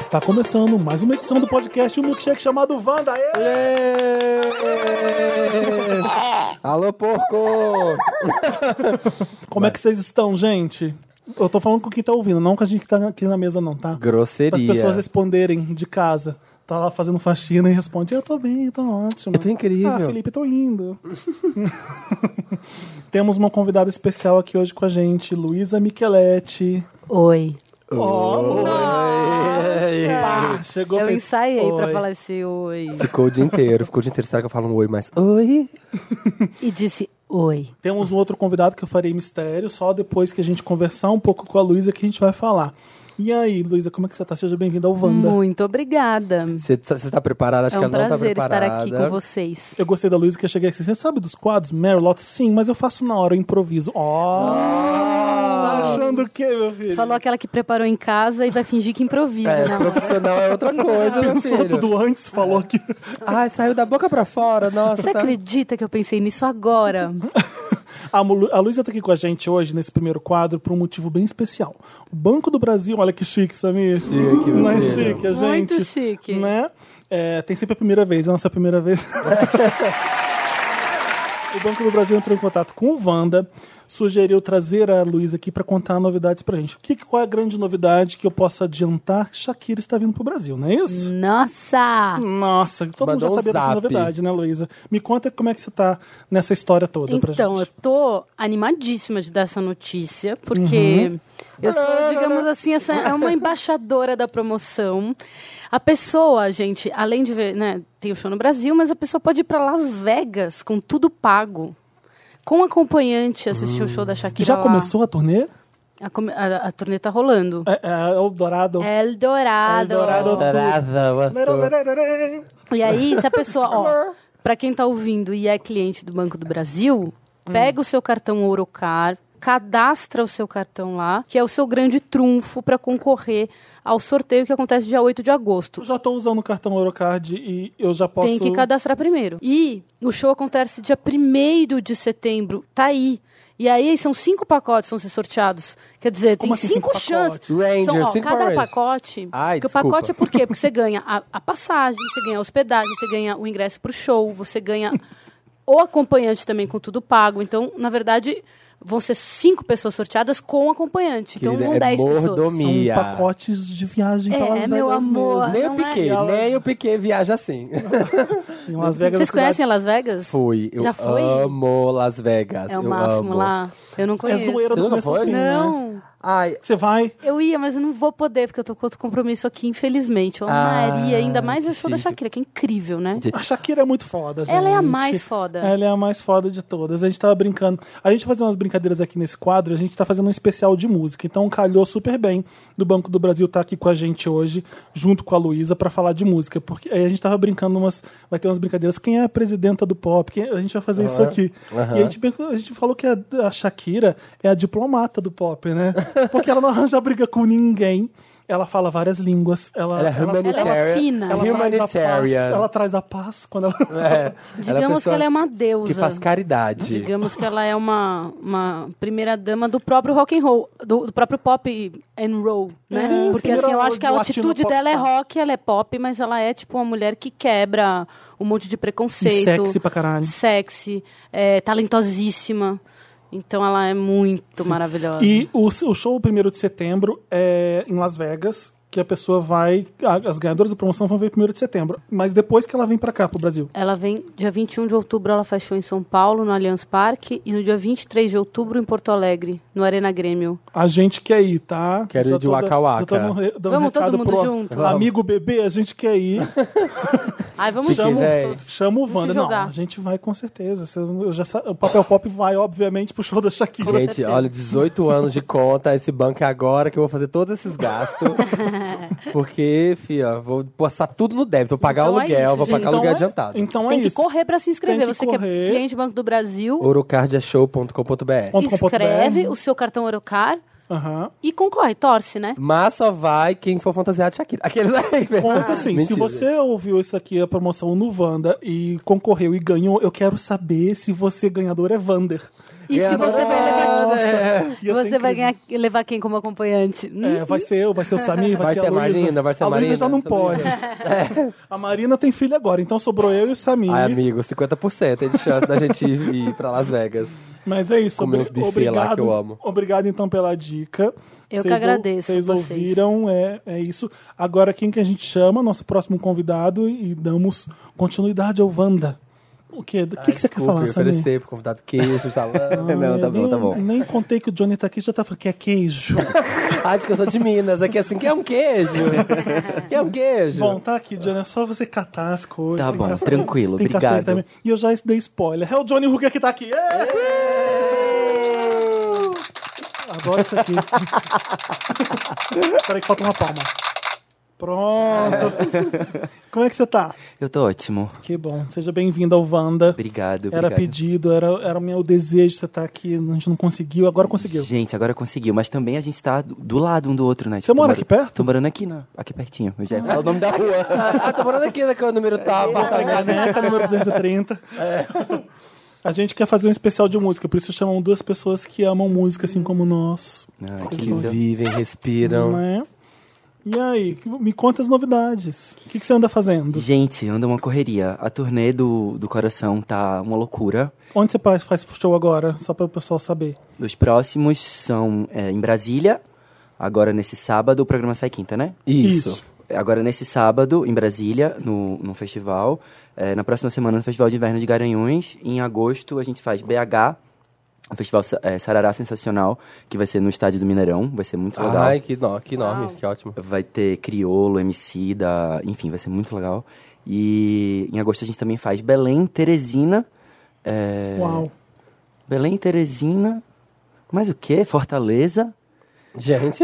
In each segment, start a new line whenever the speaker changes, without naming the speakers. Está Tá começando mais uma edição do podcast, um milkshake chamado Wanda. Aê!
Alô, porco!
Como é que vocês estão, gente? Eu tô falando com quem tá ouvindo, não com a gente que tá aqui na mesa, não, tá?
Grosseria.
As pessoas responderem de casa. Tá lá fazendo faxina e responde: Eu tô bem, eu tô ótimo.
Eu tô incrível.
Ah, Felipe, tô indo. Temos uma convidada especial aqui hoje com a gente, Luísa Micheletti.
Oi.
Ó,
Nossa.
pá, chegou
Ah, Eu
fez-
ensaiei pra
Oi.
falar esse oi.
Ficou o dia inteiro, ficou o dia inteiro. Será que eu falo um oi mais? Oi?
E disse oi.
Temos um outro convidado que eu farei mistério, só depois que a gente conversar um pouco com a Luísa que a gente vai falar. E aí, Luísa, como é que você tá? Seja bem-vinda ao Wanda.
Muito obrigada.
Você tá você tá preparada? Acho
é
que
um
ela não tá
prazer estar
preparada.
aqui com vocês.
Eu gostei da Luísa que eu cheguei assim. Você sabe dos quadros? Marylott? Sim, mas eu faço na hora, eu improviso. Ó! tá achando o quê, meu filho?
Falou aquela que preparou em casa e vai fingir que improvisa.
É,
né?
profissional é outra coisa, meu
Pensou
filho.
tudo antes, falou que.
Ai, saiu da boca pra fora, nossa.
Você
tá-
acredita que eu pensei nisso agora?
A Mu- a Luísa tá aqui com a gente hoje, nesse primeiro quadro, por um motivo bem especial. O Banco do Brasil, olha que chique, Samir.
Chique, meu
Não é
filho.
chique, a gente.
Muito chique.
Né? É, tem sempre a primeira vez, é a nossa primeira vez. O Banco do Brasil entrou em contato com o Wanda, sugeriu trazer a Luísa aqui para contar novidades pra gente. O que, qual é a grande novidade que eu posso adiantar? Shakira está vindo pro Brasil, não é
Hum.
isso?
Nossa!
Nossa, todo
Mandou
mundo já
um
sabia dessa
zap.
novidade, né, Luísa? Me conta como é que você tá nessa história toda pra gente.
Então, eu tô animadíssima de dar essa notícia, porque
Uhum.
eu sou, digamos assim, essa é uma embaixadora da promoção. A pessoa, gente, além de ver, né, tem o show no Brasil, mas a pessoa pode ir para Las Vegas com tudo pago. Com acompanhante, assistir o show da Shakira.
Hum. Já
lá.
começou a turnê?
A, come- a- a turnê tá rolando.
É, é, é o Dourado.
Eldorado.
Eldorado.
Tarada, o ator.
E aí, se a pessoa, ó, pra quem tá ouvindo e é cliente do Banco do Brasil, pega o seu cartão Orocar, cadastra o seu cartão lá, que é o seu grande trunfo pra concorrer ao sorteio que acontece dia 8 de agosto.
Eu já tô usando o cartão Eurocard e eu já posso.
Tem que cadastrar primeiro. E o show acontece dia 1 de setembro, tá aí. E aí são cinco pacotes que vão ser sorteados. Quer dizer,
Como
tem
assim,
cinco,
cinco
chances.
pacotes?
Rangers,
São, ó,
cinco
cada
Power Rangers.
pacote.
Ai,
porque o
desculpa.
pacote é por quê? Porque você ganha a, a passagem, você ganha a hospedagem, você ganha o ingresso pro show, você ganha o acompanhante também com tudo pago. Então, na verdade, vão ser cinco pessoas sorteadas com acompanhante. Então,
Querida,
não
é
dez pessoas.
São
mordomia.
um pacotes de viagem pra
É,
Las Vegas
meu amor.
mesmo.
Nem
Não
o
é.
Piquet, nem o Piquet viaja assim.
Em Las Vegas,
Vocês
a cidade-
conhecem Las Vegas?
é Fui. Eu
Já foi?
amo Las Vegas.
É o
eu
máximo
amo.
lá. Eu não
É
conheço.
zoeira do
Você nunca
começo ao
foi?
fim, né?
Não.
Ai, é
Você vai.
Eu ia, mas eu não vou poder, porque eu tô com outro compromisso aqui, infelizmente. Eu
Ah,
amaria, ainda mais o show da
chique.
Shakira, que é incrível, né?
De-
A Shakira é muito foda, gente.
Ela é a mais foda.
Ela é a mais foda de todas. A gente tava brincando. A gente vai fazer umas brincadeiras aqui nesse quadro, a gente tá fazendo um especial de música. Então calhou super bem do Banco do Brasil tá aqui com a gente hoje, junto com a Luísa, pra falar de música. Porque aí a gente tava brincando umas. Vai ter umas brincadeiras. Quem é a presidenta do pop? Quem- A gente vai fazer isso aqui. E a gente, brin- a gente falou que a, a Shakira é a diplomata do pop, né? Porque ela não arranja briga com ninguém. Ela fala várias línguas. Ela,
Ela é humanitária.
ela é fina.
ela traz a
Humanitarian.
paz, Ela traz a paz quando ela.
É,
Digamos que ela é uma deusa.
Que faz caridade.
Digamos que ela é uma, uma primeira dama do próprio rock and roll, do, do próprio pop and roll, né?
Sim,
Porque
primeira
assim, eu acho que a
latina
atitude dela é
popstar.
rock, ela é pop, mas ela é tipo uma mulher que quebra um monte de preconceito.
E sexy pra caralho.
Sexy, é, talentosíssima. Então ela é muito maravilhosa.
E o, o show 1 de setembro é em Las Vegas, que a pessoa vai. a- As ganhadoras da promoção vão ver 1 de setembro. Mas depois que ela vem pra cá, pro Brasil.
Ela vem dia 21 de outubro, ela faz show em São Paulo, no Allianz Parque, e no dia 23 de outubro em Porto Alegre, no Arena Grêmio.
A gente quer ir, tá?
Quero
Já
ir de
tô da-
Waka
já
Waka.
tô dando um re- dando um
Vamos todo
recado
mundo
pro
junto?
Amigo bebê, a gente quer ir.
Ai, vamos
Fique,
juntos
véi.
todos.
Chama o
Vamos
Wanda.
se
Não,
jogar.
a gente vai com certeza. Se eu- eu já sa- O papel pop vai, obviamente, pro show da Shakira.
Gente,
certeza.
olha, 18 anos de conta, esse banco é agora que eu vou fazer todos esses gastos. porque, fia, vou passar tudo no débito, vou pagar
Então é
aluguel,
isso,
vou pagar
gente.
aluguel
é-
adiantado.
Então
Tem
é
que
isso.
correr pra se inscrever.
Tem que
Você que
correr.
é cliente do Banco do Brasil,
Orocardiashow.com.br.
Ponto com ponto
escreve
BR.
o seu cartão Orocar
Aham.
e concorre, torce, né?
Mas só vai quem for fantasiado de Shakira. Aqueles aí,
Conta assim, se
Ah, Mentira.
você ouviu isso aqui, a promoção no Wanda, e concorreu e ganhou, eu quero saber se você ganhador é Wander.
E se
Ganhadora
você vai levar
Nossa. Ia ser
Você vai
incrível.
ganhar, levar quem como acompanhante? Hum?
É, vai ser eu, vai ser o Samir, vai,
Vai
ser
ter
a Luísa.
Marina, vai ser a
a Luísa
Marina. É.
já não pode. A Marina tem filho agora, então sobrou eu e o Samir.
Ai, amigo, 50% é de chance da gente ir, ir pra Las Vegas.
Mas é isso,
Comer
obri-
uns buffet lá que
obrigado.
eu amo.
Obrigado então pela dica.
Eu que
ou-
agradeço
Vocês
vocês.
ouviram, é, é isso. Agora quem que a gente chama? Nosso próximo convidado e damos continuidade ao Wanda. O quê? O que, que você quer
Desculpa,
falar,
eu assim,
Samir?
oferecer pro convidado queijo, salão.
É, não, tá bom, tá bom.
Nem, nem contei que o Johnny tá aqui, já tá falando que é queijo.
Ai, de que eu sou de Minas, aqui assim, quer um queijo? Quer um queijo?
Bom, tá aqui, Johnny. É só você catar as coisas.
Tá
Tem
bom,
casca-
tranquilo,
tem casca
obrigado.
também. E eu já dei spoiler. É o Johnny Hooker que tá aqui. É! Adoro isso aqui. Peraí que falta uma palma. Pronto. Como é que você tá?
Eu tô ótimo.
Que bom. Seja bem-vindo ao Wanda.
Obrigado, obrigado.
Era pedido, era, era meu desejo você estar aqui. A gente não conseguiu, agora conseguiu.
Gente, agora conseguiu, mas também a gente tá do- do lado um do outro, né?
Você mora
tô
aqui perto?
Tô morando aqui, na, aqui pertinho. Eu já ia falar o nome da rua.
Ah, tô morando aqui, né, que é o número tal, apartamento.
Né?
Caneca é número 230.
É.
A gente quer fazer um especial de música, por isso chamam duas pessoas que amam música, assim como nós.
Ah, que
Que
lindo.
vivem, respiram.
Né? E aí, que- me conta as novidades. O que, que você anda fazendo?
Gente, anda uma correria. A turnê do, do coração tá uma loucura.
Onde você faz, faz show agora? Só para o pessoal saber.
Os próximos são é, em Brasília, agora nesse sábado, o programa sai quinta, né?
Isso.
Isso.
Agora nesse sábado, em Brasília, no, no festival. É, na próxima semana, no Festival de Inverno de Garanhuns. Em agosto, a gente faz BH, o Festival Sa- é, Sarará Sensacional, que vai ser no Estádio do Mineirão. Vai ser muito legal.
Ai, que, no, que enorme, que ótimo.
Vai ter Criolo, MC da. Enfim, vai ser muito legal. E em agosto a gente também faz Belém, Teresina. é,
Uau.
Belém, Teresina. Mais o quê? Fortaleza.
Gente,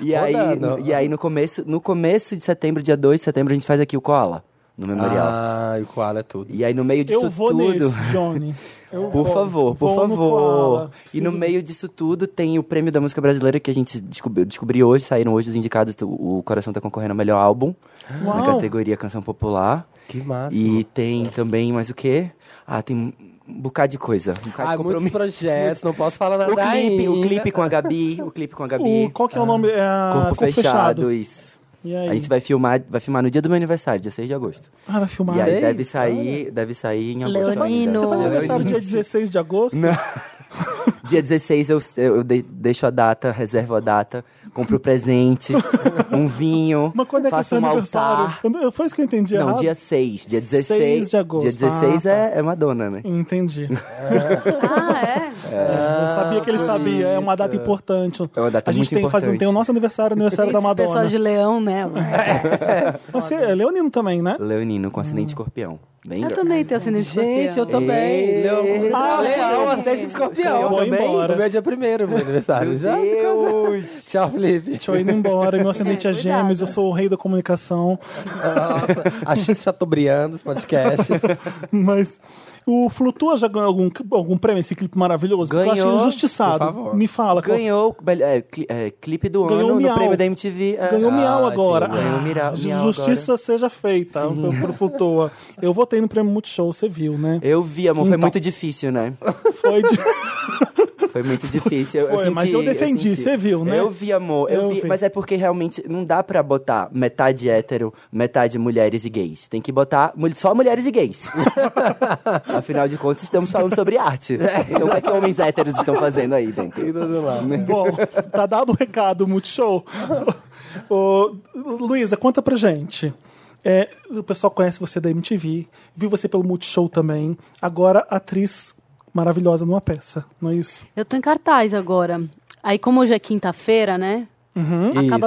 E aí,
rodando.
no, e aí no começo, no começo de setembro, dia 2 de setembro, a gente faz aqui o Koala, no memorial.
Ah, e o Koala é tudo.
E aí no meio disso
Eu vou
tudo.
nesse, Johnny. Eu
Por
vou.
favor, por
Vou no Koala.
favor. E
Preciso-
no meio disso tudo tem o prêmio da música brasileira que a gente descobriu, descobri hoje, saíram hoje os indicados. O o Coração tá concorrendo ao melhor álbum na
Uau.
categoria Canção Popular.
Que massa.
E tem também mais o quê? Ah, tem um bocado de coisa. Um bocado
Ah,
de
muitos
compromisso.
projetos, não posso falar nada
O clipe, o
ainda.
clipe com a Gabi, o clipe com a Gabi.
O, qual que é o nome? É a...
Ah. Corpo fechado, isso.
E aí?
A gente vai filmar, vai filmar no dia do meu aniversário, dia 6 de agosto.
Ah, vai filmar.
E aí
Seis?
deve sair, deve sair em agosto. ainda.
Leonino.
Você faz
Não,
aniversário dia 16 de agosto? Não.
Dia 16 eu, eu de- deixo a data, reservo a data, compro presentes, um vinho,
Mas quando é que é
faço
seu
um
aniversário?
altar.
Eu não- Foi isso que eu entendi
Não,
errado?
dia 6. Dia 16.
6 de agosto.
Dia 16
Ah,
é, é Madonna, né?
Entendi.
Ah, é?
eu sabia que ele
por
sabia, é uma data
isso.
importante.
Ah, É uma data
a gente
muito
tem, Faz um,
importante.
tem o nosso aniversário, o aniversário da
Esse pessoal
Madonna.
de leão, né?
Você é leonino também, né?
Leonino com ascendente escorpião. Bem
Eu
grande.
também tenho assinante
Gente, eu também.
Ei.
Leão, com
Ah,
leão,
eu
as de é escorpião.
Eu vou
também.
embora.
O meu é dia primeiro, meu aniversário. Já se casou. Tchau, Felipe.
Deixa eu indo embora, meu ascendente é,
É, cuidado.
gêmeos, eu sou o rei da comunicação.
Nossa, a X Chateaubriand dos podcasts.
Mas o Flutua já ganhou algum, algum prêmio, esse clipe maravilhoso? Porque Eu
Ganhou,
achei injustiçado.
por favor.
Me fala. qual-
Ganhou é, cli- é, clipe do
Ganhou um
ano
Miau.
no prêmio da MTV. é.
Ganhou um
Ah,
miau agora.
sim,
ganhou
Ah,
Mira-
ju-
Miau
justiça seja feita pro Flutua. Eu votei no prêmio Multishow, você viu, né?
Eu vi, amor, foi
Então.
muito difícil, né?
Foi de...
Foi muito difícil. Eu, eu
Foi,
senti,
mas eu defendi,
senti.
você viu, né?
Eu vi, amor, eu,
Eu
vi,
vi.
Mas é porque realmente não dá pra botar metade hétero, metade mulheres e gays. Tem que botar mul- só mulheres e gays. Afinal de contas, estamos falando sobre arte. Então o que, é que homens héteros estão fazendo aí dentro?
E tudo lá.
Bom, tá dado o recado, Multishow. Ô, Luísa, conta pra gente. É, o pessoal conhece você da MTV, viu você pelo Multishow também, agora atriz maravilhosa numa peça, não é isso?
Eu tô em cartaz agora. Aí, como hoje é quinta-feira, né? Acaba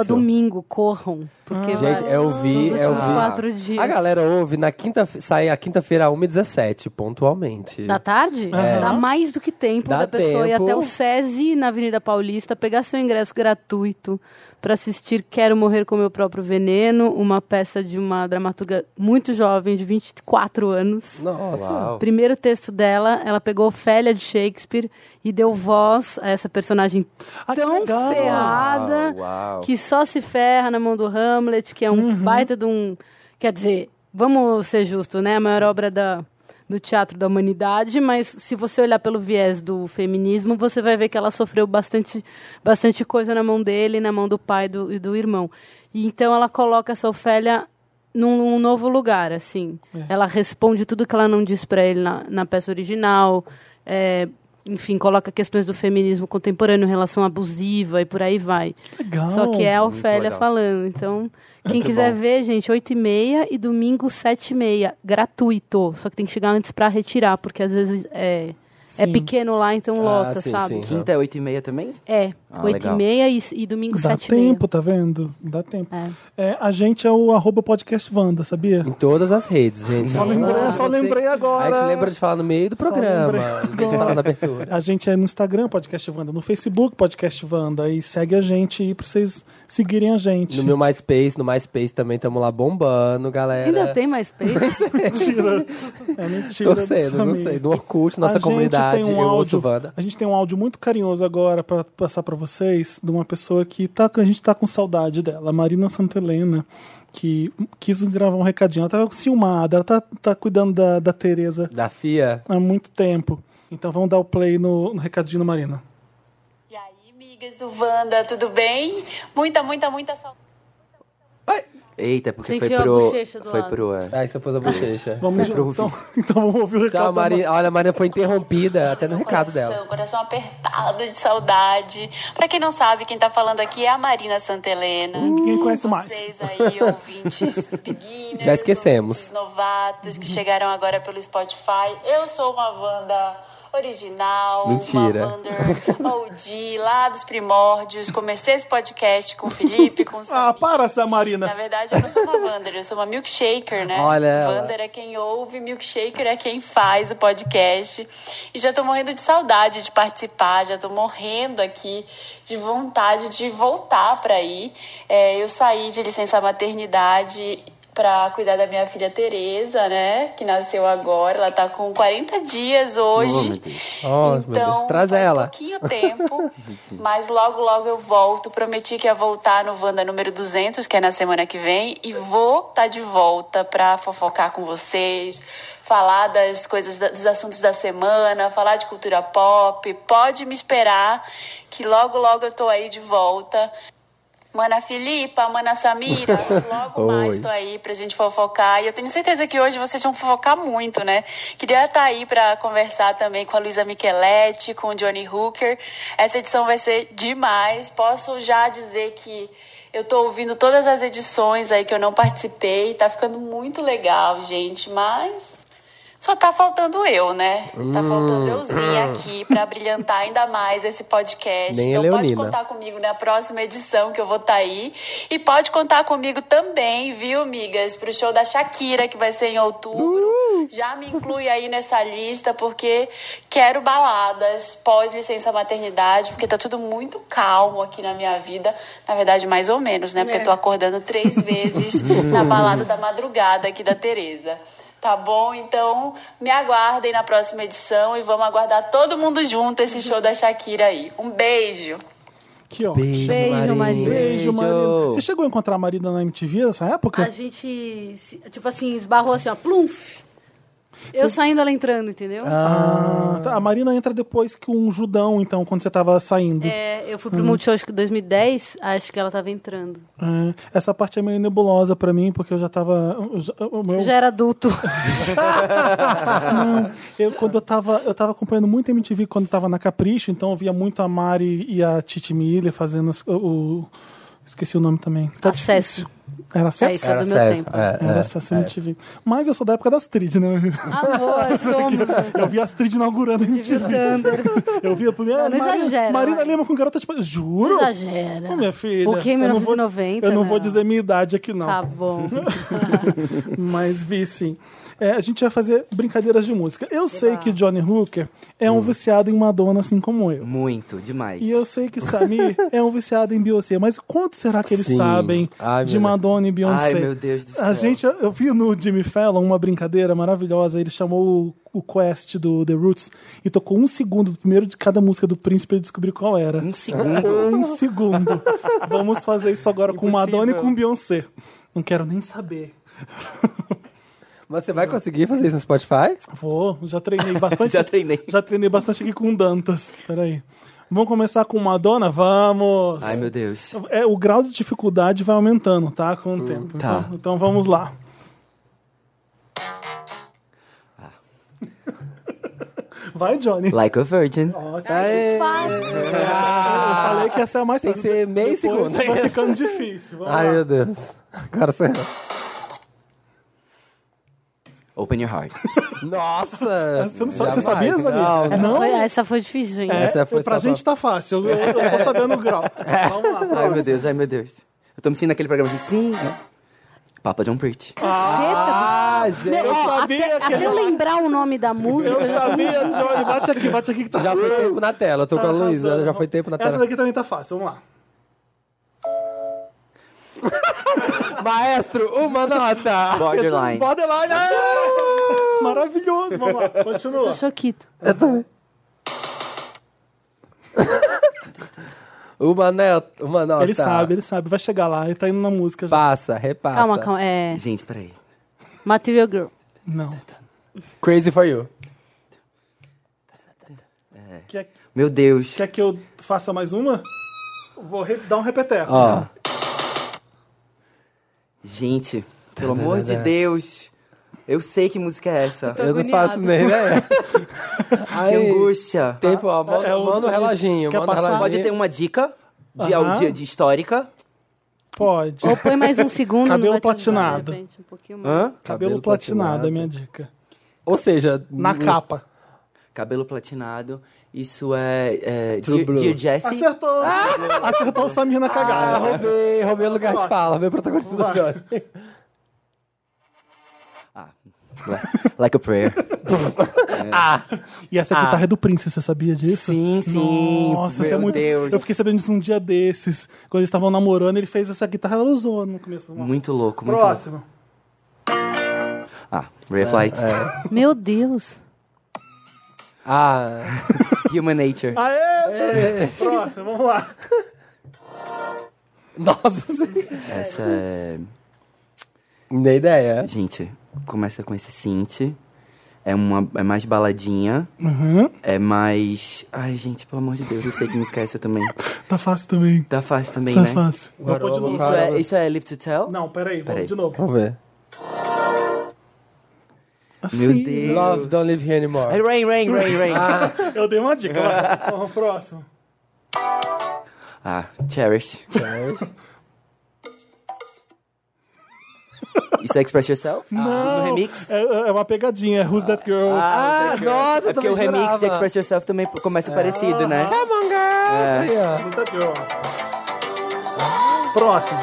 Isso. Ah.
domingo, corram. Porque
Gente, é
vai-
eu
são os
vi, eu
últimos
vi.
quatro dias.
A galera ouve na quinta, sai a quinta-feira a 1h17, pontualmente.
Da tarde? Dá mais do que tempo
É. Dá
da pessoa ir
tempo.
até o SESI na Avenida Paulista, pegar seu ingresso gratuito para assistir Quero Morrer com Meu Próprio Veneno, uma peça de uma dramaturga muito jovem, de 24 anos.
Nossa.
Uau.
Primeiro texto dela, ela pegou Ofélia de Shakespeare e deu voz a essa personagem
Ah, que
tão
legal!
ferrada
Uau.
que só se ferra na mão do Hamlet, que é um baita de um. Quer dizer, vamos ser justos, né? A maior obra da do teatro da humanidade, mas se você olhar pelo viés do feminismo, você vai ver que ela sofreu bastante, bastante coisa na mão dele, na mão do pai do, e do irmão. E então ela coloca essa Ofélia num, num novo lugar, assim. Ela responde tudo que ela não diz para ele na, na peça original. é, enfim, coloca questões do feminismo contemporâneo, relação abusiva e por aí vai.
Legal.
Só que é a Ofélia
legal.
falando. Então, quem quiser
bom.
ver, gente, 8h30 e domingo 7h30. Gratuito. Só que tem que chegar antes pra retirar, porque às vezes é, é
Sim.
pequeno lá, então
Ah,
lota,
sim,
sabe?
sim.
Quinta é 8 e meia também?
É,
Ah,
8h30 e, e domingo
Dá
7h30.
tempo, tá vendo? Dá tempo.
É.
É, a gente é o arroba podcast Wanda, sabia?
Em todas as redes, gente.
Só lembrei,
Ah,
só
você-
lembrei
A gente
agora.
lembra de falar no meio do
Só
programa,
lembrei
em vez de falar na abertura.
A gente é no Instagram, Podcast Wanda, no Facebook, Podcast Wanda, e segue a gente aí pra vocês seguirem a gente.
No meu MySpace, no MySpace também estamos lá bombando, galera.
Ainda tem mais peixe?
Mentira. É mentira.
Torcendo, não
Samir.
sei. No Orkut,
A
nossa
gente
comunidade,
tem um
eu
áudio-
ouço Wanda.
A gente tem um áudio muito carinhoso agora pra passar pra vocês de uma pessoa que tá, a gente tá com saudade dela, a Marina Santelena, que quis gravar um recadinho. Ela tava ciumada, ela tá, tá cuidando da, da Tereza
Da FIA.
há muito tempo. Então vamos dar o play no, no recadinho da Marina.
E aí, amigas do Wanda, tudo bem? Muita, muita, muita saudade.
Eita, porque
Você
foi
enfiou a
pro.
bochecha do
foi
lado.
pro. É.
Aí você pôs a bochecha.
Vamos de- então, então vamos ouvir o recado.
Tchau,
da Marina.
Marina. Olha, a Marina foi interrompida até no recado
coração,
dela.
Coração apertado de saudade. Pra quem não sabe, quem tá falando aqui é a Marina Santelena.
Hum,
Ninguém conhece mais.
Hum, Vocês aí, ouvintes beginners,
Já esquecemos.
ouvintes novatos que chegaram agora pelo Spotify. Eu sou uma Wanda original,
Mentira.
uma Wander OG, lá dos primórdios. Comecei esse podcast com o Felipe, com o
Ah,
Samir.
para essa
Na
Marina.
verdade, eu não sou uma Wander, eu sou uma milkshaker, né?
Olha ela.
Wander é quem ouve, milkshaker é quem faz o podcast. E já tô morrendo de saudade de participar, já tô morrendo aqui de vontade de voltar pra aí. É, eu saí de licença maternidade pra cuidar da minha filha Tereza, né? Que nasceu agora, ela tá com 40 dias
Oh,
hoje.
meu Deus.
Oh, meu Deus.
Então,
Traz
faz
ela.
pouquinho tempo, mas logo, logo eu volto. Prometi que ia voltar no Wanda número 200, que é na semana que vem, e vou estar de volta pra fofocar com vocês, falar das coisas, da- dos assuntos da semana, falar de cultura pop. Pode me esperar, que logo, logo eu tô aí de volta. Mana Filipa, Mana Samira, logo mais
Oi.
tô aí pra gente fofocar. E eu tenho certeza que hoje vocês vão fofocar muito, né? Queria estar aí pra conversar também com a Luísa Micheletti, com o Johnny Hooker. Essa edição vai ser demais. Posso já dizer que eu tô ouvindo todas as edições aí que eu não participei. Tá ficando muito legal, gente, mas. Só tá faltando eu, né? Tá
Hum.
faltando euzinha aqui pra brilhantar ainda mais esse podcast.
Nem a
então pode
Leonina.
contar contar comigo na próxima edição que eu vou estar aí. E pode contar comigo também, viu, migas, pro show da Shakira, que vai ser em outubro. Já me inclui aí nessa lista, porque quero baladas pós-licença maternidade, porque tá tudo muito calmo aqui na minha vida. Na verdade, mais ou menos, né? Porque eu tô acordando três vezes na balada da madrugada aqui da Tereza. Tá bom? Então, me aguardem na próxima edição e vamos aguardar todo mundo junto esse show da Shakira aí. Um beijo!
Que ótimo.
Beijo, Marina.
Beijo, Marina.
Beijo.
Você chegou a encontrar a Marina na MTV nessa época?
A gente, se- tipo assim, esbarrou assim, ó, plumf. Eu saindo, ela entrando, entendeu?
Ah, tá. A Marina entra depois que um Judão, então, quando você tava saindo.
É, eu
Uhum.
fui pro Multishow, acho que 2010, acho que ela tava entrando.
É. Essa parte é meio nebulosa pra mim, porque eu já tava. eu já- o meu-
Eu já era adulto.
Não, eu, quando eu tava, eu tava acompanhando muito MTV quando eu tava na Capricho, então eu via muito a Mari e a Titi Miller fazendo as- o. o- Esqueci o nome também. Tá
Acesso.
difícil. Era
É
acesso?
isso, é do meu tempo.
Era acesso MTV. Mas eu sou da época das Astrid, né?
Amor, somos.
Eu vi a Astrid inaugurando a
Tive o
MTV.
Thunder.
Eu vi a primeira.
Não, não
Marina-
exagera,
Marina
vai.
Lima com garota tipo. Juro?
Não exagera.
Ô, minha filha.
O quê?
eu não vou-
1990,
Eu não vou
né?
dizer minha idade aqui, não.
Tá bom.
Mas vi sim. É, a gente vai fazer brincadeiras de música. Eu sei que Johnny Hooker é
Hum.
um viciado em Madonna, assim como eu.
Muito, demais.
E eu sei que Samir é um viciado em Beyoncé, mas quanto será que eles
Sim.
sabem
Ai,
de
meu
Madonna e Beyoncé?
Ai, meu Deus do
A
céu.
gente, eu vi no Jimmy Fallon uma brincadeira maravilhosa. Ele chamou o, o Quest do The Roots e tocou um segundo do primeiro de cada música do Príncipe e descobrir qual era.
Um segundo.
Um segundo. Vamos fazer isso agora com
Impossível.
Madonna e com Beyoncé. Não quero nem saber.
Mas você vai conseguir fazer isso no Spotify?
Vou, já treinei bastante.
Já treinei.
Já treinei bastante aqui com o Dantas. Peraí. Vamos começar com Madonna? Vamos!
Ai, meu Deus.
É, o grau de dificuldade vai aumentando, tá? Com o tempo.
Tá.
Então, então vamos lá. Vai, Johnny.
Like a Virgin.
Aê.
Fácil.
Eu falei que essa é a mais
Tem que ser meio
Depois
segundo. Ah,
Vai ficando difícil. Vamos
Ai,
lá.
meu Deus. Agora você...
Open your heart.
Nossa!
Você, não sabe, você
jamais,
sabia, Zabir?
Não,
Essa, Foi, essa foi difícil, gente.
É,
Essa foi
pra
só
gente tá fácil. Eu, eu, eu tô sabendo o grau. Vamos lá.
Ai, meu Deus, ai, meu Deus. Eu tô me sentindo naquele programa de sim. né? Papa John Preach.
Caceta, é,
Ah, gente!
Eu sabia
até,
que
até eu lembrar o nome da música.
Eu
eu já-
sabia, Johnny. Bate aqui, bate aqui que tá
Já foi tempo na tela. Eu tô com a
Tá
Luísa,
arrasando.
já foi tempo na
Essa
tela.
daqui também tá fácil, vamos lá.
Maestro, uma nota!
Borderline.
Borderline! é! Maravilhoso, vamos lá, continua.
Tô choquito.
Uma, nota, uma nota.
Ele sabe, né? ele sabe, vai chegar lá, ele tá indo na música já.
Passa, repassa.
Ah, tá.
Calma, calma. É.
Gente, peraí.
Material Girl.
Não.
Crazy for you.
Quer,
Meu Deus.
quer que é eu faça mais uma? Vou re- dar um repeteco.
Ó.
Gente, pelo amor de Deus. Eu sei que música é essa.
Eu não
agoniada.
faço nem, né? Aí,
Que angústia.
Tempo, ó, manda,
É, é o-
manda um reloginho,
Quer
manda um
passar?
reloginho.
Pode ter uma dica de,
Aham.
de- de histórica.
Pode.
Ou põe mais um segundo.
Cabelo
não vai ter-
platinado.
de repente, um
Hum.
pouquinho mais.
Hã?
Cabelo,
Cabelo
platinado,
platinado.
é minha dica.
Ou seja...
Na
n-
capa.
Cabelo platinado. Isso é. é
True
Dear,
Blue.
Dear Jessie.
Acertou! Acertou o Samir na
Ah,
cagada.
roubei, roubei o lugar de fala, roubei o protagonista do
Vai.
Johnny.
Like a Prayer.
E essa aqui
Ah.
guitarra é do Prince, você sabia disso?
Sim, sim.
Nossa,
meu
isso é muito.
Deus.
Eu fiquei sabendo disso um dia desses. Quando eles estavam namorando, ele fez essa guitarra, ela usou no começo do mal.
Muito louco, muito
Próximo.
louco. Ah, Ray
É,
Flight.
Meu Deus.
Ah,
Human Nature.
Aê! Próximo, vamos lá.
nossa senhora.
Essa é.
Nem ideia.
Gente, começa com esse synth. É, uma, é mais baladinha.
Uhum.
É mais. Ai, gente, pelo amor de Deus, eu sei que música é essa também.
Tá fácil também.
Tá fácil também,
Tá
né?
fácil. Vou
Agora
pôr de
eu vou
novo.
Isso é, isso é Live to Tell?
Não, peraí,
Peraí.
vamos de novo.
Vamos ver.
Meu Deus.
Love, don't live here
É
anymore.
Rain, Rain, Rain, Rain. Ah,
Eu dei uma dica. vai. Vamos, próximo.
Ah, Cherish. Isso é Express Yourself?
Não,
No remix?
É, é uma pegadinha. Who's that girl?
Ah,
thank you.
nossa,
É porque o
também
remix de
jurava.
Express Yourself também começa parecido,
Ah.
né?
Aí, ó.
Who's that girl? Próximo.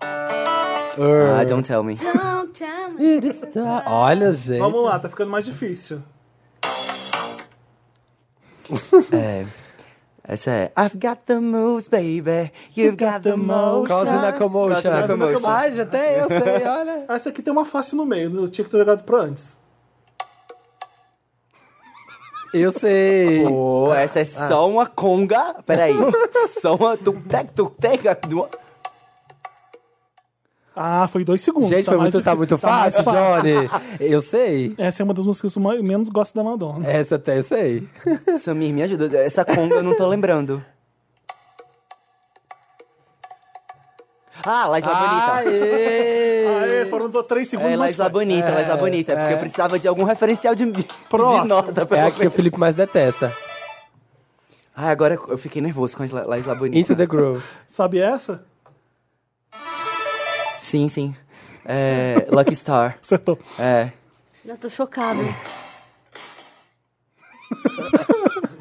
Ah, tá. Don't Tell Me.
Olha, gente.
Vamos lá, tá ficando mais difícil.
É. Essa é I've got the moves, baby. You've got the motion.
Causing a commotion.
Causing a commotion.
Ai, já até eu sei, olha.
Essa aqui tem uma fácil no meio. Eu tinha que ter jogado pra antes.
Eu sei.
Pô, essa é só uma conga. Peraí. só uma tuk-tac, tuk-tac.
Ah, foi dois segundos.
Gente, foi
mais
muito, tá
difícil,
muito
mais
fácil, Johnny. Eu sei.
Essa é uma das músicas que eu mais- menos gosto da Madonna.
Essa até eu sei.
Samir, me ajuda. Essa conga eu não tô lembrando. Ah, Lais La Bonita.
Tá Aê!
Aê, foram do- três segundos,
É,
mas
Lais La
foi.
Bonita, Lais La Bonita. É porque eu precisava de algum referencial de, de
Próximo.
nota. Pra
É a que o Felipe mais detesta.
Ai, agora eu fiquei nervoso com as La- Lais La Bonita.
Into the Groove.
Sabe essa?
Sim, sim. É, Lucky Star.
Acertou.
É.
Eu tô chocada.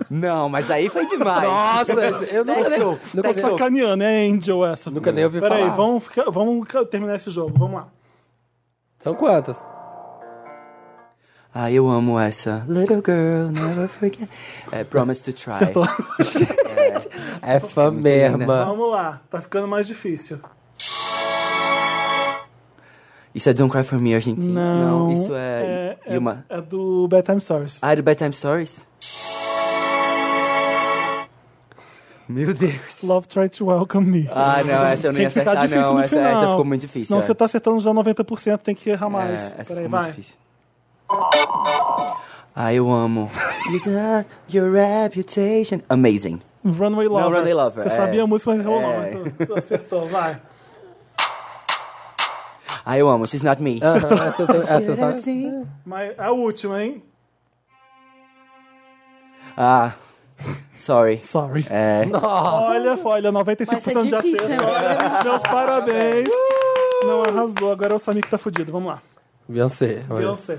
Não, mas aí foi demais.
Nossa, eu nunca nem,
Testou,
nunca nem,
testou.
Sacaneando, é Angel essa.
nunca nem ouvi
Peraí,
falar.
vamos, ficar- vamos ca- terminar esse jogo. Vamos lá.
São quantas?
Ai, eu amo essa. Little girl, never forget. É, promise to try.
Acertou.
É fã mesma.
Vamos lá. Tá ficando mais difícil.
Isso é Don't Cry For Me, Argentina.
Não.
isso é,
é,
Yuma.
é do Bedtime Stories.
Ah, do Bedtime Stories? Meu Deus.
Love Try to Welcome Me.
Ah, não, essa eu não
Tinha
ia
que ficar
acertar,
difícil
não.
no
Essa,
final.
essa ficou muito difícil.
Senão
é.
você tá acertando já 90%, tem que errar
É,
mais.
essa
Peraí,
ficou
vai.
muito difícil. Ah, eu amo. You got your reputation. Amazing.
Runway Lover.
Runway Lover,
Você
é.
sabia a música, mas rolou.
É.
mas Tu, tu acertou, vai.
Ah, eu amo. She's not me.
Aham, essa eu tô- essa eu
tá-
só-
Mas é a última, hein?
Ah, sorry.
Sorry.
É.
Olha, olha, 95%
Mas é
de acerto.
difícil,
Olha, Meus parabéns. Não arrasou, agora é o Samir que tá fudido. Vamos lá.
Beyoncé. olha.
Beyoncé.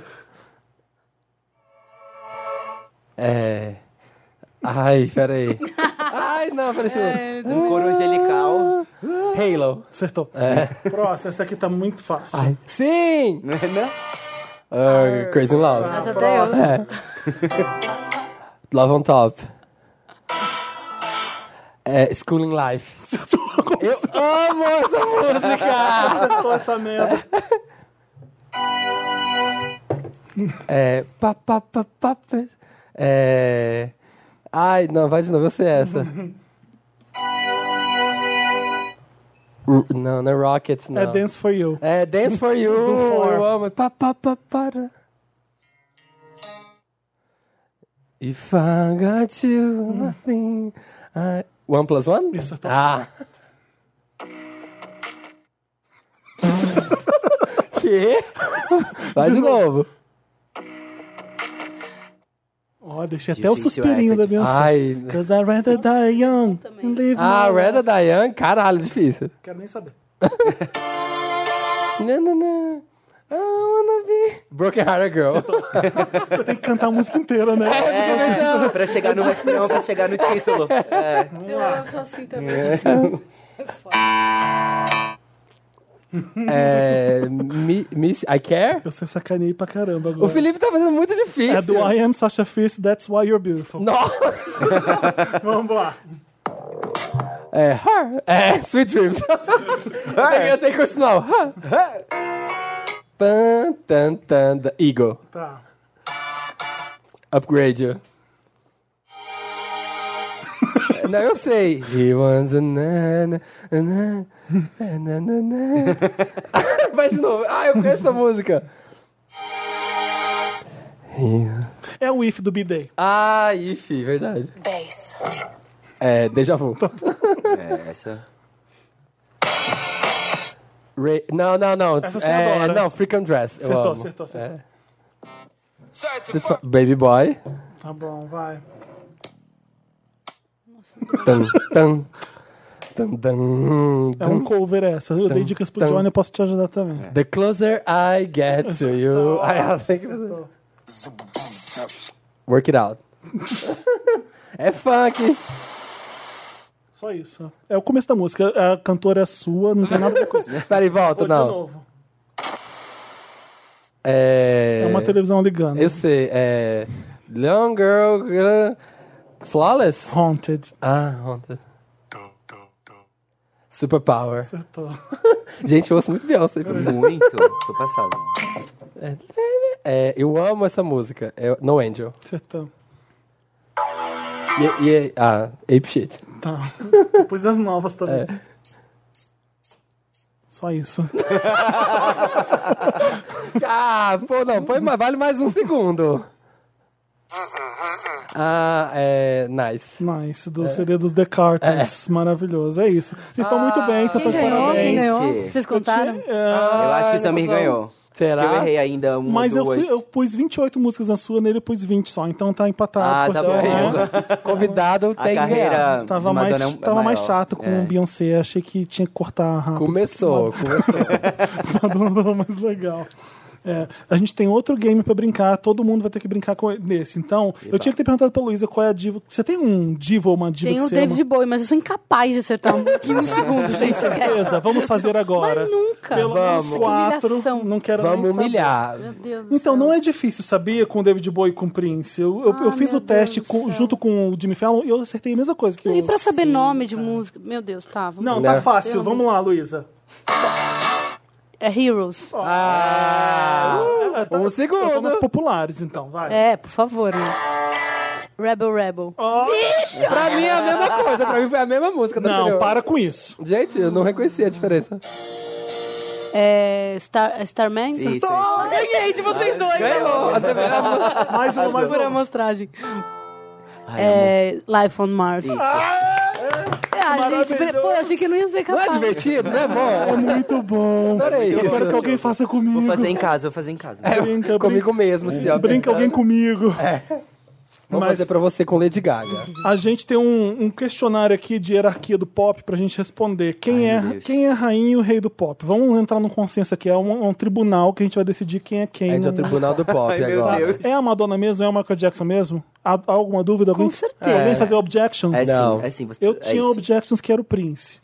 É. Ai, peraí. Ai, não, pareceu.
Um coro angelical.
Halo.
Acertou.
É.
Próximo, essa aqui tá muito fácil.
Ah.
Ai, sim!
Não é, não?
Ah, Crazy in Love.
Mas
Ah,
até eu.
próximo.
É. Love on Top. É, School in Life. Eu amo essa música!
Acertou essa merda.
É. Pa, pa, pa, pa, pa- é. Ai, não, vai de novo, eu sei essa. R- não, não é Rockets, não.
É Dance For You.
É Dance for You.
For.
Eu amo. Pa, pa, pa, para. If I got you, nothing. I... One plus one?
Hum. Isso, tá.
Ah. que? Vai de, novo.
Ó, deixei até o
Difícil
suspirinho
essa,
da Beyoncé.
Ai.
Cause I'd rather die young and live
Ah,
my life.
Red Diane, caralho, difícil.
Quero nem saber.
Na, na, na. né, I wanna be Broken Hearted Girl.
tá- Você tem que cantar a música inteira, né?
É, pra chegar no refrão, pra chegar no título. É.
Eu eu sou assim também.
É, mi, miss, I Care?
Eu sei sacaneei pra caramba agora.
O Felipe tá fazendo muito difícil.
É do I Am Sasha Fierce, That's Why You're Beautiful.
Nossa!
Vamos lá.
É, her. É, Sweet Dreams. Eu tenho que continuar. Her. Tan, tan, tan, da- Eagle.
Tá.
Upgrade you. Não, eu sei. He wants a na, na, na, na, na, na, na. Vai de novo. Ah, eu conheço essa música. He-
É o If do B-Day.
Ah, if, verdade. É, déjà vu.
É, essa.
Ray- Não, não, não.
Essa você
é,
adora.
Não, Freakum Dress. eu
né? Acertou,
amo.
acertou, acertou.
É. Baby Boy.
Tá bom, vai.
Tum, tum. Tum, tum,
É um
tum.
cover essa. Eu
então-
dei dicas pro
tum.
Johnny, eu posso te ajudar também.
The closer I get to you, I think.
Acertou.
Work it out. é funk.
Só isso. É o começo da música. A cantora é sua, não tem nada a ver com isso.
Peraí,
Vou
volta,
de
não.
novo.
É...
É uma televisão ligando.
Eu sei, é. Young Girl. girl- Flawless?
Haunted.
Ah, ontem. Superpower.
Acertou.
Gente, eu ouço muito Beyoncé. pelo menos.
é Muito. Tô passado.
É, é, eu amo essa música. É no Angel.
Acertou.
E, e- ah, Ape Shit.
Tá. Depois das novas também.
É.
Só isso.
Ah, pô, não, põe, mais- vale mais um segundo. Ah, é. Nice.
Nice,
É.
do CD dos The Carters. Maravilhoso. É isso. Vocês estão muito bem, vocês estão de
Ah, Quem ganhou? Quem
parabéns.
ganhou? Vocês
Eu tinha-
contaram?
é,
Eu acho que o Samir
não.
ganhou.
Será?
Porque eu errei ainda uma
mas eu,
duas.
fui- eu pus 28 músicas na sua, nele eu pus 20 só, então tá empatado.
Ah, tá
porque-
bom.
né?
é Convidado
A
tem que ganhar.
carreira
Tava,
de
mais,
Madonna é um- é
tava mais
maior.
chato com
É.
o Beyoncé, achei que tinha que cortar rápido.
Começou. começou.
Madonna tava mais legal. É, a gente tem outro game pra brincar, todo mundo vai ter que brincar com nesse. Então, eu tinha que ter perguntado pra Luísa qual é a diva. Você tem um diva ou uma diva
Tem
que
o
você
David
ama?
Bowie, mas eu sou incapaz de acertar um em um segundo, gente.
Beleza, vamos fazer agora.
Mas nunca.
Pelo menos
Vamos.
quatro.
Que humilhação.
Não quero nem
Vamos
saber.
humilhar.
Meu Deus do
Então,
céu.
não é difícil, sabia? Com o David Bowie e com o Prince. Eu, eu,
Ah,
eu fiz
meu
o teste
Deus do
com-
céu.
junto com o Jimmy Fallon e eu acertei a mesma coisa que o.
E pra saber nome de música? Meu Deus, tá. Vamos
Não,
Né?
tá fácil. Vamos lá, Luísa.
É Heroes.
Ah,
Então,
um É, tá segundo.
Vamos populares, então, vai.
É, por favor. Né? Rebel Rebel.
Ah.
Pra mim é a mesma coisa, pra mim foi a mesma música do
Não,
anterior.
para com isso.
Gente, eu não reconheci a diferença.
É, Star, é Starman?
Isso, isso.
Ah,
Oh, ganhei de vocês dois. né?
Ganhou! Até mesmo.
Mais uma, mais
Por
uma.
amostragem.
Ai, amor.
É, Life on Mars. Ah, gente,
Maravilhoso.
pô, eu achei que não ia ser
Não
capaz.
é divertido, né,
É
bom?
muito bom.
Adorei
Eu
isso.
quero que alguém faça comigo.
Vou fazer em casa, vou fazer em casa.
Brinca,
É Comigo
brinca,
mesmo, se ó.
brinca alguém comigo.
Vou
Mas-
fazer pra você com Lady Gaga.
A gente tem um, um questionário aqui de hierarquia do pop pra gente responder. Quem,
Ai, meu
é,
Deus.
quem é a rainha e o rei do pop? Vamos entrar num consenso aqui. É um, é um tribunal que a gente vai decidir quem é quem.
A gente é o
Não-
Tribunal do Pop
Ai, meu
agora.
Deus.
É a Madonna mesmo? É o Michael Jackson mesmo? Há, há alguma dúvida?
Com
Alguém-
certeza.
Alguém fazer objection?
É
Não.
sim, é sim. Você,
Eu
é
tinha
isso.
objections que era o Prince.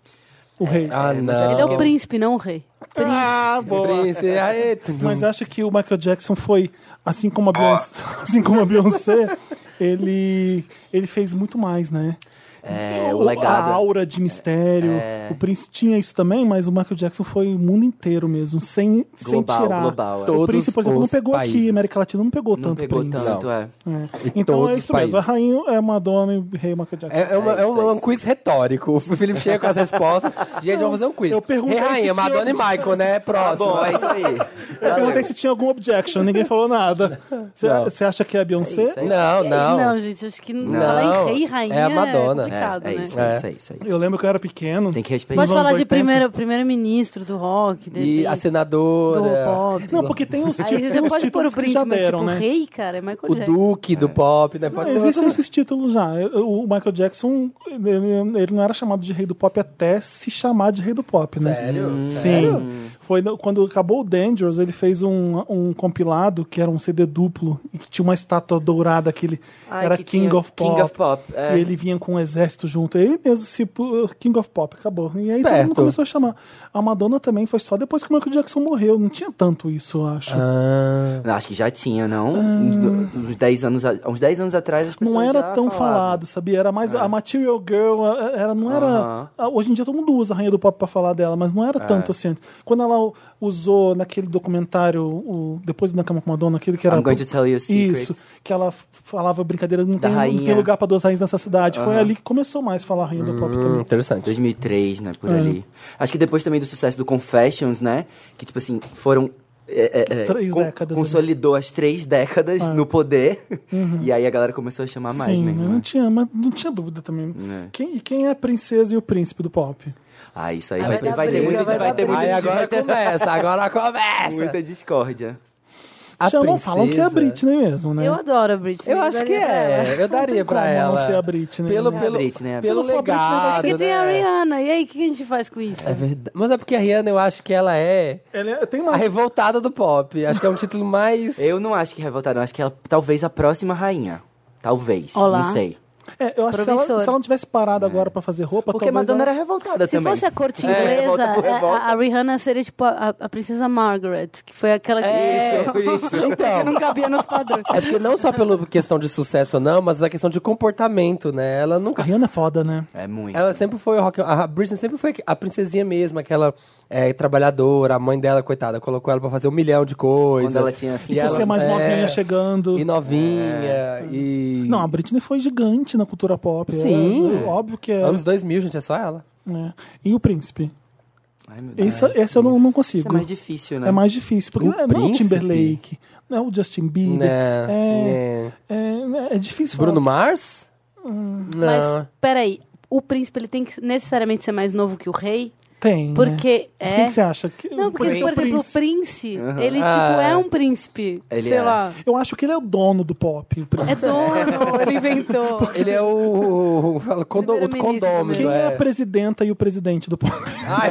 O rei.
Ah,
mas é
não.
Ele é o príncipe, não o rei.
Ah,
Príncipe, aê, tum, tum.
Mas acha que o Michael Jackson foi, assim como a Beyoncé, assim como a Beyoncé ele, ele fez muito mais, né?
É, o
A
legado.
aura de mistério.
É.
O Prince tinha isso também, mas o Michael Jackson foi o mundo inteiro mesmo, sem, sem
Global,
tirar.
global, é.
O Prince, por exemplo,
Todos
não pegou
os
aqui,
países.
América Latina não pegou
Não
tanto
pegou
Prince.
tanto, é.
E
Então
todos
é
os
isso mesmo. A
países.
rainha é Madonna e o rei Michael Jackson.
É, é uma- é
É isso,
um,
é
um quiz retórico. O Felipe chega com as respostas. Gente, vamos fazer um quiz.
eu perguntei
Ei,
se tinha
Rainha, Madonna e
algum-
Michael, né?
Tá
Próximo.
bom, é isso aí.
Eu perguntei se tinha algum objection, ninguém falou nada. Você
Não.
você acha que é a Beyoncé?
isso aí.
Não, não.
Não, gente, acho que
Não.
falar em rei e rainha
É a Madonna.
é complicado,
É, é
né?
isso, é
É.
isso, é isso. é isso.
Eu lembro que eu era pequeno.
Tem que respeitar.
Pode
Nos
falar
anos
de
80.
primeiro- primeiro-ministro do rock,
E
de
a
do
senadora.
pop.
Não, porque tem os
Aí
títulos,
você
tem os
pode pôr o
títulos que
príncipe,
já
mas
deram,
tipo,
né?
rei, cara, é Michael
O
Jackson.
Duke do pop, né? Pode
Não,
falar
É, existem
tudo.
esses títulos já. O Michael Jackson, ele, ele não era chamado de rei do pop até se chamar de rei do pop, né?
Sério?
Sim. Foi no- quando acabou o Dangerous, ele fez um, um compilado que era um CD duplo e que tinha uma estátua dourada que ele
Ai,
era
que
King
tinha-
of Pop.
King of Pop, é.
E ele vinha com um exército junto. Ele mesmo se pu- uh, King of Pop, acabou. E aí todo mundo
Esperto.
começou a chamar. A Madonna também foi só depois que o Michael Jackson morreu. Não tinha tanto isso, eu acho.
Ah,
Não, Acho que já tinha, não? Uns- Uns 10 anos, a- uns 10 anos atrás as pessoas
Ah. não era
já
tão
falavam.
falado, sabia? Era mais a Material Girl, a- era, não era.
Aham. É.
a- Hoje em dia todo mundo usa a Rainha do Pop pra falar dela, mas não era tanto assim antes. Quando ela u- usou naquele documentário, o, depois do Na Cama com Madonna, aquele que era.
I'm going to tell you a secret.
Isso, que ela f- falava brincadeira, não
Da
tem, não
rainha.
tem lugar pra duas rainhas nessa cidade. Foi
Aham.
ali que começou mais a falar Rainha do Pop
hum,
também.
interessante.
2003, né?
É.
Por ali. Acho que depois também do sucesso do Confessions, né? Que, tipo assim, foram. é, é, é,
Três décadas, né? É. Uhum.
Consolidou as três décadas no poder. E aí a galera começou a chamar mais
Sim,
mesmo.
eu
né?
não tinha, mas não tinha dúvida também.
É.
Quem, e quem é a princesa e o príncipe do pop?
Ah, isso aí
Aí
vai,
vai
ter,
dar
vai ter
briga,
muita,
vai
vai
dar
ter muita,
Aí agora
vai ter
começa, agora começa.
muita discórdia.
A
Chamam, falam que é a
princesa.
Britney mesmo, né?
Eu adoro a Britney.
Eu acho que
daria pra ela.
é. Eu daria
como
pra
não
ela.
ser a Britney,
Pelo,
né?
pelo,
A Britney, né?
pelo
Se não for a Britney, vai
legado,
Porque tem a
né?
Rihanna, e aí, o que a gente faz com isso?
É verdade. Mas é porque a Rihanna, eu acho que ela é
Ela é- tem
a
mais
revoltada do pop. Acho que é um título mais...
Eu não acho que revoltaram, acho que ela talvez a próxima rainha. Talvez.
Olá.
Não sei.
É, eu acho que se ela,
Promissora.
se ela não tivesse parado agora pra fazer roupa,
Porque
talvez
Madonna
ela...
era revoltada
Se
também.
fosse a corte
É,
inglesa,
volta por
a-
revolta.
a, a Rihanna seria tipo a, a princesa Margaret, que foi aquela que,
Isso, isso.
que não cabia nos padrões.
É porque não só pela questão de sucesso ou não, mas a questão de comportamento, né? Ela
A
nunca.
Rihanna é foda, né?
É muito.
Ela sempre foi o rock. A Britney sempre foi a princesinha mesmo, aquela é, trabalhadora, a mãe dela, coitada, colocou ela pra fazer um milhão de coisas.
Quando ela tinha cinco
E
anos. É.
Você é mais
é,
novinha chegando.
E novinha, e.
Não, a Britney foi gigante na cultura pop.
Sim.
É, óbvio que é.
Anos 2000, gente, é só ela.
né? E o príncipe?
Ai, meu Deus.
Esse, esse eu não, não consigo.
É, Isso é mais difícil, né?
É mais difícil, porque
O
não é- não é o
príncipe?
Timberlake, não é o Justin Bieber. É,
Né?
é, é difícil falar.
Bruno Mars?
Hum.
não.
Mas, peraí, o príncipe ele tem que necessariamente ser mais novo que o rei?
Tem, né?
Porque
O
é...
que, que você acha? Que-
Não, porque,
Prince é
por
o
exemplo,
Prince.
o Prince, ele, tipo,
Ah.
é um príncipe.
Ele
sei
é.
lá.
Eu acho que ele é o dono do pop, o Prince.
É dono, ele inventou.
Ele é o. o fala, condo- o
Primeiro-ministro
Quem
condômino.
é
É.
a presidenta e o presidente do pop?
Ai,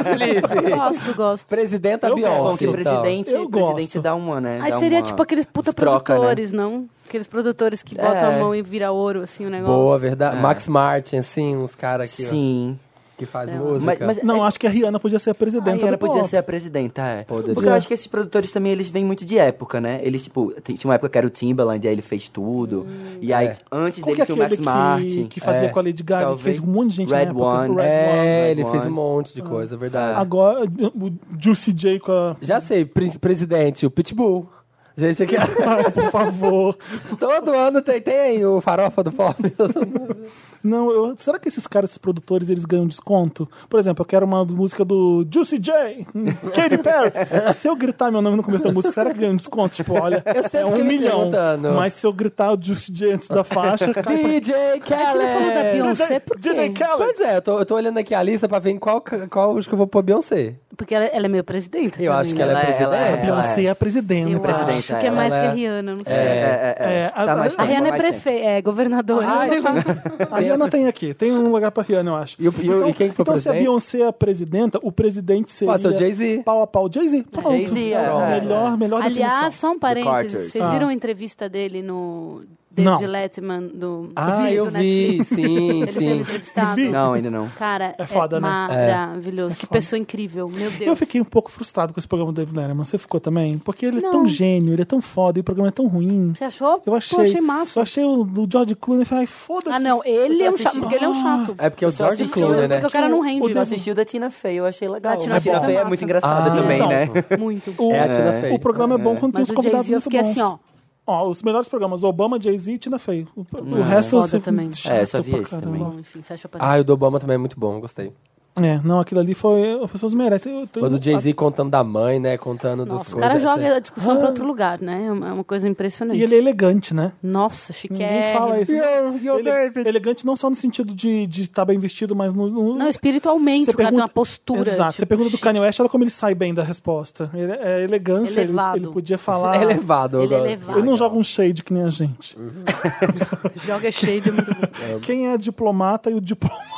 Felipe!
Gosto, gosto.
Presidenta
Eu
Tá Bom,
Beyoncé.
que
então.
presidente,
Eu
presidente
gosto.
dá uma, né?
Aí
dá
seria
uma
tipo aqueles puta
troca, né?
produtores, não? Aqueles produtores que botam a mão e vira ouro, assim, o negócio.
Boa, verdade. Max Martin, assim, uns caras que,
É. Sim.
que faz
Sei lá.
música.
Mas, mas
Não,
é-
acho que a Rihanna podia ser a
a
presidenta
Rihanna
do pop.
podia ser a presidenta, é.
Poderia.
Porque eu acho que esses produtores também, eles vêm muito de época, né? Eles, tipo, t- tinha uma época que era o Timbaland, aí ele fez tudo. e aí,
É.
antes
Hum. Qual que
dele
é
tinha o
aquele
Max
que,
Martin.
que fazia
É.
com a Lady Gaga, que
Talvez.
fez um monte de gente
Red
na época,
One.
o Red One.
é, ele
One.
fez um monte de coisa,
Ah.
verdade.
Agora, o Juicy J com a...
Já sei, pre- presidente, o Pitbull. Gente, aqui,
Ah, por favor.
todo ano tem, tem o farofa do pobre.
Não, eu- será que esses caras, esses produtores, eles ganham desconto? Por exemplo, eu quero uma música do Juicy J, hum, Katy Perry. se eu gritar meu nome no começo da música, será que ganha um desconto? Tipo, olha,
sei
é
porque
um
eu me
milhão.
perguntando.
Mas se eu gritar o Juicy J antes da faixa, cai pra...
DJ
A gente não falou da
Khaled.
Beyoncé por quê?
DJ Khaled.
Pois é, eu tô, eu tô olhando aqui a lista pra ver em qual, ca- qual acho que eu vou pôr Beyoncé.
Porque ela, ela é meio presidenta.
Eu
também,
acho que
né?
ela é
Ela é- ela
presidente.
é-
Beyoncé é a
Eu
presidenta.
presidenta,
acho que é
ela
mais que
é-
a Rihanna, não sei.
É, a-
Tá mais
a
A
tempo,
Rihanna é
mais tempo.
prefeita, é governadora.
Ah,
Ai,
sei lá.
A Rihanna tem aqui, tem um lugar pra Rihanna, eu acho.
E o- e o- e quem que foi
então se a
presidente?
Beyoncé é a presidenta, o presidente
é.
seria.
Pode ser o Jay-Z.
Pau a pau. Jay-Z. Pronto.
Jay-Z, é, é.
Melhor, melhor
Aliás,
definição.
só um parênteses.
Carters.
Vocês
Ah.
viram a entrevista dele no
Não.
David Letterman do,
Ah,
do
eu vi,
Netflix?
sim,
Ele sendo
sim.
entrevistado.
Vi.
Não, ainda não.
Cara,
É
é,
foda, né?
maravilhoso. Que pessoa incrível, meu Deus.
Eu fiquei um pouco frustrado com esse programa do David Letterman. Você ficou também? Porque ele é tão gênio, ele é tão foda e o programa é tão ruim.
Você achou?
Eu achei.
Pô, achei massa.
Eu achei o do George Clooney. eu falei, Ai, foda-se.
Ah, não, ele é um chato, porque ele é um chato.
É porque é o
só
George
assisti o-
Clooney, né?
Porque o cara não rende.
O
Eu
Deus-
assisti o da Tina Fey, eu achei legal.
A Tina
Mas
Fey é
é
massa.
muito engraçada
Ah,
também,
então.
né?
Muito.
O,
É a Tina Fey.
o programa é bom quando tem
Mas
os
o
convidados
Jay-Z eu
muito
fiquei
bons.
assim, ó.
Ó, os melhores programas, Obama, Jay-Z e Tina Fey. O, o resto
Foda
você-
também.
chato
É, só vi
pra
esse
caramba.
também.
Bom, enfim, fecha a parede.
Ah, e o do Obama também é muito bom, gostei.
É, não, aquilo ali foi. As pessoas merecem. Eu tenho-
O do Jay-Z contando da mãe, né? Contando dos
Nossa, o
coisas. assim.
cara joga a discussão
Ah.
pra outro lugar, né? É uma é uma coisa impressionante.
E ele é elegante, né?
Nossa,
Ninguém fala
chiquérrimo.
isso. Ele- é Elegante não só no sentido de estar de tá bem vestido, mas no. no-
Não, espiritualmente,
Você
o cara tem uma
pergunta-
postura.
Exato.
tipo,
Você pergunta do Kanye West, olha como ele sai bem da resposta. Ele é elegância, ele,
Elevado.
ele podia falar.
É elevado. Uhum. eu
Ele é
gosto.
elevado.
Ele não joga um shade que nem a gente.
Joga cheio de muito bom.
Quem é diplomata e o diplomata.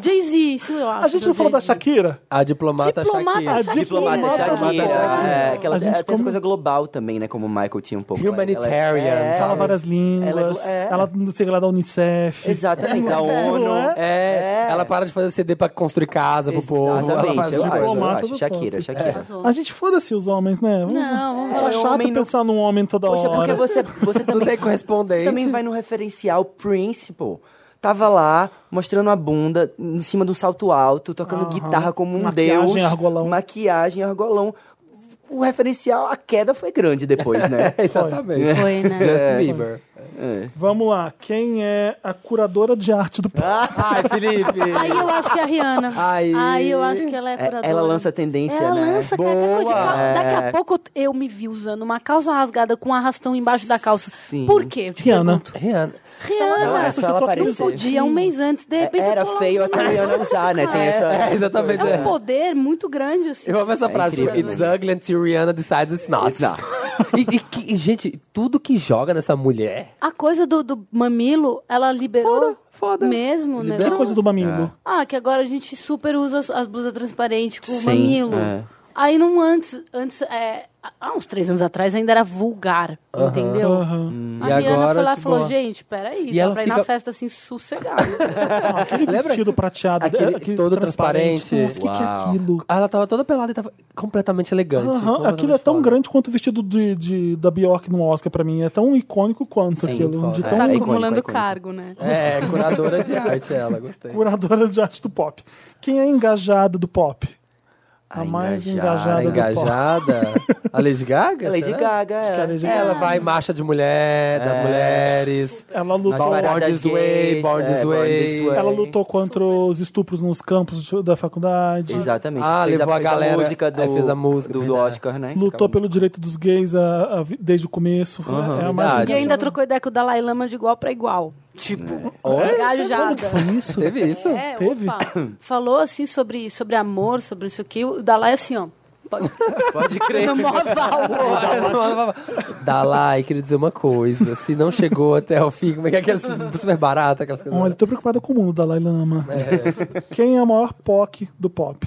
Jay-Z, isso eu acho.
A gente não
do
falou da
Jay-Z.
Shakira.
A diplomata,
Diplomata,
Shakira.
Shakira.
Diplomata
Diplomata,
Shakira.
Shakira.
É, que ela
A gente
ela tem
como-
essa coisa global também, né? Como o Michael tinha um pouco.
Humanitarian,
Ela- ela- é,
Fala várias línguas.
Ela é- é.
Ela não sei lá da Unicef.
Exatamente, da ONU.
Não é?
É,
É.
ela para de fazer CD pra construir casa pro povo. Ela faz tipo
Exatamente, eu
um
acho, eu
diplomata
acho.
do
Shakira, Shakira.
Arrasou.
A gente foda-se os homens, né? Vamos-
Não, vamos
Tá
É,
chato
homem não-
pensar num homem toda
Poxa,
hora.
porque você, você
Não
também
tem
Você
correspondente.
também vai no referencial Principal. Tava lá, mostrando a bunda, em cima de um salto alto, tocando
Aham.
guitarra como um
Maquiagem,
deus.
argolão.
Maquiagem, argolão. O referencial, a queda foi grande depois, né?
Exatamente.
Foi, né?
Justin Bieber.
Vamos lá. Quem é a curadora de arte do
Ai, Felipe.
Aí eu acho que é a Rihanna.
Aí.
Aí eu acho que ela é
É,
curadora.
ela lança a tendência,
Ela
né?
lança, cara, até coisa de
Boa.
cal-
É.
Daqui a pouco eu- eu me vi usando uma calça rasgada com um arrastão embaixo da calça.
Sim.
Por quê? Eu te
Rihanna?
pergunto.
Rihanna.
Rihanna,
Não, é
Você
só ela
toca-
aparecer.
não podia.
dia um mês antes, de repente. eu
Era
tô lá
feio a
usando uma
Rihanna
calça,
usar, né? Tem
cara.
essa.
É, exatamente.
É um
é.
poder muito grande, assim.
Eu amo essa frase.
incrível,
tipo, It's
né?
ugly until Rihanna decides it's not.
It's not.
e, e que- e, gente, tudo que joga nessa mulher...
A coisa do, do mamilo, ela liberou mesmo, né?
Que É coisa do mamilo.
Ah, que agora a gente super usa as, as blusas transparentes com
Sim,
o mamilo.
é.
Aí não antes, antes é, há uns três anos atrás ainda era vulgar, entendeu?
Aham.
A
E
Rihanna
agora,
foi lá e
tipo, ó.
falou, gente, peraí,
E
dá
ela
pra ir
fica-
na festa assim, sossegado. Tá
Ah, aquele vestido prateado.
aquele
é, aquele
todo transparente.
Nossa, o que, que é
Uau.
aquilo?
Ela tava toda pelada e tava completamente elegante.
Aham,
completamente
Aquilo é tão
foda.
grande quanto o vestido de, de- da Bjork no Oscar pra mim. É tão icônico quanto
Sim,
aquilo. De
foda.
tão
tá
icônico,
acumulando
icônico.
cargo, né?
É, curadora de arte ela, gostei.
curadora de arte do pop. Quem é engajada do pop? A,
A
mais
engajada.
engajada,
Tá
do pop.
engajada. A Lady Gaga?
A Lady
será?
Gaga.
Acho que é a
é.
Lady Gaga.
Ela vai em marcha de mulher, das mulheres.
Ela lutou,
Nas
Born
paradas
This Way,
gays,
Born
é,
This
Born This
Way.
Way.
ela lutou contra os estupros nos campos de- da faculdade.
Exatamente.
Ah,
fez
levou a
fez
galera-
música do,
é, fez a música,
do, do
verdade.
Oscar, né?
Lutou
Aquela
pelo direito dos gays a- a vi- desde o começo.
Aham,
é a mais
verdade.
E ainda trocou ideia com o Dalai Lama de igual pra igual.
É.
Tipo, engajada.
Foi isso?
Teve isso?
É,
Teve?
opa, falou assim sobre, sobre amor, sobre isso aqui. O Dalai assim, ó. Pode,
Pode crer.
no maior valor.
Dalai, queria dizer uma coisa. Se não chegou até o fim, como é que é aquele super barato, aquelas coisas.
Olha, tô preocupada com o mundo Dalai Lama. Quem é a maior POC do pop?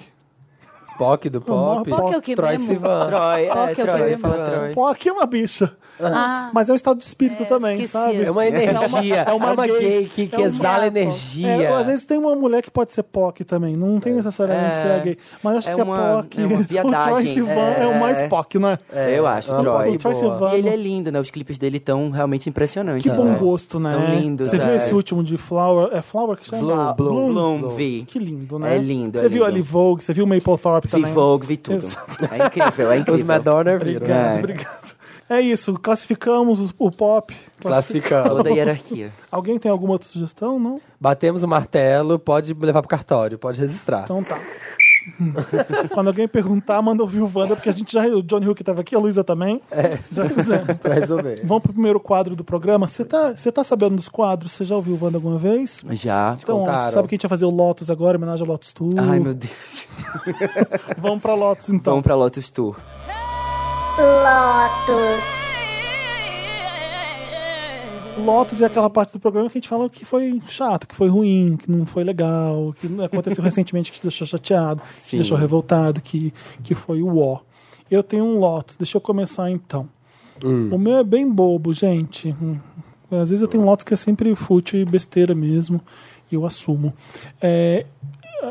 POC do pop.
Qual que é o que
Troy
mesmo?
música.
Sivan.
Troy,
Qual
é,
que é o
Troy,
prêmio?
fala Troy.
POC é uma bicha.
Ah,
Mas é um estado de espírito
É,
também,
esqueci.
sabe?
É uma energia. É uma, gay, que, que
É um
exala
diabo.
energia.
É, às vezes tem uma mulher que pode ser POC também, não tem necessariamente
É.
ser a gay. Mas acho
É
que
uma-
a POC.
é uma
o Troy
viadagem.
Sivan é, o
É.
mais POC, né?
Eu acho,
uma
Troy.
o Troy
boa.
Sivan.
E ele é lindo, né? Os clipes dele estão realmente impressionantes.
Que bom
né?
gosto, né?
Tão lindos,
Você viu
é.
esse último de Flower? É Flower que chama?
Bloom, Bloom, Bloom, vi.
Que lindo, né?
É lindo,
Você
é
viu
lindo.
ali Vogue, você viu Maplethorpe
Vi
também.
Vogue, vi tudo.
Exato.
É incrível, é
Os
incrível.
Madonna viram.
Obrigado,
É.
obrigado. É isso, classificamos os- o pop. Classifi-
Classificado.
Toda a hierarquia.
Alguém tem alguma outra sugestão? Não?
Batemos o martelo, pode levar pro cartório, pode registrar.
Então tá. Quando alguém perguntar, manda ouvir o Wanda, porque a gente já. O Johnny Huck tava aqui, a Luísa também.
É.
Já fizemos.
Pra resolver.
Vamos pro primeiro quadro do programa. Você tá, você tá sabendo dos quadros? Você já ouviu o Wanda alguma vez?
Já.
Então, ó, você
contaram.
sabe que a gente vai fazer o Lotus agora, em homenagem ao Lotus Tour.
Ai, meu Deus.
Vamos pra Lotus então.
Vamos pra Lotus Tour.
Lotus é aquela parte do programa que a gente fala que foi chato, que foi ruim, que não foi legal, que não- aconteceu recentemente que te deixou chateado, que te
Sim.
deixou revoltado, que, que foi o ó. Eu tenho um Lotus, deixa eu começar então.
Hum.
O meu é bem bobo, gente. Hum. Às vezes eu tenho um Lotus que é sempre fútil e besteira mesmo, e eu assumo. É,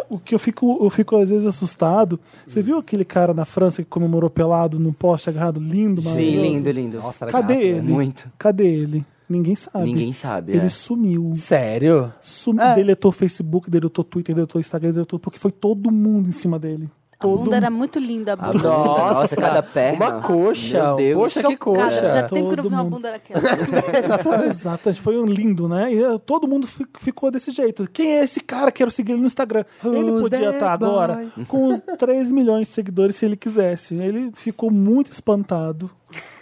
o que eu fico, eu fico às vezes assustado. Você viu aquele cara na França que comemorou pelado num poste agarrado, lindo,
Sim,
maravilhoso?
lindo, lindo.
Nossa, era
Cadê
gato, né?
ele?
Muito.
Cadê ele? Ninguém sabe.
Ninguém sabe,
Ele
é.
sumiu.
Sério?
Sumi- Deletou Facebook, deletou Twitter, deletou Instagram, deletou. Porque foi todo mundo em cima dele.
Tá
A
Todo
bunda era muito linda, a bunda.
Nossa, cada perna.
Uma coxa.
Meu Deus.
Poxa, que
Cara,
coxa.
já tem que
Todo
não vi uma
mundo.
bunda daquela.
Exatamente, foi um lindo, né? E eh, todo mundo fi- ficou desse jeito. Quem é esse cara? Quero seguir ele no Instagram. ele
Who's
podia
that
estar
boy?
agora com uns 3 milhões de seguidores se ele quisesse. Ele ficou muito espantado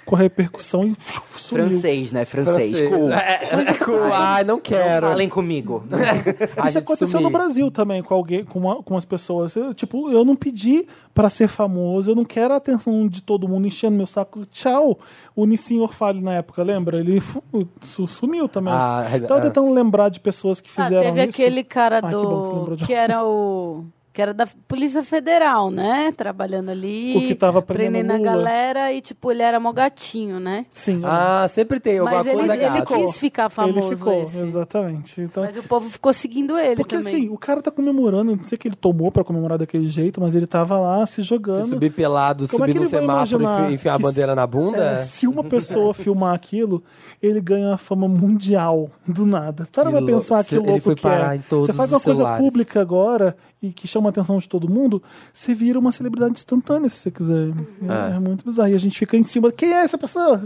com a repercussão e sumiu.
Francês, né? Francês. Cool.
É,
assim,
é cool. Ai, não quero.
Falem comigo.
Ai,
É Isso
gente,
aconteceu
sumi.
no Brasil também com alguém, com, uma- com as pessoas. Eu, tipo, eu não pedi pra ser famoso, eu não quero a atenção de todo mundo enchendo meu saco. Tchau. O Nissin Orfale na época, lembra? Ele fu- su- sumiu também.
Ah,
Tava
ah.
tentando lembrar de pessoas que
Ah,
fizeram
teve
isso.
aquele cara
Ah, que bom que você
do.
lembrou de-
que era o. Que era da Polícia Federal, né? Trabalhando ali.
O que tava prendendo
prendendo a
Lula.
galera e, tipo, ele era mó gatinho, né?
Sim, eu lembro.
Ah, sempre
É,
tem alguma
Mas ele,
coisa
ele
gato.
quis ficar famoso
ele ficou,
esse.
exatamente. Então,
Mas o povo ficou seguindo ele
porque
também.
assim, o cara tá comemorando, eu não sei o que ele tomou pra comemorar daquele jeito, mas ele tava lá se
Se
jogando.
subir pelado,
Como é
subir
que
no
ele vai
semáforo e
imaginar
enfi- enfiar a
que
bandeira
se-
na bunda?
É, se uma pessoa filmar aquilo, ele ganha uma fama mundial do nada. Para
Que
vai
lou-
pensar que
ele
louco
foi
que
parar
é.
em todos
você faz
os
uma coisa
celulares.
pública agora e que chama a atenção de todo mundo, você vira uma celebridade instantânea, se você quiser.
Uhum.
É, é muito bizarro. E a gente fica em cima. Quem é essa pessoa?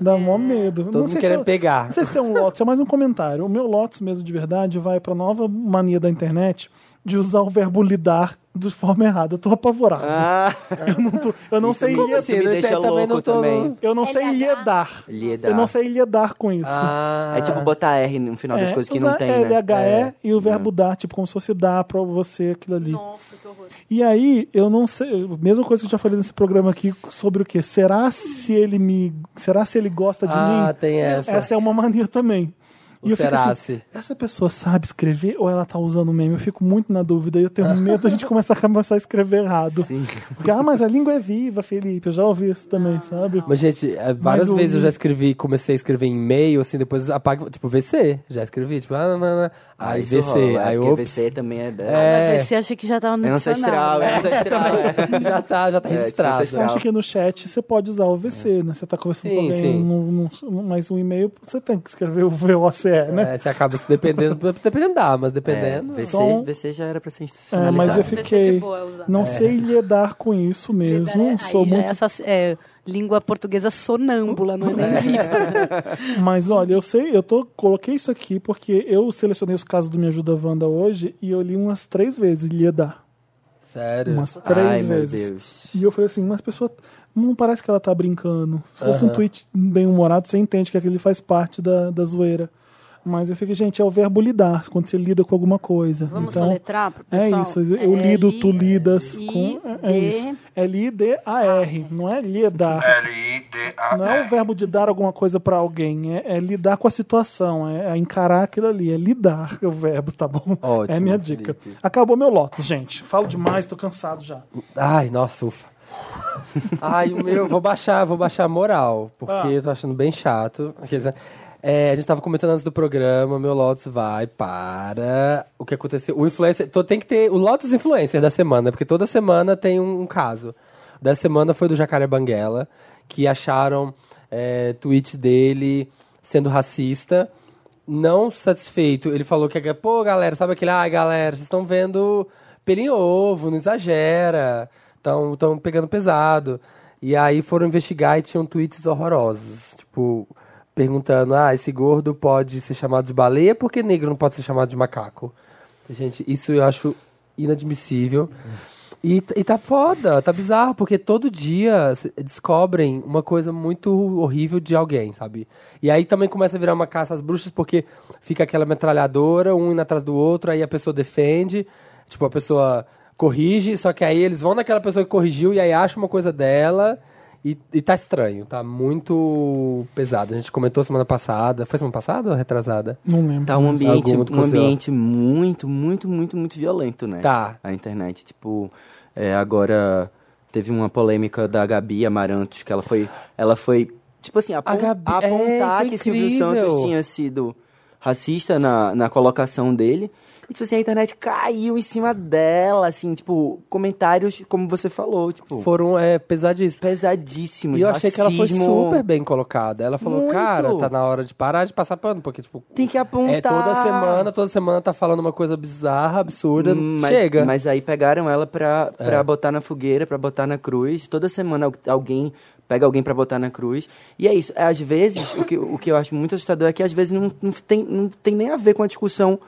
Dá mó medo.
Todo mundo querendo
se é-
pegar.
Não sei se é um Lotus, é mais um comentário. O meu Lotus mesmo de verdade vai pra nova mania da internet de usar o verbo lidar de forma errada. Eu tô apavorado.
Ah,
Eu não, tô- eu
é
não sei lidar.
isso me
não-
deixa
eu também
louco
não tô-
também.
Eu não sei lidar.
Lidar.
Eu não sei lidar com isso.
Ah,
É tipo botar R no final das
É,
coisas que
usar
não tem, né? Hum.
LHE e o verbo dar, tipo, como se fosse dar pra você aquilo ali.
Nossa, que horror.
E aí, eu não sei, mesma coisa que eu já falei nesse programa aqui sobre o quê? Será se ele me, será se ele gosta de mim?
ah tem
tá
essa.
Essa é uma mania também.
O
eu fico assim,
será-se.
essa pessoa sabe escrever ou ela tá usando meme? Eu fico muito na dúvida e eu tenho medo da gente começar a começar a escrever errado.
Sim.
Porque, ah, mas a língua é viva, Felipe. Eu já ouvi isso também, sabe?
Mas, gente, é,
Mas
várias
o-
vezes eu já escrevi, comecei a escrever em e-mail, assim, depois apago, tipo, VC. Já escrevi, tipo, ah, não, não, não.
Ah,
aí
isso
VC,
rola, é,
aí
porque
ops,
VC também é...
É.
Mas você acha que já tava no
É ancestral,
dicionário.
é ancestral. é.
já tá, já tá
É, tipo,
registrado.
Você acha que no chat você pode usar o VC, né? Você tá conversando
É. Sim,
com alguém,
sim.
num- num- mais um e-mail, você tem que escrever o VOCE, né?
É, você acaba se dependendo, dependendo da, mas
É,
dependendo.
VC,
Então-
VC já era pra ser
É,
institucionalizado.
mas eu
Vai ser
fiquei.
de boa usar.
É.
Não sei lidar com isso mesmo.
Aí
Sou
já é
muito.
essa- é, língua portuguesa sonâmbula, não é nem viva.
Mas olha, eu sei, eu tô, coloquei isso aqui porque eu selecionei os casos do Me Ajuda Wanda hoje e eu li umas três vezes lidar.
Sério.
Umas três
Ai, meu
vezes.
Deus.
E eu falei assim, mas a pessoa. Não parece que ela tá brincando. Se fosse um tweet bem-humorado, você entende que aquele faz parte da, da zoeira. Mas eu fiquei, gente, é o verbo lidar, quando você lida com alguma coisa.
Vamos
então,
soletrar pro
É
pessoal?
isso, eu
É
lido,
L-
tu lidas
I-
com. é- É
D-
isso. L-I-D-A-R, não é lidar.
L-I-D-A-R.
Não é o verbo de dar alguma coisa pra alguém, é, é lidar com a situação, é, é encarar aquilo ali, é lidar é o verbo, tá bom?
Ótimo,
é minha
Felipe.
dica. Acabou meu Lotus, gente. Falo demais, tô cansado já.
Ai, nossa, ufa. Ai, o meu, vou baixar, vou baixar a moral, porque
Ah.
eu tô achando bem chato. Quer dizer, é, a gente tava comentando antes do programa, meu Lotus vai para o que aconteceu. O influencer, tô- tem que ter o Lotus Influencer da semana, porque toda semana tem um, um caso. O Dessa semana foi do Jacaré Banguela, que acharam é, tweet dele sendo racista. Não satisfeito, ele falou que, a- pô, galera, sabe aquele, ai, galera, vocês estão vendo pelo em ovo, não exagera, estão tão pegando pesado. E aí foram investigar e tinham tweets horrorosos. Tipo, perguntando: ah, esse gordo pode ser chamado de baleia, por que negro não pode ser chamado de macaco? Gente, isso eu acho inadmissível. E, t- e tá foda, tá bizarro, porque todo dia se- descobrem uma coisa muito horrível de alguém, sabe? E aí também começa a virar uma caça às bruxas, porque fica aquela metralhadora, um indo atrás do outro, aí a pessoa defende, tipo, a pessoa corrige, só que aí eles vão naquela pessoa que corrigiu e aí acha uma coisa dela. E, e tá estranho, tá muito pesado. A gente comentou semana passada. Foi semana passada ou retrasada?
Não lembro.
Tá um ambiente,
Algum outro
um
conselho.
ambiente muito, muito, muito, muito violento, né?
Tá.
A internet, tipo, é, agora teve uma polêmica da Gabi Amarantos, que ela foi, ela foi, tipo assim, apon-
A Gabi- é,
apontar
foi
que Silvio
incrível.
Santos tinha sido racista na, na colocação dele. E, tipo assim, a internet caiu em cima dela, assim, tipo, comentários, como você falou, tipo,
Foram é, pesadíssimos.
pesadíssimo.
E eu achei que ela foi
racismo.
super bem colocada. Ela falou,
Muito. Então
cara, tá na hora de parar de passar pano, porque, tipo,
Tem que apontar.
é toda semana, toda semana tá falando uma coisa bizarra, absurda.
Hum, Mas,
Chega. É.
Mas aí pegaram ela pra, pra botar na fogueira, pra botar na cruz. Toda semana al- alguém pega alguém pra botar na cruz. E é isso. É, Às vezes, o que, o que eu acho muito assustador é que às vezes não, não, tem, não tem nem a ver com a discussão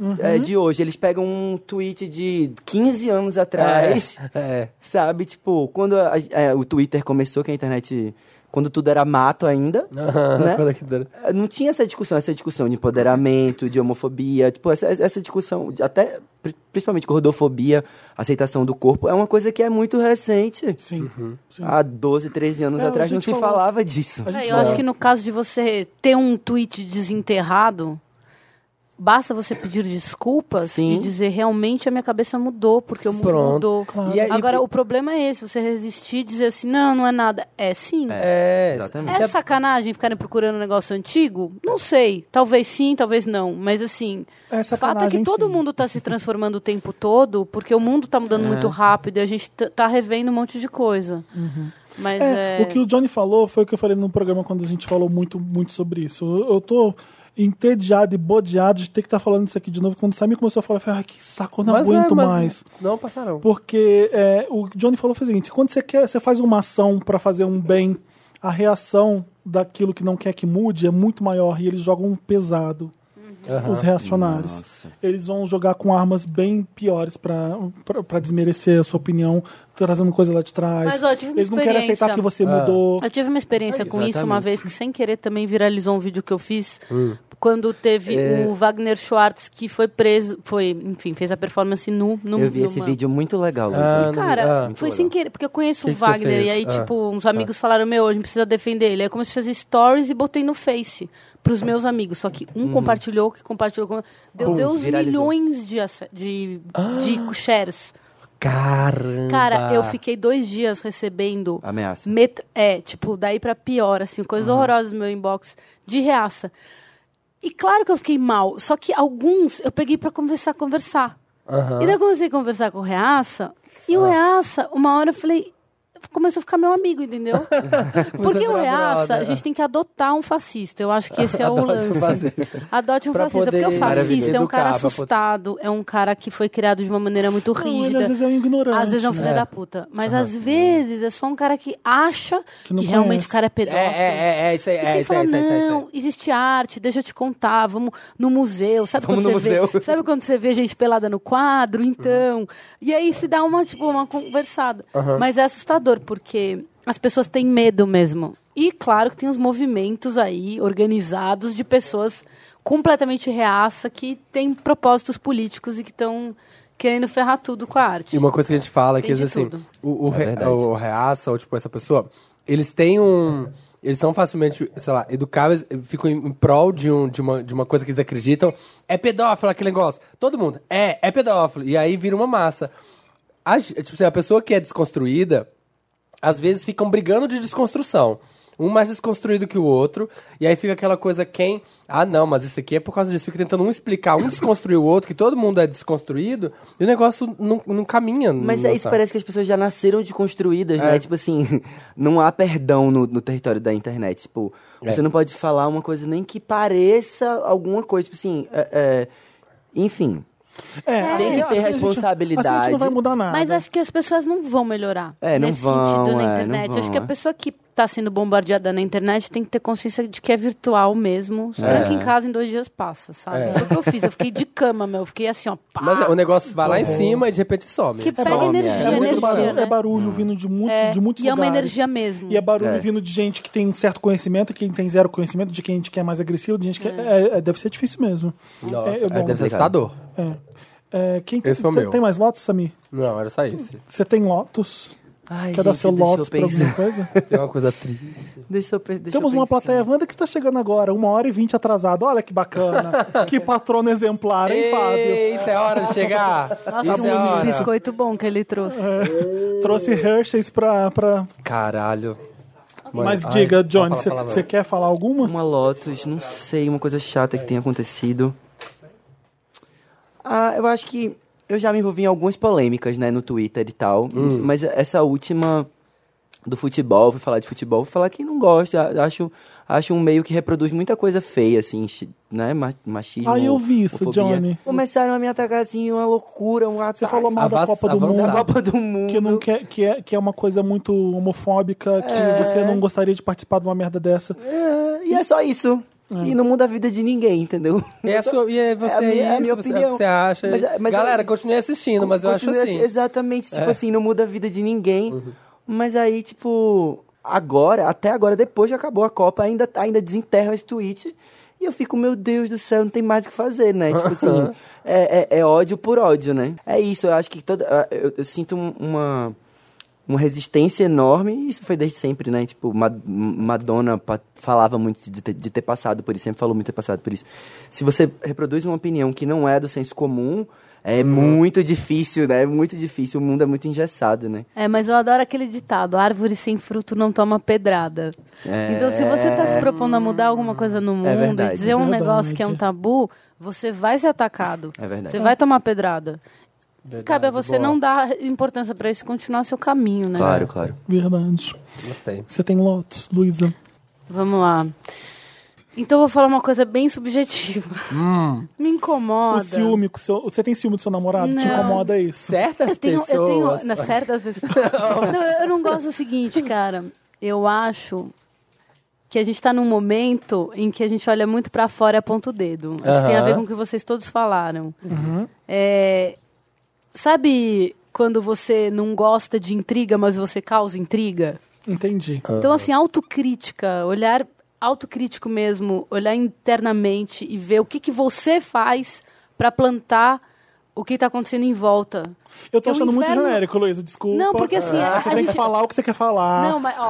Uhum.
é, de hoje. Eles pegam um tweet de 15 anos atrás,
É.
sabe? Tipo, quando a- é, o Twitter começou, que a internet... Quando tudo era mato ainda, né?
Olha que dano.
Eh, Não tinha essa discussão, essa discussão de empoderamento, de homofobia, tipo, essa, essa discussão, de até pri- principalmente gordofobia, aceitação do corpo, é uma coisa que é muito recente.
Sim. sim.
Há 12, 13 anos
É, a
atrás não
gente
se
falou. É,
falava disso.
A gente
eu
vai-
acho que no caso de você ter um tweet desenterrado, basta você pedir desculpas
Sim.
e dizer realmente a minha cabeça mudou, porque o mundo
Pronto.
mudou.
Claro.
E aí-
Agora, o problema é esse, você resistir e dizer assim, não, não é nada. É sim. É.
É,
Exatamente.
se a-
sacanagem ficarem procurando um negócio antigo? Não sei. Talvez sim, talvez não. Mas assim,
É
o fato é que
sacanagem,
todo
sim.
mundo está se transformando o tempo todo, porque o mundo está
É.
mudando muito rápido e a gente t- tá revendo um monte de coisa. Mas é.
É, O que o Johnny falou foi o que eu falei no programa quando a gente falou muito, muito sobre isso. Eu, eu tô entediado e bodeado de ter que estar falando isso aqui de novo. Quando o Samir começou a falar, eu falei, ah, que saco, eu não
mas é,
aguento
mas
mais.
Não passarão.
Porque é, o Johnny falou foi o seguinte: quando você quer, você faz uma ação pra fazer um bem, a reação daquilo que não quer que mude é muito maior e eles jogam um pesado. Os reacionários.
Nossa.
Eles vão jogar com armas bem piores pra pra desmerecer a sua opinião, trazendo coisa lá de trás.
Mas, ó, eu tive uma
eles não querem
experiência. É
aceitar que você
Ah.
mudou.
Eu tive uma experiência com isso uma
Exatamente.
vez que, sem querer, também viralizou um vídeo que eu fiz quando teve o Wagner Schwartz que foi preso, foi, enfim, fez a performance nu. Num,
Eu vi esse
numa-
vídeo muito legal, Luiz.
Ah,
E, cara,
Ah.
foi
Muito
sem
legal.
querer, porque eu conheço
Que
o
que você
Wagner, e
fez?
aí,
Ah.
tipo, uns amigos falaram, meu, a gente precisa defender ele. Aí eu comecei a fazer stories e botei no Face, pros meus amigos. Só que um compartilhou, que compartilhou, com- deu,
Pum,
deu uns
viralizou.
milhões de, ace- de, de shares.
Caramba.
Cara, eu fiquei dois dias recebendo
Ameaça.
Met- é, tipo, daí pra pior, assim, coisas horrorosas no meu inbox, de reaça. E claro que eu fiquei mal, só que alguns eu peguei pra conversar, conversar.
Aham.
E daí eu comecei a conversar com o reaça, e o reaça, uma hora eu falei, começou a ficar meu amigo, entendeu? Porque
Começou
o
a virar
reaça,
é brother.
a gente tem que adotar um fascista, eu acho que esse é o
Adote um
lance.
fascista.
Adote um
Pra
fascista, porque o
poder
fascista é um cara
educar, pra poder-
assustado, é um cara que foi criado de uma maneira muito
Não, ele
assim,
rígida.
às vezes é um ignorante.
Às vezes é um
né?
filho da puta. Mas às vezes é só um cara que acha que,
não
realmente
conhece.
o cara é
É,
pedófilo.
é, é, é, isso aí,
E você
é, isso aí,
fala,
isso aí, isso aí, isso aí.
não, existe arte, deixa eu te contar, vamos no museu. Sabe
Vamos
quando
no
você vê?
museu.
Sabe quando você vê gente pelada no quadro?
Uhum.
Então. E aí se dá uma, tipo, uma conversada. Mas é assustador, porque as pessoas têm medo mesmo. E claro que tem os movimentos aí organizados de pessoas completamente reaça que têm propósitos políticos e que estão querendo ferrar tudo com a arte.
E uma coisa que a gente fala é que
Tem
eles,
de
assim,
tudo.
o, o,
É
re-
verdade.
o reaça, ou tipo, essa pessoa, eles têm um. Eles são facilmente, sei lá, educáveis, ficam em, em prol de, um, de, uma, de uma coisa que eles acreditam. É pedófilo aquele negócio. Todo mundo, é, é pedófilo. E aí vira uma massa. A, ge- tipo, assim, a pessoa que é desconstruída, às vezes ficam brigando de desconstrução. Um mais desconstruído que o outro, e aí fica aquela coisa quem. Ah, não, mas isso aqui é por causa disso. Fica tentando um explicar, um desconstruir o outro, que todo mundo é desconstruído, e o negócio não, não caminha.
Mas
não
é isso,
sabe?
parece que as pessoas já nasceram desconstruídas,
É.
né? Tipo assim, não há perdão no, no território da internet. Tipo,
É.
você não pode falar uma coisa nem que pareça alguma coisa. Tipo assim, é- é, enfim.
É, assim,
Tem
assim
que
a
ter
gente- assim a gente
responsabilidade.
não vai mudar nada.
Mas acho que as pessoas não vão melhorar
É, não
nesse
vão,
sentido
é, não
na internet. acho
vão,
que a
é.
pessoa que está sendo bombardeada na internet tem que ter consciência de que é virtual mesmo. Se
É.
tranca em casa em dois dias passa, sabe?
É.
Foi o que eu fiz. Eu fiquei de cama, meu. Eu fiquei assim, ó. Pá,
Mas é, o negócio vai lá em cima e de repente some.
que pega
bom,
energia,
é.
É muito
energia,
barulho,
né?
é barulho vindo de, muito,
É,
de muitos
e é uma
lugares.
energia mesmo.
E é barulho
É.
vindo de gente que tem um certo conhecimento, quem tem zero conhecimento, de quem que é mais agressivo, de gente que. é, é, deve ser difícil mesmo.
Nossa,
é, eu-
é,
bom,
deve ser assustador.
é. É, quem tem,
Esse foi o
tem-
meu.
tem mais lotos, Samir?
Não, era só isso.
Você tem lotos?
Ai,
Quer dar
gente,
seu
deixa eu
lotos pra
pensar.
alguma coisa?
Tem uma coisa triste.
Deixa eu, pe- deixa eu
Temos uma
pensar.
plateia Wanda que está chegando agora, uma hora e vinte atrasado. Olha que bacana. que patrona exemplar, hein,
Ei,
Fábio?
isso é hora de chegar.
Nossa,
isso é
um
hora.
biscoito bom que ele trouxe.
Trouxe Hershey's pra. pra...
Caralho.
Mas
Ai,
diga,
pode
Johnny,
falar
você-
palavrão.
você quer falar alguma?
Uma Lotus, não sei, uma coisa chata que tenha acontecido. Ah, eu acho que eu já me envolvi em algumas polêmicas, né, no Twitter e tal. Mas essa última do futebol, fui falar de futebol, fui falar que não gosto, a- acho, acho um meio que reproduz muita coisa feia, assim, chi- né, ma- machismo.
Ah, eu vi isso,
homofobia.
Johnny.
Começaram a me atacar, assim, uma loucura, um ataque.
Tá,
Você falou mal da
Avança-
Copa do
avançado.
Mundo.
da Copa do Mundo.
que não quer, que é que é uma coisa muito homofóbica, que
É.
você não gostaria de participar de uma merda dessa.
É, e é só isso.
É.
E não muda a vida de ninguém, entendeu?
E, é sua, e é você
É a minha- é a
isso,
minha
você-
opinião.
Você acha.
Mas é- mas
Galera,
é-
continue assistindo, mas eu acho
Continua
assim. Uhum.
assim, Exatamente, tipo assim, não muda a vida de ninguém. Mas aí, tipo, agora, até agora, depois que acabou a Copa, ainda, ainda desenterram esse tweet. E eu fico, meu Deus do céu, não tem mais o que fazer, né? Tipo assim, é, é- é ódio por ódio, né? É isso, eu acho que toda. Eu, eu sinto um- uma. Uma resistência enorme, e isso foi desde sempre, né? Tipo, Ma- Madonna pa- falava muito de ter, de ter passado por isso, sempre falou muito de ter passado por isso. Se você reproduz uma opinião que não é do senso comum, é muito difícil, né? É muito difícil, o mundo é muito engessado, né?
É, mas eu adoro aquele ditado: árvore sem fruto não toma pedrada. Então, se você está se propondo a mudar alguma coisa no mundo
É. verdade.
e dizer um
Verdade.
negócio que é um tabu, você vai ser atacado.
É verdade.
Você vai tomar pedrada.
Verdade,
Cabe a você
boa.
não dar importância para isso e continuar seu caminho, né?
Claro, claro.
Verdade.
Gostei.
Você tem lotos, Luísa.
Vamos lá. Então, eu vou falar uma coisa bem subjetiva.
Hum.
Me incomoda.
O ciúme, com seu- você tem ciúme do seu namorado? Te
Não.
incomoda isso?
Certas
Eu tenho, eu
pessoas.
tenho na certas pessoas. não, eu não gosto do seguinte, cara. Eu acho que a gente tá num momento em que a gente olha muito pra fora e aponta o dedo. Acho que tem a ver
Aham.
com o que vocês todos falaram.
Uhum.
É, sabe quando você não gosta de intriga, mas você causa intriga?
Entendi.
Então, assim, autocrítica, olhar autocrítico mesmo, olhar internamente e ver o que, que você faz pra plantar o que tá acontecendo em volta.
Eu tô
Eu
achando muito
É um inferno-
genérico, Luísa, desculpa.
Não, porque assim, a-
É. Você tem
a
que
gente-
falar É. o que você quer falar.
Não, mas, ó,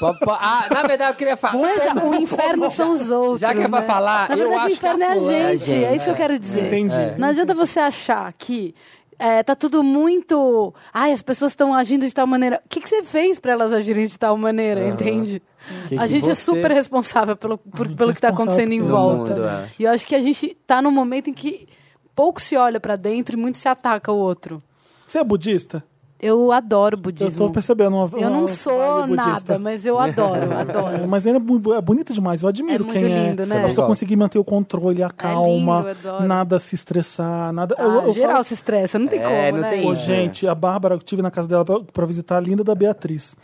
Po- po- Ah, na verdade, eu queria falar.
Veja, o inferno são os outros.
Já que é pra
né?
falar,
Na
eu
verdade,
acho
o
que
inferno
a
é a
fulana-
gente.
é a gente,
É isso que eu quero dizer.
Entendi.
Não adianta você achar que. é, tá tudo muito. Ai, as pessoas estão agindo de tal maneira. O que, que você fez pra elas agirem de tal maneira, entende?
Que
a
que
gente é
você-
super responsável pelo, por- pelo que tá acontecendo em
pelo
volta.
mundo, é.
E eu acho que a gente tá num momento em que pouco se olha pra dentro e muito se ataca o outro.
Você é budista?
Eu adoro
Eu
budismo.
tô percebendo uma.
Eu não
uma
sou
vibe budista.
nada, mas eu adoro, adoro.
É, Mas ainda é bu- é bonito demais, eu admiro
É muito
quem
lindo,
é.
né? É
A pessoa
Também
conseguir manter o controle, a calma,
lindo, eu adoro.
nada se estressar, nada.
Ah,
eu, eu
geral
falo-
se estressa, não tem
É,
como,
não
né?
tem
Ô,
isso.
gente, a Bárbara, eu tive na casa dela pra, pra visitar a linda da Beatriz.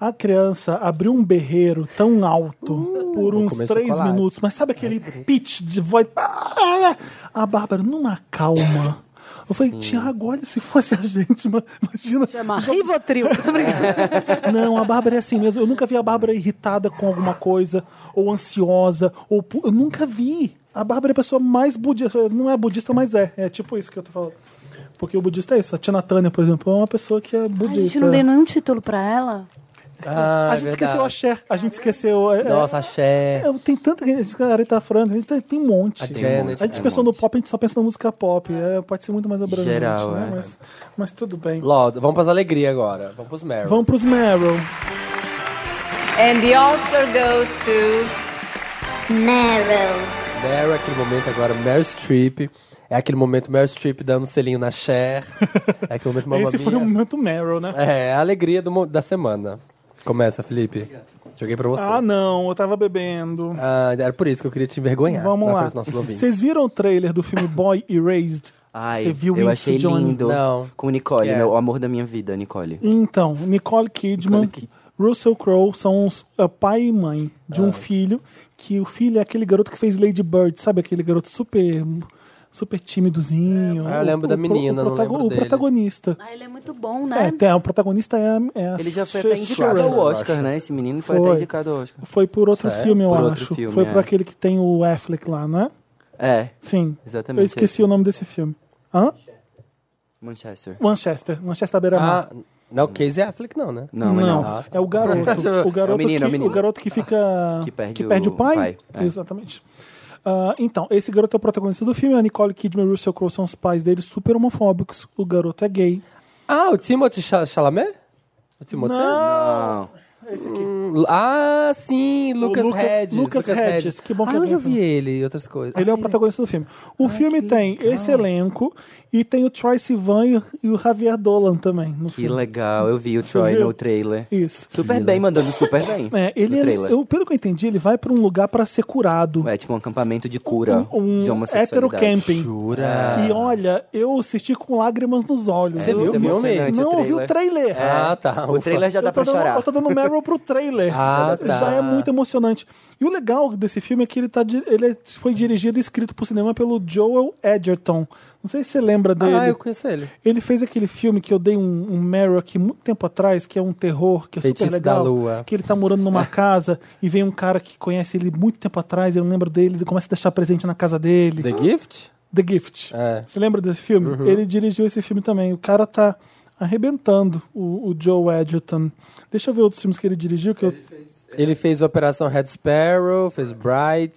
A criança abriu um berreiro tão alto por uns
comer
três
chocolate.
minutos, mas sabe aquele pitch de voz? Ah! A Bárbara, numa calma. Eu falei, Tiago, olha, se fosse a gente, ma- imagina.
Chama Rivotril. Tô brincando.
Não, a Bárbara é assim mesmo. Eu nunca vi a Bárbara irritada com alguma coisa, ou ansiosa, ou. pu- Eu nunca vi. A Bárbara é a pessoa mais budista. Não é budista, mas é. É tipo isso que eu tô falando. Porque o budista é isso. A Tina Tânia, por exemplo, é uma pessoa que é budista.
a gente não deu nenhum título pra ela.
Ah,
A
é
gente
verdade.
esqueceu a Cher. A gente esqueceu. é,
Nossa, axé.
é, é, tem tanta gente. A Aretha Franklin. tem- Tem um monte.
A Janet.
A gente
É um
pensou no
monte.
pop, a gente só pensa na música pop. É, pode ser muito mais abrangente.
Geral,
né?
é.
mas, mas tudo bem.
Lodo, vamos pras alegria agora. Vamos pros Meryl.
Vamos pros Meryl.
And the Oscar goes to.
Meryl.
Meryl, aquele momento agora, Meryl Streep. É aquele momento Meryl Streep dando selinho na Cher. É aquele momento mamãe.
Esse foi o momento Meryl, né?
É, a alegria do mo- da semana. Começa, Felipe. Joguei pra você.
Ah, não, eu tava bebendo.
Ah, era por isso que eu queria te envergonhar.
Vamos
na
lá.
frente dos nossos ouvintes.
Vocês viram o trailer do filme Boy Erased?
Ai,
Você viu
eu
isso,
achei
Johnny?
lindo.
Não.
Com Nicole,
É.
né? o amor da minha vida, Nicole.
Então, Nicole Kidman,
Nicole Kidman. Ah.
Russell Crowe são os- é, pai e mãe de um filho, que o filho é aquele garoto que fez Lady Bird, sabe? Aquele garoto super super tímidozinho.
Ah, eu lembro da
pro-
menina,
o,
não
protago-
lembro
o
dele.
protagonista.
Ah, ele é muito bom,
É,
né?
tem- o protagonista é, é a
Ele já foi
Cher-
até indicado ao
Cher-
Oscar, né? Esse menino foi,
Foi.
até indicado ao Oscar.
Foi por outro
Sério?
filme, eu
Por outro
acho.
filme,
Foi por
é.
aquele que tem o Affleck lá, né?
É,
Sim.
Exatamente
Eu esqueci
esse.
o nome desse filme. Hã?
Manchester.
Manchester. Manchester à beira-mar.
Ah, não, Casey Affleck não, né?
Ah, Não, mas não.
É o garoto. O garoto,
É o menino,
que,
é o menino. Ah,
o garoto que fica.
Que perde
o, pai.
É.
Exatamente. Ah, então, esse garoto é o protagonista do filme. A Nicole Kidman e o Russell Crowe são os pais dele super homofóbicos. O garoto é gay.
Ah, o Timothy Cha- Chalamet? O Timothy?
Não.
Hum, Ah, sim, Lucas,
Lucas-
Hedges.
Lucas Hedges, que bom que
ah,
eu
onde eu
vi.
vi ele e outras coisas.
Ele é o
Ah,
protagonista do filme. O filme tem esse elenco e tem o Troy Sivan e o- e o Javier Dolan também no
Que
filme.
legal, eu vi o Troy
viu?
no trailer.
Isso.
Super bem, mandando super bem.
É, ele,
no
é-
trailer.
eu, pelo que eu entendi, ele vai pra um lugar pra ser curado.
É tipo um acampamento de cura
um
de
hétero
homossexualidade.
camping.
Jura?
E olha, eu assisti com lágrimas nos olhos.
É,
eu,
viu o
muito
filme?
emocionante É,
Não ouvi o trailer.
Ah, tá.
O trailer já
Eu
dá
tô
pra
dando-
chorar.
Eu tô dando um Meryl pro trailer.
Ah,
já,
tá.
é muito emocionante. E o legal desse filme é que ele, tá, di- ele é- foi dirigido e escrito pro cinema pelo Joel Edgerton. Não sei se você lembra dele.
Ah, eu conheço ele.
Ele fez aquele filme que eu dei um, um Meryl aqui muito tempo atrás, que é um terror, que é
Feitiço
super legal.
da Lua.
Que ele tá morando numa casa e vem um cara que conhece ele muito tempo atrás, eu lembro dele, ele começa a deixar presente na casa dele.
The Gift?
The Gift.
É.
Você lembra desse filme? Ele dirigiu esse filme também. O cara tá arrebentando o, o Joe Edgerton. Deixa eu ver outros filmes que ele dirigiu. Que eu...
Ele fez Operação Red Sparrow, fez Bright.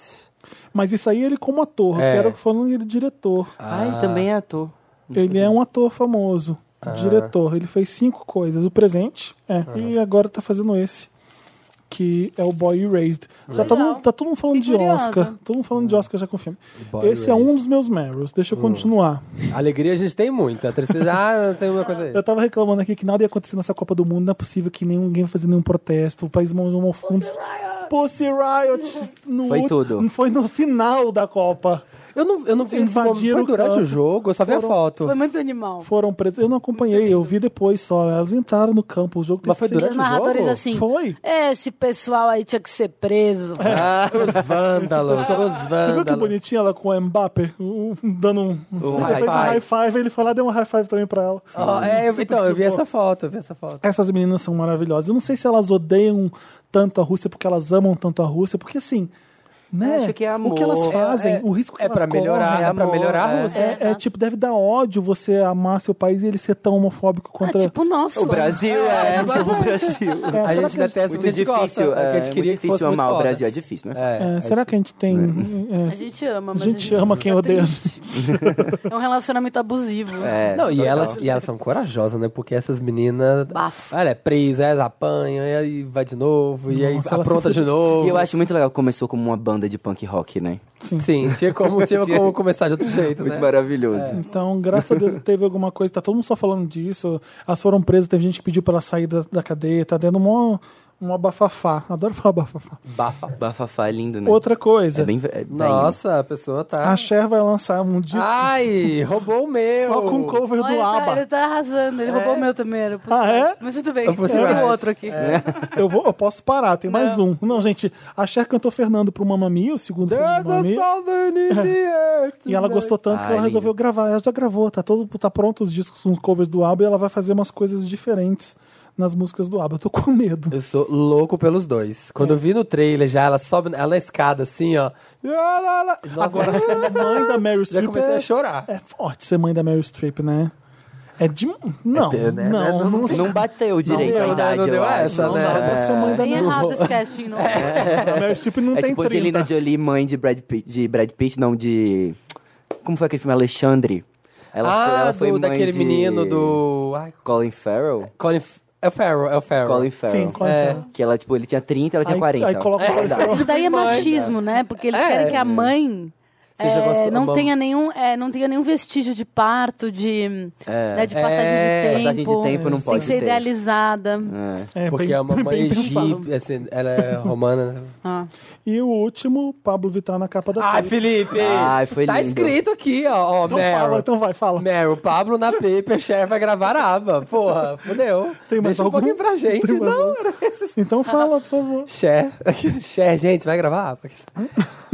Mas isso aí ele como ator.
É.
Eu quero falando ele diretor.
Ai, também é ator.
Ele é um ator famoso.
Ah.
Diretor. Ele fez cinco coisas. O presente, é. E agora tá fazendo esse. Que é o Boy Erased. Já tá,
Legal.
no- tá todo mundo falando de
Fiquei curiosa.
Oscar. Todo mundo falando de Oscar já com o filme.
Hum. Boy Hum.
Esse é um dos meus Meryls. Deixa eu continuar.
Alegria a gente tem muita. Tristeza. Ah, tem uma coisa aí.
Eu tava reclamando aqui que nada ia acontecer nessa Copa do Mundo, não é possível que nenhum- ninguém vai fazer nenhum protesto, o país mandou um fundo. Pussy Riot! No
Foi
ult-
tudo.
Foi no final da Copa.
Eu não, eu não vi esse momento.
Invadiram
Foi
o
durante
campo.
o jogo, eu só vi a
Foram-
foto.
Foi muito animal.
Foram presos. Eu não acompanhei, eu vi depois só. Elas entraram no campo, o jogo teve
Mas foi
que ser-
E os
durante o
narradores
jogo?
assim.
Foi?
Esse pessoal aí tinha que ser preso.
Ah, os vândalos, são os
Você viu que
vândalos.
bonitinha ela com o Mbappé? Um- um- dando um. Um
high
fez um high
five.
five, ele foi lá e deu um high five também pra ela.
Ó, é, eu- então, eu vi
de boa.
essa foto, eu vi essa foto.
Essas meninas são maravilhosas. Eu não sei se elas odeiam tanto a Rússia porque elas amam tanto a Rússia, porque assim, né?
Acho que é
O que elas
amor.
fazem,
É-
o risco que
é
elas
pra melhorar,
correm,
é pra
amor,
melhorar a
é.
Rússia.
É, é, tipo, deve dar ódio você amar seu país e ele ser tão homofóbico
É
contra.
tipo o nosso.
O Brasil é, tipo o Brasil.
É,
A
será
gente
que a gente-
detesta o que a
Muito
gente gosta,
difícil,
é, que a
é,
gente
muito
queria que fosse
difícil amar
muito
o
foda.
Brasil, é difícil, não é fácil.
É, será que a gente tem. é,
A gente ama,
a
mas
gente ama quem
fica
odeia.
triste. É um relacionamento abusivo.
É,
Não, e
total.
elas, e elas são corajosas, né? Porque essas meninas.
Bafo.
Olha, é presa, elas apanham, e aí vai de novo, e aí
Nossa, ela
apronta
se
de novo.
E eu acho muito legal que começou como uma banda de punk rock, né?
Sim, tinha como, tinha como começar de outro jeito,
Muito
né?
maravilhoso.
Então, graças a Deus teve alguma coisa, tá todo mundo só falando disso. Elas foram presas, teve gente que pediu pra ela sair da, da cadeia, tá dando uma, uma bafafá. Adoro falar bafafá.
Bafa.
Bafafá é lindo, né?
Outra coisa.
É bem, é bem-
Nossa, a pessoa tá.
A Cher vai lançar um disco
Ah, Ai, roubou o meu.
só com cover
Olha, ele
do
tá,
ABBA.
ele tá arrasando. Ele roubou o meu também. Era pro-
Ah, é?
Mas tudo bem.
Eu vou
Tem
tirar.
outro aqui.
Eu, vou, eu posso parar, tem mais um. Não, gente, a Cher cantou Fernando pro Mamami, o segundo filme do
There's a
Mamami.
southern in the air
E ela
tonight.
gostou tanto que
Ai,
ela resolveu gravar. Ela já gravou, tá, todo, tá pronto os discos, uns covers do ABBA e ela vai fazer umas coisas diferentes nas músicas do ABBA. Eu tô com medo.
Eu sou louco pelos dois.
É.
Quando eu vi no trailer já, ela sobe ela na escada assim, ó. E ela- ela- Nossa,
Agora, ser mãe da Mary
já
Streep
comecei
é-
a chorar.
É forte ser mãe da Meryl Streep, né? É de. Não,
ter, né?
não, não,
Não bateu direito a
deu, né?
idade,
Não deu
eu
essa,
Não
acho.
dá
né?
pra ser mãe da
Bem
Meryl
errado esse casting. Não. É.
A Meryl Streep não
É
tem
tipo
30.
Angelina Jolie, mãe de Brad Pitt, de Brad Pitt, não, de... Como foi aquele filme? Alexandre. Ela,
ah,
ela foi
do,
mãe
daquele
de-
menino do. Ai,
Colin Farrell?
Colin. F- É o Farrell, é o Farrell.
Colin Farrell.
Sim, Colin
É.
Farrell.
Que ela, tipo, ele tinha 30, ela tinha
Aí-
40.
aí coloca o Colin
Verdade.
Farrell.
Isso daí é machismo, né? Porque eles
É.
querem que a mãe
Seja
é,
gostoso-
não,
bom.
tenha nenhum, é, não tenha nenhum vestígio de parto, de, né, de
É,
passagem de tempo.
passagem de tempo não
Tem
pode
que ser
ter.
idealizada.
É.
É,
Porque
bem-
a mamãe
bem pensado.
egípcia, assim, ela é romana. né?
Ah.
E o último, Pablo Vittar na capa da
Ai,
Folha.
Felipe!
Ai, foi
Tá
lindo.
escrito aqui, ó, ó
Então fala,
Meryl.
então vai, fala.
Meryl, Pablo na Paper Share vai gravar a aba. Porra, fudeu.
Tem mais
Deixa
algum?
um pouquinho pra gente.
Tem mais
Não,
algum? Então fala, por favor.
Cher. Cher, gente, vai gravar? a aba.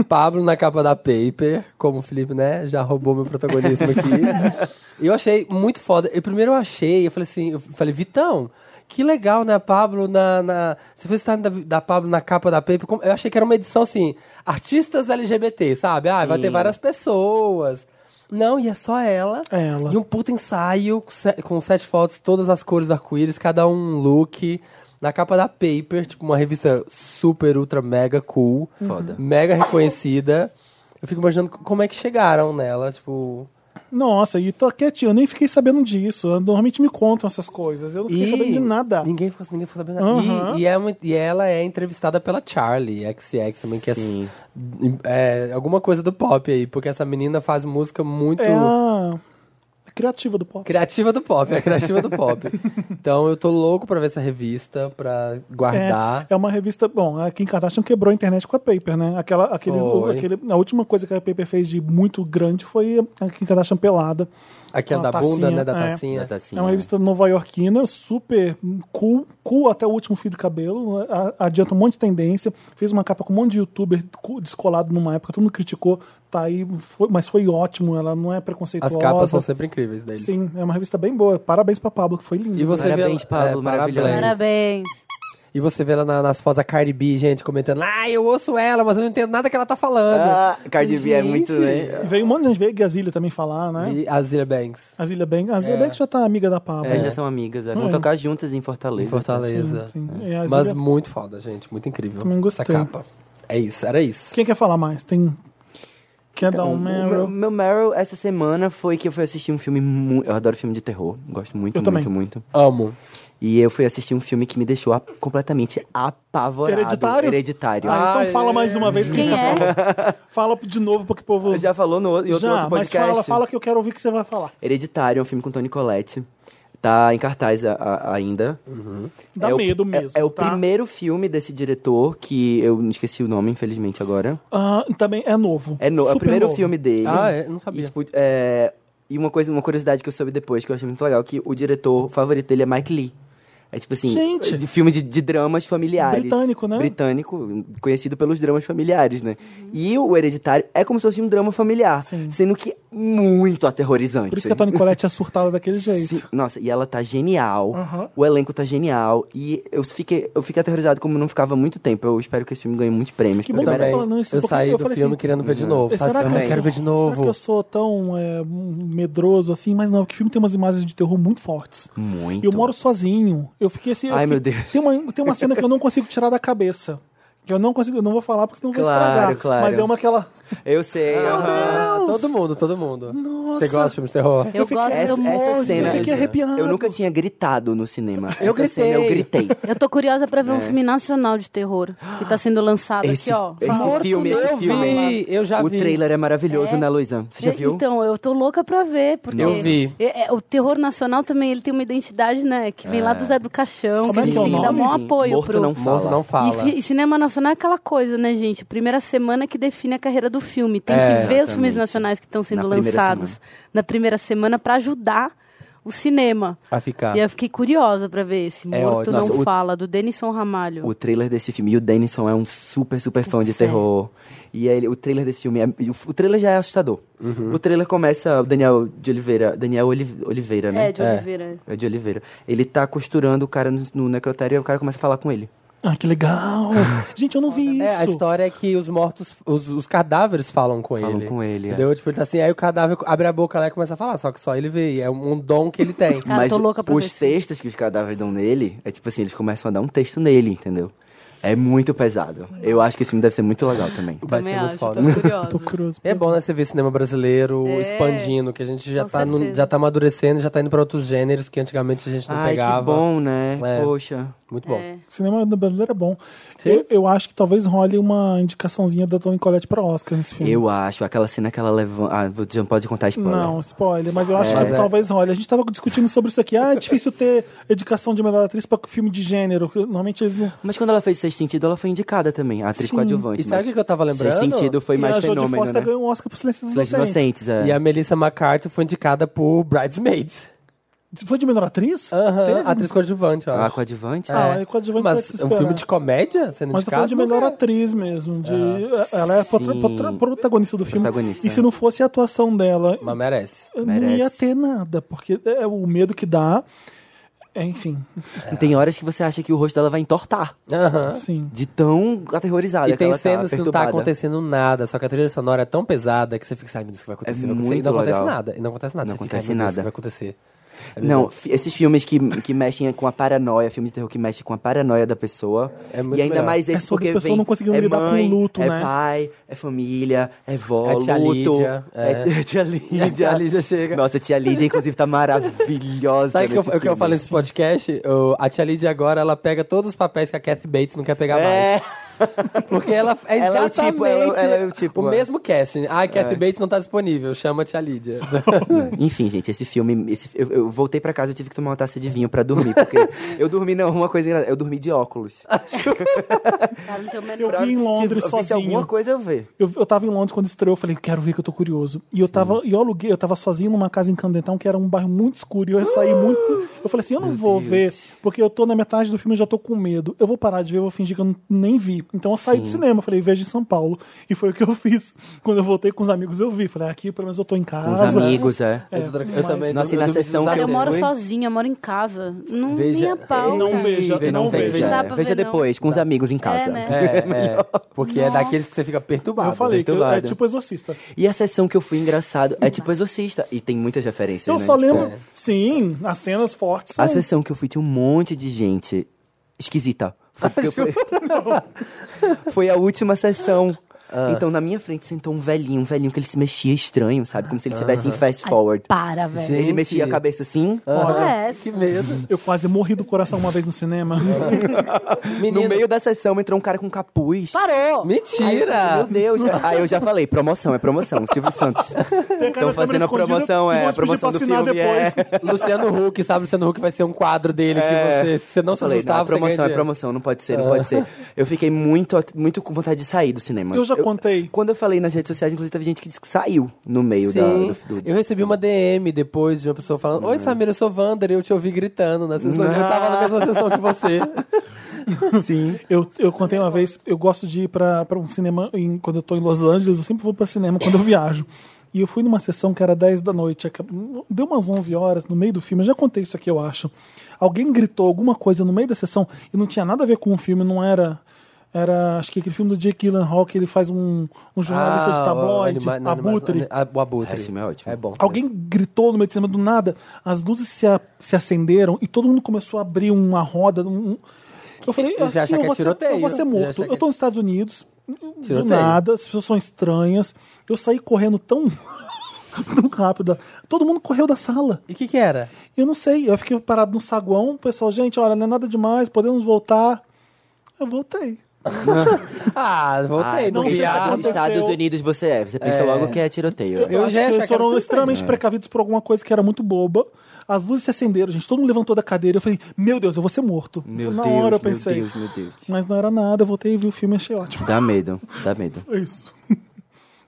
Pablo na capa da Paper, como o Felipe, né, já roubou meu protagonismo aqui. eu achei muito foda. Eu primeiro eu achei, eu falei assim, eu falei, Vitão, que legal, né, Pablo na... na... Você fez o time da, da Pablo na capa da Paper, como- eu achei que era uma edição, assim, artistas LGBT, sabe? Ah, vai ter várias pessoas. Não, e é só ela.
É ela.
E um puta ensaio com se- com sete fotos, todas as cores do arco-íris, cada um um look. Na capa da Paper, tipo, uma revista super, ultra, mega cool. Uhum.
Foda.
Mega reconhecida. Eu fico imaginando c- como é que chegaram nela, tipo...
Nossa, e tô quietinho, eu nem fiquei sabendo disso. Eu- Normalmente me contam essas coisas. Eu não fiquei
Ih,
sabendo de nada.
Ninguém ficou, ninguém ficou sabendo nada.
Aham.
E, e é uma- e ela é entrevistada pela Charlie, XX também, que é,
Sim.
é alguma coisa do pop aí. Porque essa menina faz música muito...
É a criativa do pop.
Criativa do pop, é a criativa do pop. Então eu tô louco pra ver essa revista, pra guardar.
É, é uma revista. Bom, a Kim Kardashian quebrou a internet com a Paper, né? Aquela, aquele, o-
Foi.
aquele- a última coisa que a Paper fez de muito grande foi a Kim Kardashian pelada.
Aquela
com a
da bunda,
tacinha,
né? Da
é.
tacinha.
Já tá assim,
é uma
né?
revista nova-iorquina, super cool, cool até o último fio do cabelo, a- adianta um monte de tendência, fez uma capa com um monte de youtuber cu- descolado numa época, todo mundo criticou, tá aí, foi- mas foi ótimo, ela não é
As
preconceituosa.
capas são sempre incríveis deles.
Sim, é uma revista bem boa, parabéns pra Pablo, que foi lindo.
E você
Parabéns,
vê ela,
Pablo,
parabéns.
maravilhoso.
Parabéns.
E você vê ela na- nas fotos da Cardi B, gente, comentando: Ah, eu ouço ela, mas eu não entendo nada que ela tá falando.
Ah, Cardi B é
Gente.
muito... É,
E Veio um monte de gente, veio a Gazilha também falar,
Ah.
né?
E a Zilia Banks,
A Zilia Banks, a Zilia Banks já tá amiga da Pablo.
é, já são amigas. é. Vão
É.
tocar juntas em Fortaleza.
em Fortaleza.
Sim, sim. E a
Mas
Zilia-
muito foda, gente, muito incrível.
Também gostei.
Essa capa. É isso, era isso.
Quem quer falar mais? Tem... Quer dar um
O Meu,
Meryl?
meu Meryl essa semana foi que eu fui assistir um filme. mu- Eu adoro filme de terror. Gosto muito,
Eu
muito,
também.
muito.
Amo.
E eu fui assistir um filme que me deixou ap- completamente apavorado.
Hereditário?
Hereditário.
Ah,
Ah,
então fala
é.
mais uma vez.
Quem
que já
é?
falou. Fala de novo, porque o povo...
Já falou no outro, em outro,
já,
outro podcast.
Mas fala, fala que eu quero ouvir o que você vai falar.
Hereditário é um filme com Tony Collette. Tá em cartaz a- a- ainda.
Dá
é o-
medo
é-
mesmo.
É, o
tá?
primeiro filme desse diretor que eu esqueci o nome, infelizmente, agora.
Ah, também é novo.
É, no, é o
Super
primeiro
novo.
filme dele.
Ah, é? Não
E,
sabia.
tipo, é, e uma coisa, uma curiosidade que eu soube depois, que eu achei muito legal, que o diretor favorito dele é Mike Lee. É tipo assim,
Gente!
de filme de, de dramas familiares.
Britânico, né?
Britânico, conhecido pelos dramas familiares, né? E o Hereditário é como se fosse um drama familiar,
Sim.
sendo que muito aterrorizante.
Por isso que a Toni Collette é surtada daquele jeito.
Sim, nossa, e ela tá genial.
Aham.
O elenco tá genial. E eu fiquei, eu fiquei aterrorizado como não ficava há muito tempo. Eu espero que esse filme ganhe muitos prêmios.
Que
porque
bom que
merece.
Também.
tá falando isso,
eu
porque
saí
eu
do
falei
filme
assim,
querendo ver de novo. sabe?
Será que,
Também.
eu
quero
sou,
ver de
será que
novo.
eu sou tão é, um medroso assim? Mas não, porque o filme tem umas imagens de terror muito fortes.
Muito.
E eu moro sozinho. Eu fiquei assim. eu
Ai,
fiquei-
meu Deus.
Tem uma, tem uma cena que eu não consigo tirar da cabeça. Que eu não consigo, eu não vou falar porque senão eu vou
Claro,
estragar.
claro.
Mas é uma aquela.
Eu sei. aham.
Ah, todo mundo, todo mundo. Você gosta de filmes de terror?
Eu,
fiquei-
gosto,
Essa,
eu morro.
essa
morro,
cena.
eu fiquei arrepiado.
Eu nunca tinha gritado no cinema.
Eu
Essa cena eu
gritei.
gritei.
Eu tô curiosa pra ver um filme nacional de terror que tá sendo lançado
É. Esse,
aqui, ó.
esse
Morto
filme, esse
Eu
filme.
vi, eu já
o
vi.
trailer é maravilhoso,
É.
né, Luizan? Você já
Eu-
viu?
Então, eu tô louca pra ver, porque...
Eu vi.
é- é, o terror nacional também, ele tem uma identidade, né, que vem lá do Zé do Caixão,
Como é
que a
que é
gente
o
tem que dar
nome?
maior apoio
Morto
pro...
não
O Morto
fala.
não
E
fala.
fi- E cinema nacional é aquela coisa, né, gente? Primeira semana que define a carreira do filme. Tem
É,
que ver os filmes
exatamente.
nacionais que estão sendo
Na primeira
lançados na primeira semana pra ajudar o cinema.
A ficar.
E é eu fiquei curiosa pra ver esse
Ah. É
Morto
ótimo.
Não
Nossa, o-
Fala, do Denison Ramalho.
O trailer desse filme. E o Denison é um super, super fã de
Putz, é.
terror. E ele, o trailer desse filme. É, e o, o trailer já é assustador. O trailer começa. O Daniel de Oliveira. Daniel Oli- Oliveira, né?
É, de
É.
Oliveira.
É de Oliveira. Ele tá costurando o cara no, no necrotério e o cara começa a falar com ele.
Ah, que legal! Gente, eu não vi isso.
É, a história é que os mortos, os, os cadáveres falam com ele.
Falam com ele, é.
Entendeu? Tipo, ele tá assim, aí o cadáver abre a boca lá e começa a falar, só que só ele vê. e É um, um dom que ele tem.
Cara,
Mas
tô louca pra ver
os
esse filme.
textos que os cadáveres dão nele, é tipo assim, eles começam a dar um texto nele, entendeu? É muito pesado. Eu acho que esse filme deve ser muito legal também.
Vai
Também
ser muito
acho,
foda.
tô curiosa.
Tô curioso.
É bom, né, você ver cinema brasileiro
É,
expandindo, que a gente já
com
tá, num-
certeza.
já tá amadurecendo, já tá indo pra outros gêneros que antigamente a gente não
Ai,
pegava.
que bom, né?
É.
Poxa.
Muito bom.
É.
Cinema brasileiro é bom. Eu, eu acho que talvez role uma indicaçãozinha da Toni Collette pra Oscar nesse filme.
Eu acho, aquela cena que ela levanta... Ah, vou- já pode contar spoiler.
Não, spoiler, mas eu acho
mas
que
é.
talvez role. A gente tava discutindo sobre isso aqui. Ah, é difícil ter indicação de melhor atriz pra filme de gênero. que Normalmente eles não.
Mas quando ela fez Sexto Sentido, ela foi indicada também, a atriz
Sim.
coadjuvante.
E sabe o
mas
que eu tava lembrando?
Sexto Sentido foi mais
e a Jodie
fenômeno,
Foster
né?
ganhou um Oscar por Silêncio dos
Silêncio dos
Inocentes.
Inocentes, é.
E a Melissa McCarthy foi indicada por Bridesmaids.
Foi de melhor atriz?
Aham,
Teve?
atriz coadjuvante, ó.
A coadjuvante?
Ah, é coadjuvante vai
Mas
se
é um
esperar.
filme de comédia sendo
Mas tá falando
indicado?
de melhor
não é?
atriz mesmo. De... Ela é a protra-
Sim.
protra- protagonista do filme.
Protagonista,
e se
é.
não fosse a atuação dela,
Mas merece.
não ia
merece.
ter nada. Porque é o medo que dá. É, Enfim,
Tem horas que você acha que o rosto dela vai entortar.
Aham.
sim.
De tão aterrorizada
E
que ela
tem
tá,
cenas que não tá
perturbada.
acontecendo nada, só que a trilha sonora é tão pesada que você fica, assim, ai, meu Deus, o que vai acontecer?
É
vai acontecer. E
muito
não acontece
legal.
nada. E não acontece nada.
Não
você fica, ai,
acontece
meu Deus, o que
nada.
vai acontecer? É
Não,
verdade.
fi- esses filmes que, que mexem com a paranoia, filmes de terror que mexem com a paranoia da pessoa.
É muito
e ainda
melhor.
mais
É
esse
sobre
porque
a pessoa
vem,
não conseguindo
é
lidar com o
mãe,
luto,
é
né?
pai, é família, é vó,
É tia
luto.
Lídia, é.
tia- tia
E
Lídia.
a tia Lídia chega.
Nossa, a tia Lídia, inclusive, tá maravilhosa.
Sabe o que, eu-
nesse
o que eu
filme.
falei nesse podcast? O- a Tia Lidia agora, ela pega todos os papéis que a Kathy Bates não quer pegar
É,
mais. Porque ela é
Ela é o
exatamente
tipo, ela- ela é o tipo, é.
mesmo casting. Ah, a Kathy Bates não tá disponível, chama a Tia Lidia.
Enfim, gente, esse filme. esse- eu, eu voltei pra casa, eu tive que tomar uma taça de vinho pra dormir. Porque eu dormi, não, uma coisa engraçada. Eu dormi de óculos.
Cara, não tem o menor-
Eu
Pra-
vi em Londres
se, Se
sozinho.
alguma coisa eu ver.
Eu, eu tava em Londres quando estreou, eu falei, quero ver que eu tô curioso. E eu tava, e eu aluguei, eu tava sozinho numa casa em Candentão, que era um bairro muito escuro, e eu
Ah!
saí muito. Eu falei assim, eu não vou ver, porque eu tô na metade do filme e já tô com medo. Eu vou parar de ver, eu vou fingir que eu não- nem vi. Então eu saí do cinema, eu falei, vejo em São Paulo. E foi o que eu fiz. Quando eu voltei com os amigos, eu vi. Falei, aqui pelo menos eu tô em
Com os
casa.
amigos, é.
É,
eu, tô- eu
mas-
também.
Nossa, e
eu
na
tô me
sessão que
Eu
desesperando.
moro
Oi?
sozinha, moro em casa. Não,
Veja-
nem a pau.
Não
cara.
veja,
Vê,
não
não
veja.
veja.
Dá pra
Veja
ver, não.
depois, com os amigos em casa.
né?
É, é. Porque é daqueles que você fica perturbado. né? Então,
Eu falei que eu- é
Perturbado.
tipo exorcista.
E a sessão que eu fui engraçado é tipo exorcista. E tem muitas referências.
Eu
né?
só
Tipo,
lembro,
é.
sim, as cenas fortes.
A
são-
sessão que eu fui tinha um monte de gente esquisita. Foi, porque eu fui- Foi a última sessão. Então, na minha frente sentou um velhinho, um velhinho que ele se mexia estranho, sabe? Como se ele estivesse em fast forward.
Para, velho.
Ele
Gente.
mexia a cabeça assim.
Olha essa.
Que medo.
Eu quase morri do coração uma vez no cinema.
Menino,
No meio da sessão entrou um cara com capuz.
Parou!
Aí,
mentira!
Meu Deus, cara. Aí eu já falei, promoção, é promoção, Silvio Santos. Estão fazendo a
um
promoção, é, a promoção do filme é.
Luciano Huck, sabe? Luciano Huck vai ser um quadro dele
É.
que você, se você não
Eu
se
falei, não, é
assustava, você ganha
promoção, é
dinheiro. Ah.
promoção, não pode ser, não pode ser. Eu fiquei muito, at- muito com vontade de sair do cinema.
Eu já contei.
Quando eu falei nas redes sociais, inclusive, teve gente que disse que saiu no meio da,
Sim,
do, do-
eu recebi uma DM depois de uma pessoa falando Oi, Samir, eu sou Wander, eu te ouvi gritando na sessão. Eu tava na mesma sessão que você.
Sim.
Eu, eu contei uma vez, eu gosto de ir pra, pra um cinema, em- quando eu tô em Los Angeles, eu sempre vou pra cinema quando eu viajo. E eu fui numa sessão que era 10 da noite, acab- deu umas 11 horas no meio do filme, eu já contei isso aqui, eu acho. Alguém gritou alguma coisa no meio da sessão e não tinha nada a ver com o filme, não era... Era, acho que aquele filme do Jake Gyllenhaal que ele faz um, um jornalista de tabloide,
Ah, anima- não, anima-
Abutre.
a- O Abutre.
Ah, esse filme é ótimo.
É bom.
Alguém gritou no meio de cima do nada, as luzes se, a- se acenderam e todo mundo começou a abrir uma roda. um- um- eu falei,
já
aqui
achar que
eu,
é
vou ser,
tiroteio.
eu vou
Já
ser
achar
morto.
que é-
Eu tô nos Estados Unidos, do
Tiroteio.
nada, as pessoas são estranhas. Eu saí correndo tão, tão rápido. Todo mundo correu da sala.
E o que que era?
Eu não sei, eu fiquei parado no saguão. O pessoal, gente, olha, não é nada demais, podemos voltar. Eu voltei.
Ah, voltei.
Ah,
não
não,
vi
vi
porque
nada.
a-
nos Estados Unidos você é, você pensa
É.
logo que é tiroteio.
Eu
acho
já ia
que eles
achar que era
foram
isso aí. né?
extremamente precavidos por alguma coisa que era muito boba. As luzes se acenderam, gente. Todo mundo levantou da cadeira. Eu falei, meu Deus, eu vou ser morto.
Meu
Na
Deus,
hora eu
meu
pensei.
Deus, meu Deus.
Mas não era nada, eu voltei e vi o filme e achei ótimo.
Dá medo, dá medo.
É isso.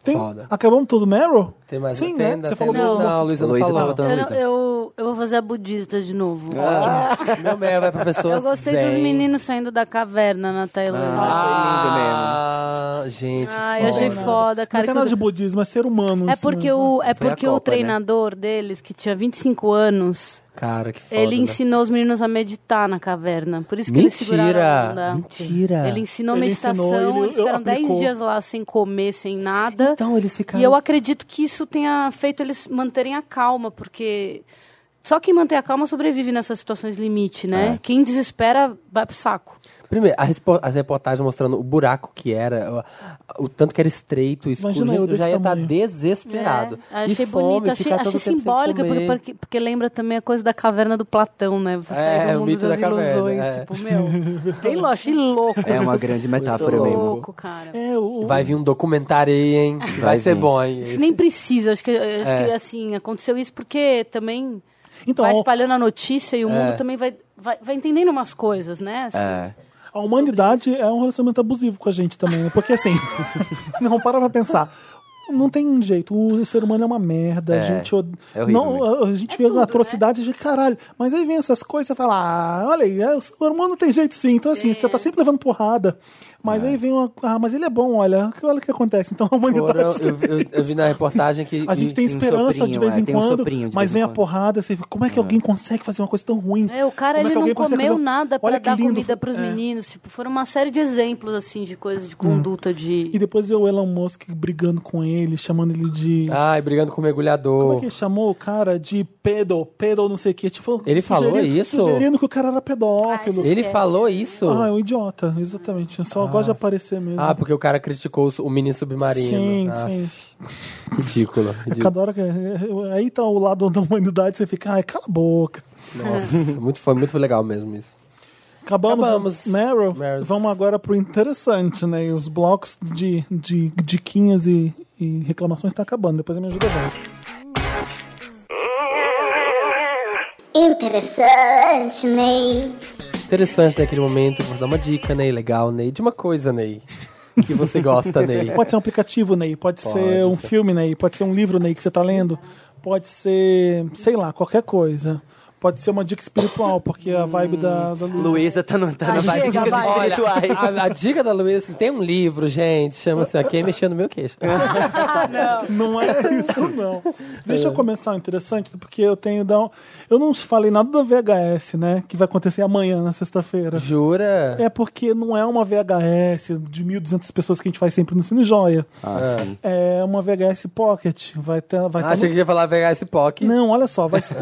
Tem- um-
Foda.
Acabamos todo Meryl?
Tem mais
Sim,
tem,
né?
ainda
Você
tem-
falou
Não,
do...
não Luísa não
Luísa
falou.
tava tão-
Eu, não-
Luísa.
eu, eu vou fazer a budista de novo.
Meu mel vai pra pessoa
Eu gostei dos
zen.
meninos saindo da caverna na Tailândia.
Ah, gente.
Ai, eu achei
foda.
foda,
Não
cara.
tem
que eu-
nada de budismo, é ser humano.
É
isso
porque
mesmo.
o, é
Foi a
porque o
Copa, né?
treinador deles, que tinha 25 anos,
Cara, que foda.
ele
né?
ensinou os meninos a meditar na caverna. Por isso que eles
Mentira!
seguraram a onda.
Mentira!
Ele ensinou
Ele
meditação,
ensinou,
eles
ele
ficaram 10
aplicou.
dias lá sem comer, sem nada.
Então, eles ficaram...
E eu acredito que isso tenha feito eles manterem a calma, porque
É.
só quem mantém a calma sobrevive nessas situações limite, né? Quem desespera vai pro saco.
Primeiro, a respo- as reportagens mostrando o buraco que era, o, o tanto que era estreito, escuro.
Imagina eu
gente, eu já
desse
ia estar
tamanho.
desesperado.
É,
E
achei
fome,
bonito, achei,
ficar todo
achei
tempo sem
simbólica,
comer.
porque, porque, porque lembra também a coisa da caverna do Platão, né? Você sai
É,
do
o
mundo
mito
das
da caverna,
ilusões.
é.
Tipo, meu, bem louco, achei louco.
É uma grande metáfora mesmo.
louco, cara.
É, o,
Vai vir um documentário aí, hein? que Vai,
Vai
ser
vir.
bom, hein?
Acho que nem precisa, acho que, acho
É.
que assim, aconteceu isso porque também
então,
vai
a-
espalhando a notícia e o
É.
mundo também vai, vai, vai entendendo umas coisas, né? Assim,
É.
A humanidade é um relacionamento abusivo com a gente também, né? Porque assim, não para pra pensar. Não tem jeito, o ser humano é uma merda, a
É,
gente od-
é né? horrível
não,
mesmo.
a a gente
É
vê
tudo,
atrocidades de caralho. Mas aí vem essas coisas e fala: ah, olha aí, é, o ser humano tem jeito sim. Então, assim,
É.
você tá sempre levando porrada. Mas aí vem uma. Ah, mas ele é bom, olha, olha o que acontece. Então a
Foram,
humanidade.
eu, eu- eu vi na reportagem que.
A gente tem,
tem um
esperança de
soprinho,
vez
é,
em
tem um
quando,
soprinho de
mas
vez em
vem a
quando.
porrada. Você fica, como é que alguém consegue fazer uma coisa tão ruim?
É, o
Como
cara
é
ele
que
não
alguém consegue
comeu
fazer-
nada pra
Olha que
dar
lindo,
comida pros
é.
meninos. Tipo, foram uma série de exemplos assim de coisas
Hum.
de conduta de
E depois vê o Elon Musk brigando com ele, chamando ele de.
Ai, brigando com o
Como é
mergulhador.
que ele chamou o cara de pedo, pedo não sei o que? Tipo,
Ele falou
sugerindo-
isso?
Sugerindo que o cara era pedófilo.
Ah,
Ele
Esquece.
falou isso.
Ah, é um idiota, exatamente. Eu só gosto de aparecer mesmo.
Ah, porque o cara criticou o mini submarino.
sim,
ah,
sim. É
Ridículo. ridículo.
Cada hora que. Aí tá o lado da humanidade, você fica, ai, cala a boca.
Nossa, muito, foi muito legal mesmo isso.
Acabamos,
Acabamos.
Meryl.
Meryl.
Vamos agora pro interessante, né? E os blocos de, de diquinhas e, e reclamações tá acabando. Depois me ajuda gente.
Interessante, Ney.
Interessante naquele momento, vamos dar uma dica, Ney, legal, Ney, de uma coisa, Ney, que você gosta, Ney.
Pode ser um aplicativo, Ney. Pode,
Pode
ser um
ser.
filme, Ney. Pode ser um livro, Ney, que você tá lendo. Pode ser, sei lá, qualquer coisa. Pode ser uma dica espiritual, porque a vibe da, da Luísa.
Luísa tá no, tá
Ah,
na vibe
chega,
dicas
vai.
Olha,
espirituais.
a, a dica da Luísa, assim, tem um livro, gente, chama-se A Quem Mexeu no Meu Queixo.
Não é isso, não. Deixa eu começar o interessante, porque eu tenho. Da... Eu não falei nada da VHS, né? Que vai acontecer amanhã, na sexta-feira.
Jura?
É porque não é uma VHS de 1.200 pessoas que a gente faz sempre no Cine Joia.
Ah, sim.
É uma VHS Pocket. Vai ter. Vai
Ah,
ter um
achei que ia falar VHS POC.
Não, olha só, vai ser,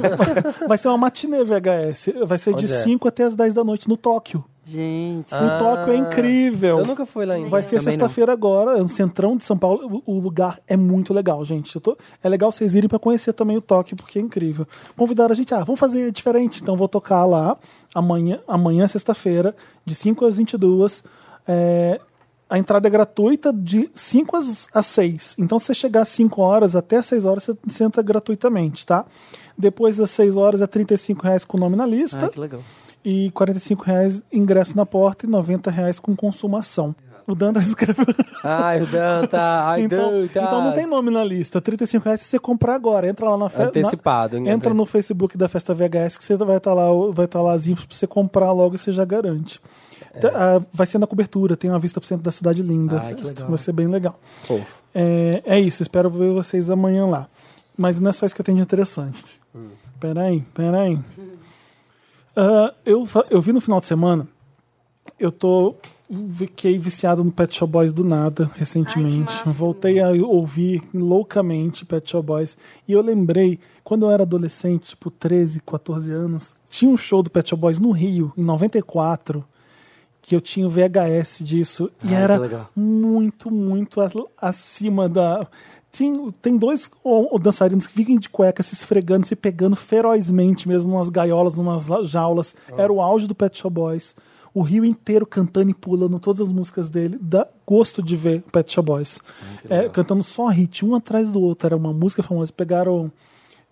vai ser uma matinê VHS. Vai ser
Onde
de
é?
5 até as 10 da noite no Tóquio.
Gente.
O Tóquio é incrível.
Eu nunca fui lá ainda.
Vai ser
Também não.
sexta-feira agora, é no centrão de São Paulo. O o lugar é muito legal, gente. Eu tô- É legal vocês irem pra conhecer também o Tóquio, porque é incrível. Convidaram a gente, ah, vamos fazer diferente. Então vou tocar lá amanhã, amanhã sexta-feira, de 5 às 22. É, a entrada é gratuita de 5 às, às 6. Então se você chegar às 5 horas, até às 6 horas, você senta gratuitamente, tá? Depois das 6 horas é R$ 35 reais com o nome na lista
Ah, que legal.
e R$ 45 reais ingresso na porta e R$ 90 reais com consumação. O Dantas escreveu.
Ai, Danta, ai,
então,
Dantas.
então não tem nome na lista. R$ 35 reais se você comprar agora. Entra lá na fe-
Antecipado,
na-
hein,
Entra no Facebook da Festa VHS que você vai estar lá, vai estar lá as infos pra você comprar logo e você já garante. Tá, ah, vai ser na cobertura, tem uma vista por cento da cidade linda.
É. Ai, que legal.
Vai ser bem legal.
Fofo.
É, é isso, espero ver vocês amanhã lá. Mas não é só isso que eu tenho de interessante. Peraí, peraí. Ah, eu, fa- eu vi no final de semana, eu tô. Fiquei viciado no Pet Shop Boys do nada recentemente.
máximo.
Voltei a ouvir loucamente Pet Shop Boys. E eu lembrei, quando eu era adolescente, tipo 13, 14 anos, tinha um show do Pet Shop Boys no Rio, em 94 que eu tinha o VHS disso e
Ah,
era
que legal.
muito, muito a- acima da. Tem, tem dois o- o dançarinos que ficam de cueca se esfregando, se pegando ferozmente mesmo nas gaiolas, numas la- jaulas. Era o auge do Pet Shop Boys. O Rio inteiro cantando e pulando todas as músicas dele. Dá gosto de ver Pet Shop Boys.
Ah,
É, cantando só hit, um atrás do outro. Era uma música famosa. Pegaram.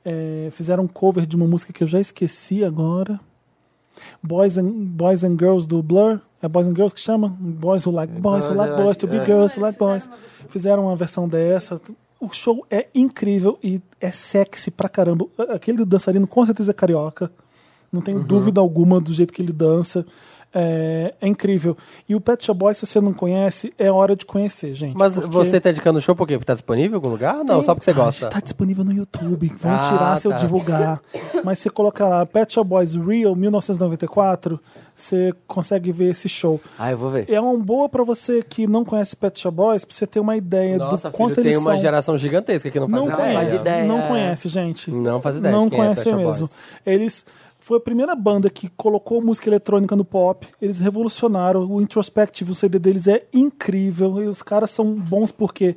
é, fizeram um cover de uma música que eu já esqueci agora. Boys and, Boys and Girls do Blur. É Boys and Girls que chama? Boys who like boys, who
É Boys,
like
eu
boys,
acho
to
que
be
é.
girls who like boys. Fizeram uma versão dessa. O show é incrível e é sexy pra caramba. Aquele dançarino com certeza é carioca. Não
Uhum.
tenho dúvida alguma do jeito que ele dança. É, é incrível. E o Pet Shop Boys, se você não conhece, é hora de conhecer, gente.
Mas
porque-
você tá indicando o show por quê? Porque tá disponível em algum lugar? Não, só porque você gosta.
Tá disponível no YouTube. Vão
Ah,
tirar se eu
tá.
divulgar. Mas você coloca lá Pet Shop Boys Real 1994, você consegue ver esse show.
Ah, eu vou ver.
É uma boa pra você que não conhece Pet Shop Boys, pra você ter uma ideia
Nossa,
do
filho,
quanto
tem
eles
uma
são.
geração gigantesca que Tá não faz
Não
ideia.
conhece,
ideia.
não conhece, gente.
Não faz ideia de
Não
quem é
conhece
Pet Shop
mesmo.
Boys.
Eles Foi a primeira banda que colocou música eletrônica no pop. Eles revolucionaram. O Introspective, o CD deles é incrível. E os caras são bons porque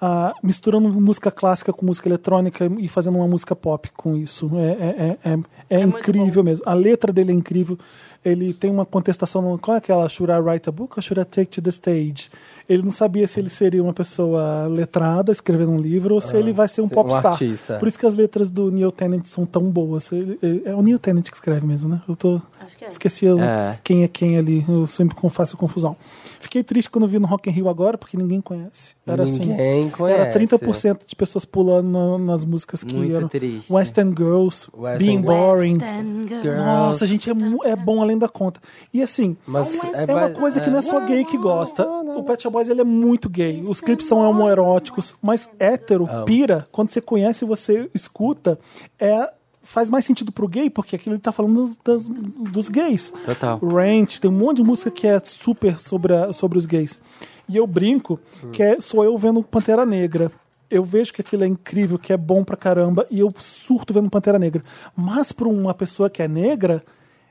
ah, misturando música clássica com música eletrônica e fazendo uma música pop com isso. É, é, é, é, é
muito
incrível
bom.
mesmo. A letra dele é incrível. Ele tem uma contestação. Qual é aquela? Should I write a book or should I take to the stage? Ele não sabia se ele seria uma pessoa letrada, escrevendo um livro, ou se ele vai ser um
ser um
popstar.
artista.
Por isso que as letras do Neil Tennant são tão boas. Ele- ele- É o Neil Tennant que escreve mesmo, né? Eu tô.
Acho que é.
Esqueci o-
É.
quem é quem ali. Eu sempre com- faço confusão. Fiquei triste quando vi no Rock in Rio agora, porque ninguém conhece. Era assim.
Ninguém conhece.
Era 30% de pessoas pulando na- nas músicas que
Muito
eram.
triste.
West End Girls,
West
Being
End
Boring.
Western Girl.
Girl.
Nossa, gente, é, mu- é bom além da conta. E assim,
Mas
é uma
ba-
coisa que não é só gay que gosta. O Pet Shop Boys ele é muito gay. Os clipes são homoeróticos, mas hétero, pira, quando você conhece e você escuta, é faz mais sentido pro gay, porque aquilo ele tá falando das- dos gays.
Total.
Rant, tem um monte de música que é super sobre, a- sobre os gays. E eu brinco que é, sou eu vendo Pantera Negra. Eu vejo que aquilo é incrível, que é bom pra caramba, e eu surto vendo Pantera Negra. Mas pra uma pessoa que é negra,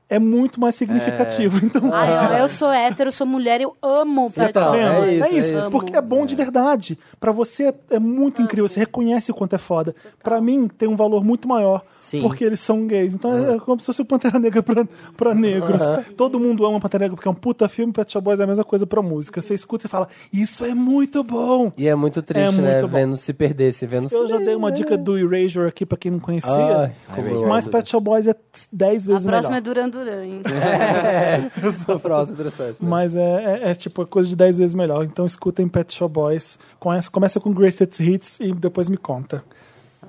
é muito mais significativo. Então,
Ai, ó, Ah, eu sou hétero, sou mulher, eu amo Pet
tá
Shop
vendo?
Boys.
É isso,
é isso,
amo.
porque é bom de verdade. Pra você é muito incrível, você reconhece o quanto é foda. Pra mim tem um valor muito maior,
Sim.
porque eles são gays. Então é como se fosse o Pantera Negra pra, pra negros. Todo mundo ama Pantera Negra porque é um puta filme, Pet Shop Boys é a mesma coisa pra música. Você escuta e fala: "Isso é muito bom".
E é muito triste,
É
né?
muito bom.
Vendo se perder, se vendo se...
Eu já dei uma dica do Erasure aqui pra quem não conhecia.
Ai, como eu
mas
amo.
Pet Shop Boys é 10 vezes
A
melhor.
próxima é Duran Duran. hein?
Eu sou próximo, interessante. né?
Mas é, é, é, tipo coisa de 10 vezes melhor. Então escutem Pet Shop Boys. Começa, começa com Greatest Hits e depois me conta.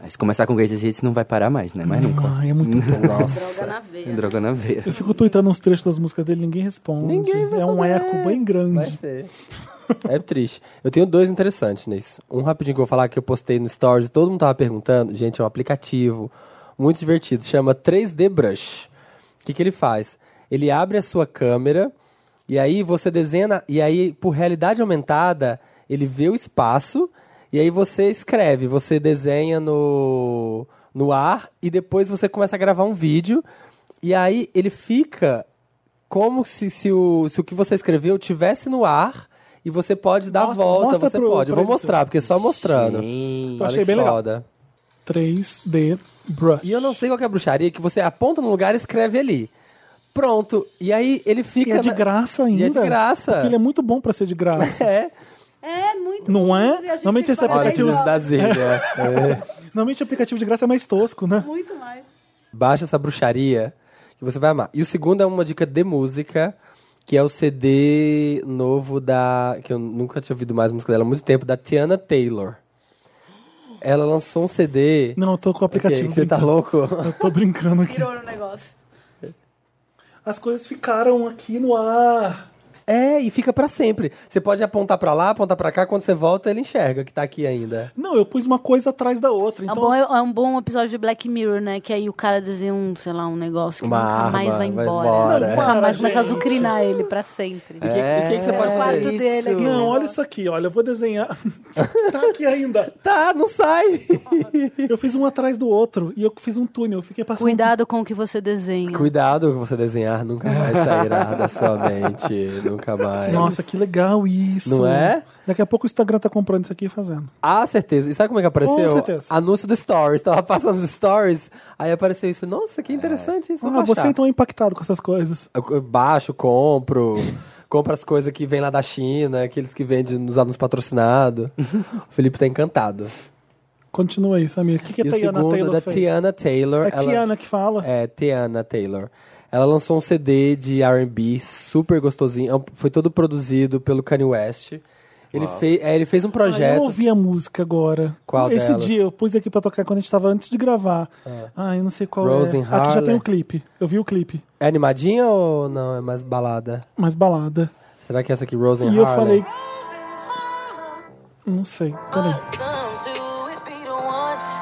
Aí, Se começar com Greatest Hits, não vai parar mais, né? Mas nunca.
Ai, é muito bom.
Droga na veia.
Droga na veia.
Eu fico tweetando uns trechos das músicas dele, ninguém responde.
Ninguém vai
é um
saber.
eco bem
Vai
grande.
ser. É triste. Eu tenho dois interessantes nisso. Um rapidinho que eu vou falar que eu postei no Stories, todo mundo tava perguntando. Gente, é um aplicativo muito divertido. Chama 3D Brush. O que, que ele faz? Ele abre a sua câmera e aí você desenha. E aí, por realidade aumentada, ele vê o espaço e aí você escreve, você desenha no, no ar e depois você começa a gravar um vídeo. E aí ele fica como se, se, o, se o que você escreveu tivesse no ar e você pode dar a
Mostra-
volta,
mostra
você
pro-
pode. Eu
pro
vou mostrar, porque é só mostrando.
Sim.
Eu achei
Olha que
bem legal.
foda.
3D Brush.
E eu não sei qual que é a bruxaria, que você aponta no lugar e escreve ali. Pronto. E aí ele
E
fica...
é de
na-
graça ainda.
E é de graça.
Porque ele é muito bom pra ser de graça.
É.
É muito
Não é?
bonito, e a gente
Normalmente esse
fala
Olha,
aplicativo-
dez
Cruz
aplicativos-
da
horas,
Zilha. É.
Normalmente o aplicativo de graça é mais tosco, né?
Muito mais.
Baixa essa bruxaria que você vai amar. E o segundo é uma dica de música, que é o CD novo da... Que eu nunca tinha ouvido mais música dela há muito tempo, da Tiana Taylor. Ela lançou um CD...
Não, eu tô com o aplicativo.
Ok, Você tá
brincando.
louco?
Eu tô brincando aqui.
Pirou no negócio.
As coisas ficaram aqui no ar.
É, e fica pra sempre. Você pode apontar pra lá, apontar pra cá, quando você volta ele enxerga que tá aqui ainda.
Não, eu pus uma coisa atrás da outra.
Tá
É um
Então,
bom- É um bom episódio de Black Mirror, né? Que aí o cara desenha um, sei lá, um negócio que
Uma
nunca mais
arma,
vai
vai
embora.
embora.
Nunca
Para,
mais começa a
gente.
azucrinar ele pra sempre.
E o que,
É.
e que que você pode fazer?
o quarto dele. aquele
Não, olha
negócio.
isso aqui, olha, eu vou desenhar. tá aqui ainda.
Tá, não sai.
Eu fiz um atrás do outro e eu fiz um túnel, eu fiquei passando.
Cuidado com o que você desenha.
Cuidado que você desenhar, nunca mais sairá da sua mente. Nunca mais.
Nossa, que legal isso.
É. Não é?
Daqui a pouco o Instagram tá comprando isso aqui e fazendo.
Ah, certeza. E sabe como é que apareceu?
Com certeza.
Anúncio do Stories. Tava passando os Stories, aí apareceu isso. Nossa, que interessante isso. Vou
Ah,
baixar.
você então é impactado com essas coisas.
Eu- eu baixo, compro. compro as coisas que vêm lá da China, aqueles que vendem nos anúncios patrocinados. o Felipe tá encantado.
Continua aí, Samir. O que, que a
e o
Tiana
segundo
Taylor
da
fez?
Tiana Taylor.
É
ela-
Tiana que fala?
É, Tiana Taylor. Ela lançou um CD de R&B super gostosinho. É um- Foi todo produzido pelo Kanye West. Ele, fez, é, ele fez
Ah,
um
eu
projeto.
ouvi a música agora.
Qual
Esse
delas? É.
dia eu pus aqui pra tocar quando a gente tava antes de gravar. Ah, eu não sei qual
Rose
é.
in
Aqui já
Harlem.
tem o clipe. Eu vi o clipe.
é animadinha ou não? É mais balada?
Mas balada.
Será que é essa aqui, Rose and
E eu
Harlem?
falei. Não sei. Peraí.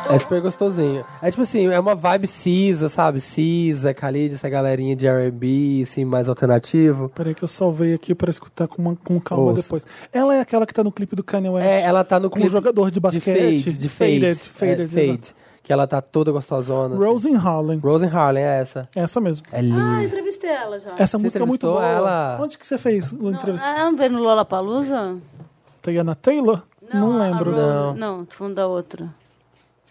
É super gostosinho. É tipo assim, é uma vibe Cisa, sabe? Cisa, Khalid, essa galerinha de R&B, assim, mais alternativo.
Peraí que eu salvei aqui pra escutar com, uma- com calma
Ouça.
depois. Ela é aquela que tá no clipe do Kanye West.
É, ela tá no
Com
clipe
jogador de basquete.
De fade, de fade.
Faded, faded,
é, fade.
exato.
que ela tá toda gostosona. assim.
Rose in Harlem.
Rose Harlem é essa.
Essa mesmo.
É linda.
Ah, entrevistei ela já.
Essa música é muito
entrevistou
boa.
ela?
Onde que você fez a entrevista?
Ela não veio no Lollapalooza?
Tayana Taylor? Não,
a- a
lembro.
Rose-
Não.
Não, tô falando da outra.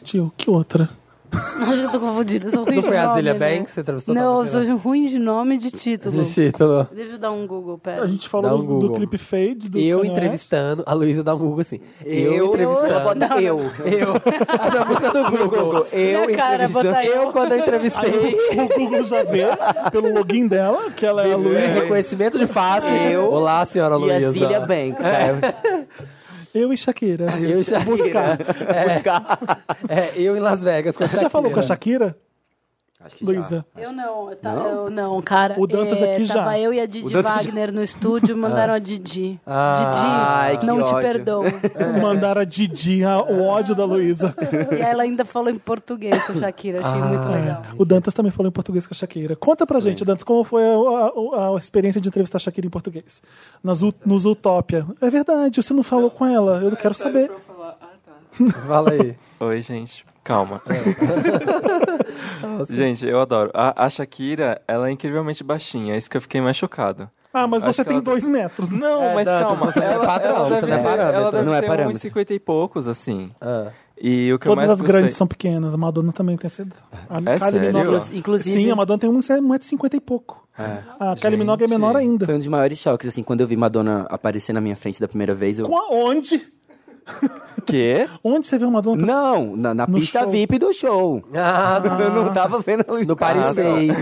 Tio, que outra?
Acho que eu tô confundida. eu Sou ruim
Não
de
foi a
nome,
Azealia
né?
Banks? é Você entrevistou
Não,
pra
eu
você, né?
sou ruim de nome e de título.
De título.
Deixa eu dar um Google, pera.
A gente
Dá um
falou do- do,
Google.
clipe Fade. Do
é?
Eu
Kanye West.
entrevistando, a Luísa dá um Google assim. Eu,
Ela
entrevistando.
bota eu.
Eu. Essa música do Google.
Eu
Minha cara,
entrevistando.
bota
Eu, quando eu entrevistei,
O Google já vê pelo login dela, que ela é a Luísa.
Luísa, reconhecimento de face.
Eu.
Olá, senhora
E
Luísa. É.
a Cília Banks. sabe?
Eu e Shakira.
Eu e Shakira.
Buscar.
É, eu em Las Vegas com a
Você já falou com a
Shakira.
Shakira,
Acho que já.
Luísa?
Eu não, tá, eu não, cara.
O Dantas
É,
aqui já.
Tava eu e a Didi
Dantas já.
Wagner no estúdio, mandaram a Didi.
Ah.
Didi,
Ai, que
não te
ódio.
perdoo.
Mandaram a Didi, a- o ódio da Luísa.
e ela ainda falou em português com a Shakira, achei muito legal.
É. O Dantas também falou em português com a Shakira. Conta pra gente, Dantas, como foi a, a- a experiência de entrevistar a Shakira em português? Nas, U- nos Utopia. É verdade, você não falou com ela. Eu quero saber.
Fala aí.
Oi, gente. Calma. gente, eu adoro. A, a Shakira, ela é incrivelmente baixinha. É isso que eu fiquei mais chocado.
Ah, mas
Acho
você
que
tem
ela- tá-
dois metros. Não,
mas
Dantas,
calma.
você não é
ela,
padrão, você
ela deve,
não é
ter-
parâmetro.
Ela deve
Não é
ter
parâmetro.
uns 50 e poucos, assim.
Ah.
E o que eu
Todas
mais
as grandes
gostei-
são pequenas. A Madonna também tem sido. A
É
Kylie
sério?
Minogue-
Inclusive-
Sim, a Madonna tem é 1,50 e pouco. A Kylie
Gente.
Minogue é menor ainda.
Foi um dos maiores choques, assim, quando eu vi Madonna aparecer na minha frente da primeira vez. Eu...
Com a- onde?
Quê?
Onde você viu a Madonna?
Não, na, na
No
pista
show.
VIP do show.
Ah,
Eu não tava vendo ela em
no Paris
casa.
6.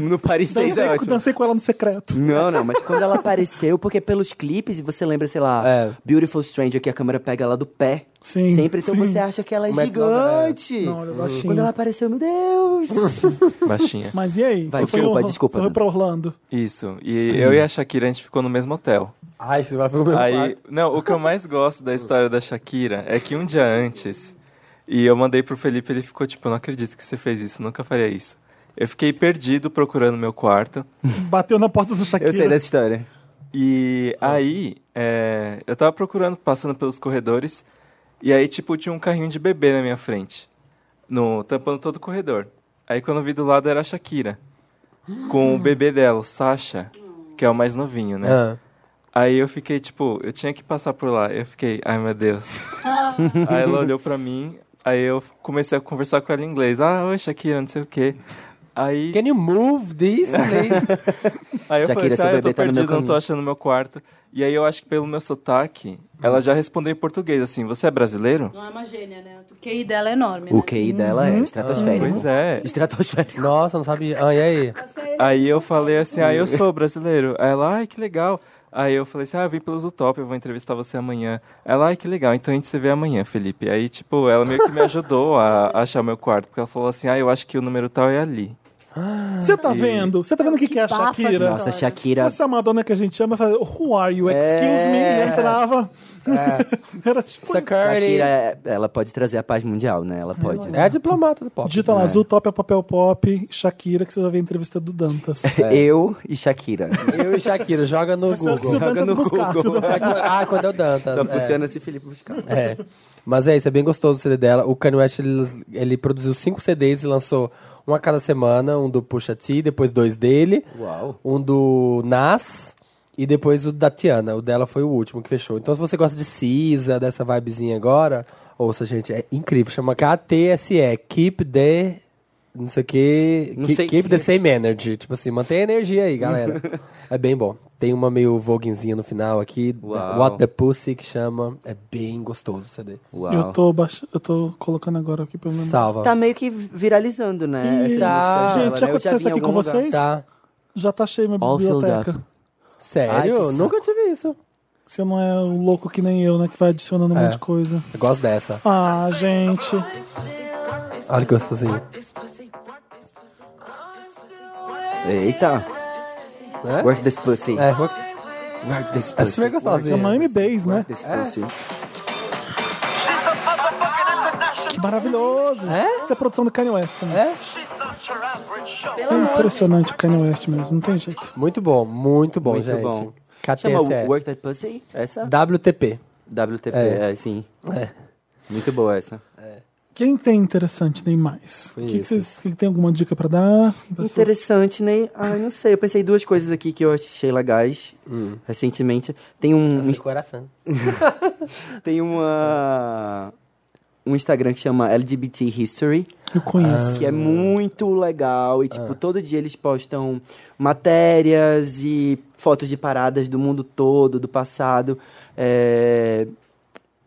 No Paris 6 é
Dancei,
ótimo.
dancei com ela no secreto.
Não, não, mas quando ela apareceu, porque pelos clipes você lembra, sei lá,
É.
Beautiful Stranger, que a câmera pega ela do pé.
Sim,
Sempre, então
sim.
você acha que ela é
Como é que ela é?
gigante.
Não, ela é baixinha.
quando ela apareceu, meu Deus!
Baixinha.
Mas e aí?
Vai,
Você foi
desculpa,
em Orla-
desculpa,
Você foi pra
Dantas.
Orlando.
Isso. E eu e a Shakira, a gente ficou no mesmo hotel.
Ai, isso vai pro meu
Aí,
quarto.
não, o que eu mais gosto da história da Shakira é que um dia antes, e eu mandei pro Felipe, ele ficou tipo, não acredito que você fez isso, nunca faria isso. Eu fiquei perdido procurando meu quarto.
Bateu na porta do Shakira.
Eu sei dessa história.
E aí, é, eu tava procurando, passando pelos corredores, e aí, tipo, tinha um carrinho de bebê na minha frente, no, tampando todo o corredor. Aí, quando eu vi do lado, era a Shakira, com o bebê dela, o Sasha, que é o mais novinho, né?
Ah.
Aí eu fiquei, tipo, eu tinha que passar por lá. Eu fiquei, ai meu Deus. aí ela olhou pra mim, aí eu comecei a conversar com ela em inglês. Ah, oi, Shakira, não sei o quê. Aí,
Can you move this, please?
aí
Shakira,
eu
seu
falei assim, ah, eu
bebê
tô
tá no meu
perdido, não tô
caminho."
achando meu quarto. E aí eu acho que pelo meu sotaque, ela
Uhum.
já respondeu em português, assim, você é brasileiro?
Não é uma gênia, né? O QI dela é enorme,
O QI dela
Uhum.
é estratosférico.
Pois é.
Estratosférico.
Nossa, não sabia. Ah, e aí?
Aí eu falei assim, ah, eu sou brasileiro. Aí ela, ai, que legal. Aí eu falei assim, ah, eu vim pelos Utopia, eu vou entrevistar você amanhã. Ela, ai, que legal, então a gente se vê amanhã, Felipe. Aí, tipo, ela meio que me ajudou a a achar meu quarto, porque ela falou assim, ah, eu acho que o número tal é ali.
Você tá vendo? Você tá vendo o que, que é a
Que bafa
Shakira?
essa
Nossa,
Adoro.
Shakira.
Essa Madonna que a gente chama, fala, who are you? Excuse
É.
me. E entrava. Era tipo.
Security.
Shakira, é- ela pode trazer a paz mundial, né? Ela pode.
É a diplomata do pop.
Dita lá, azul, top é papel pop, Shakira, que você vai ver a entrevista do Dantas.
Eu e Shakira.
Eu e Shakira, joga no
é
Se o
Google.
Dantas
no
buscar, se o Dantas
ah, quando é o Dantas.
Só
é.
funciona se Felipe buscar.
É. Mas é isso, é bem gostoso o CD dela. O Kanye West, ele, ele produziu cinco CDs e lançou um a cada semana, um do Pusha T, depois dois dele,
Uau.
um do Nas e depois o da Tiana. O dela foi o último que fechou. Então se você gosta de Cisa, dessa vibezinha agora, ouça, gente, é incrível. Chama KTSE, Keep the... Não sei o que.
Não
Keep,
sei
keep
que-
the same energy. Tipo assim, mantém a energia aí, galera. é bem bom. Tem uma meio voguinzinha no final aqui.
Uau.
What the Pussy, que chama. É bem gostoso o CD.
Uau.
Eu tô, baixa- eu tô colocando agora aqui pelo menos.
Salva.
Tá meio que viralizando, né?
Ih,
essas
tá.
músicas dela,
Gente, já
né? Eu
aconteceu
vi
isso
em
aqui com
algum lugar.
vocês?
Tá.
Já tá cheio minha
All filled
biblioteca.
Ai, que
Sério?
saco.
Nunca tive isso.
Você não é um louco que nem eu, né? Que vai adicionando um
É.
monte de coisa.
Eu gosto dessa.
Ah, gente.
Olha que gostosinho.
Eita.
É?
Work this pussy.
É, work this-
Work this
é
pussy.
super
Isso é
gostosinho.
uma M-Bass, né?
This pussy.
Que maravilhoso.
É?
Essa é a produção do Kanye West também.
É?
É impressionante o Kanye West mesmo, não tem jeito.
Muito bom, muito bom,
Muito
gente.
bom. Chama
KTSE.
Work That Pussy? Essa?
WTP.
WTP,
É.
é, sim.
É.
Muito boa essa.
Quem tem interessante nem mais?
Foi
O que que
esses.
vocês que tem alguma dica pra dar? Pessoas-
Interessante, Ney. Ah, não sei. Eu pensei duas coisas aqui que eu achei legais recentemente. Tem um,
Nossa, coração.
tem uma um Instagram que chama LGBT History,
Eu conheço.
Ah.
que é muito legal e tipo todo dia eles postam matérias e fotos de paradas do mundo todo, do passado, é,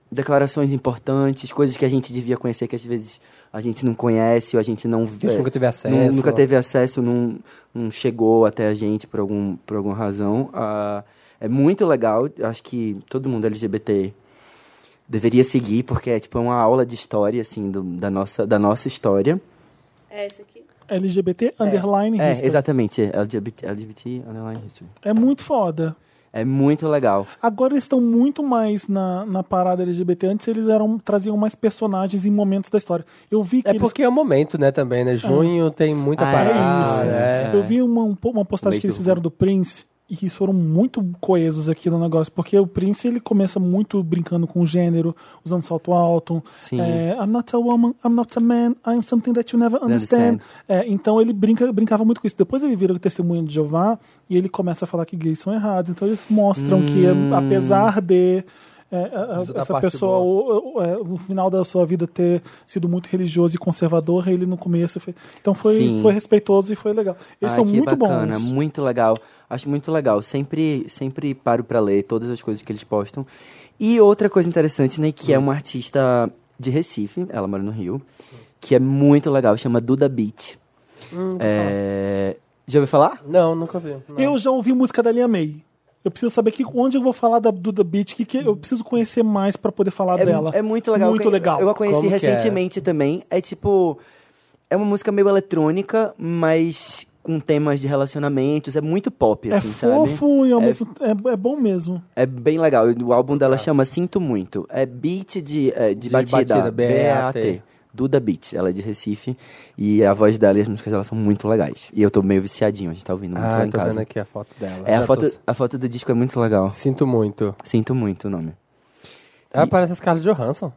declarações importantes, coisas que a gente devia conhecer que às vezes a gente não conhece ou a gente não
Que a gente
é,
nunca teve acesso.
não- nunca teve acesso, não, não chegou até a gente por, algum, por alguma razão. Ah, é muito legal, eu acho que todo mundo LGBT deveria seguir, porque é tipo uma aula de história, assim, do- da, nossa, da nossa história.
É isso aqui.
Ah.
LGBT underline
É,
history.
exatamente, é LGBT, LGBT Underline History.
É muito foda.
É muito legal.
Agora eles estão muito mais na, na parada LGBT. Antes eles eram traziam mais personagens em momentos da história. Eu vi que
É
eles...
porque é o momento, né, também, né? Junho tem muita
Ah, é
É
parada.
isso.
né?
Eu vi uma, um po- uma postagem
Mês
que eles
do
fizeram do Prince e que eles foram muito coesos aqui no negócio, porque o Prince ele começa muito brincando com o gênero, usando salto alto.
Sim.
é, I'm not a woman, I'm not a man, I'm something that you never understand.
understand.
É, então ele brinca, brincava muito com isso. Depois ele vira o testemunho de Jeová e ele começa a falar que gays são errados. Então eles mostram que apesar de é, a- a-
Da
essa
parte
pessoa
boa.
o- o- é, no final da sua vida ter sido muito religioso e conservador, ele no começo. Foi... Então foi,
Sim.
foi respeitoso e foi legal. Eles
Ai,
são
que
muito
bacana,
bons.
Muito legal. Acho muito legal. Sempre, sempre paro pra ler todas as coisas que eles postam. E outra coisa interessante, né,
Hum.
que é uma artista de Recife, ela mora no Rio, que é muito legal, chama Duda Beat. É, Já ouviu falar?
Não, nunca vi. não.
Eu já ouvi música da Lia May. Eu preciso saber que, onde eu vou falar da Duda Beat, que, que eu preciso conhecer mais pra poder falar
É,
dela.
é muito legal.
Muito
Eu-
legal.
Eu a conheci
Como que é?
recentemente também. É tipo. É uma música meio eletrônica, mas com temas de relacionamentos. É muito pop,
É
assim, sabe?
fofo e ao
É-
mesmo é, é bom mesmo.
É bem legal. O álbum dela chama Sinto Muito. É beat de, é, de,
De
batida.
batida, B.A.T..
B.A.T.. Duda Beat. Ela é de Recife. E a voz dela e as músicas dela são muito legais. E eu tô meio viciadinho. A gente tá ouvindo muito
Ah,
lá em
tô vendo
casa.
aqui a foto dela.
É,
Já
a, foto,
tô-
a foto do disco é muito legal.
Sinto muito.
Sinto Muito o nome.
Ela parece as caras de Johansson.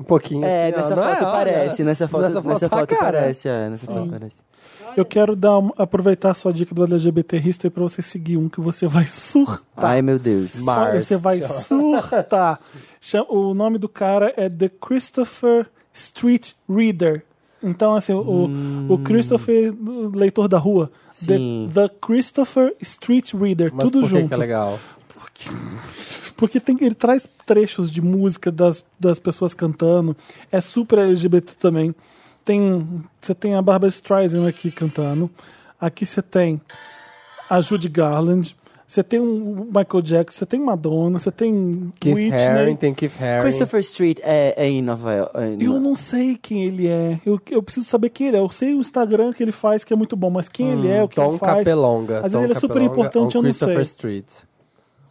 Um pouquinho.
É,
assim,
nessa
ó, não é?
foto
Olha.
parece. Nessa foto, nessa foto,
tá a cara.
parece. É, nessa foto parece.
Eu quero dar uma- aproveitar a sua dica do LGBT History pra você seguir um que você vai surtar.
Ai, meu Deus.
Ma- Mars,
Olha, você vai
chama.
surtar. Chama- o nome do cara é The Christopher Street Reader. Então, assim, o, o
Hum.
Christopher, leitor da rua. The,
Sim.
The Christopher Street Reader,
Mas
tudo
por que
junto.
que é legal?
Porque tem, ele traz trechos de música das, das pessoas cantando. É super LGBT também. Tem, você tem a Barbara Streisand aqui cantando. Aqui você tem a Judy Garland. Você tem um Michael Jackson. Você tem Madonna. Você tem
Keith
Whitney.
Haring, tem Keith Haring.
Christopher Street é, é em Nova York. é em-
Eu não sei quem ele é. Eu, eu preciso saber quem ele é. Eu sei o Instagram que ele faz, que é muito bom, mas quem ele é, o que
Hum, Tom
ele faz.
Capelonga.
Às vezes
Tom
ele é super
Capelonga
importante,
on
eu não
Christopher
sei.
Street.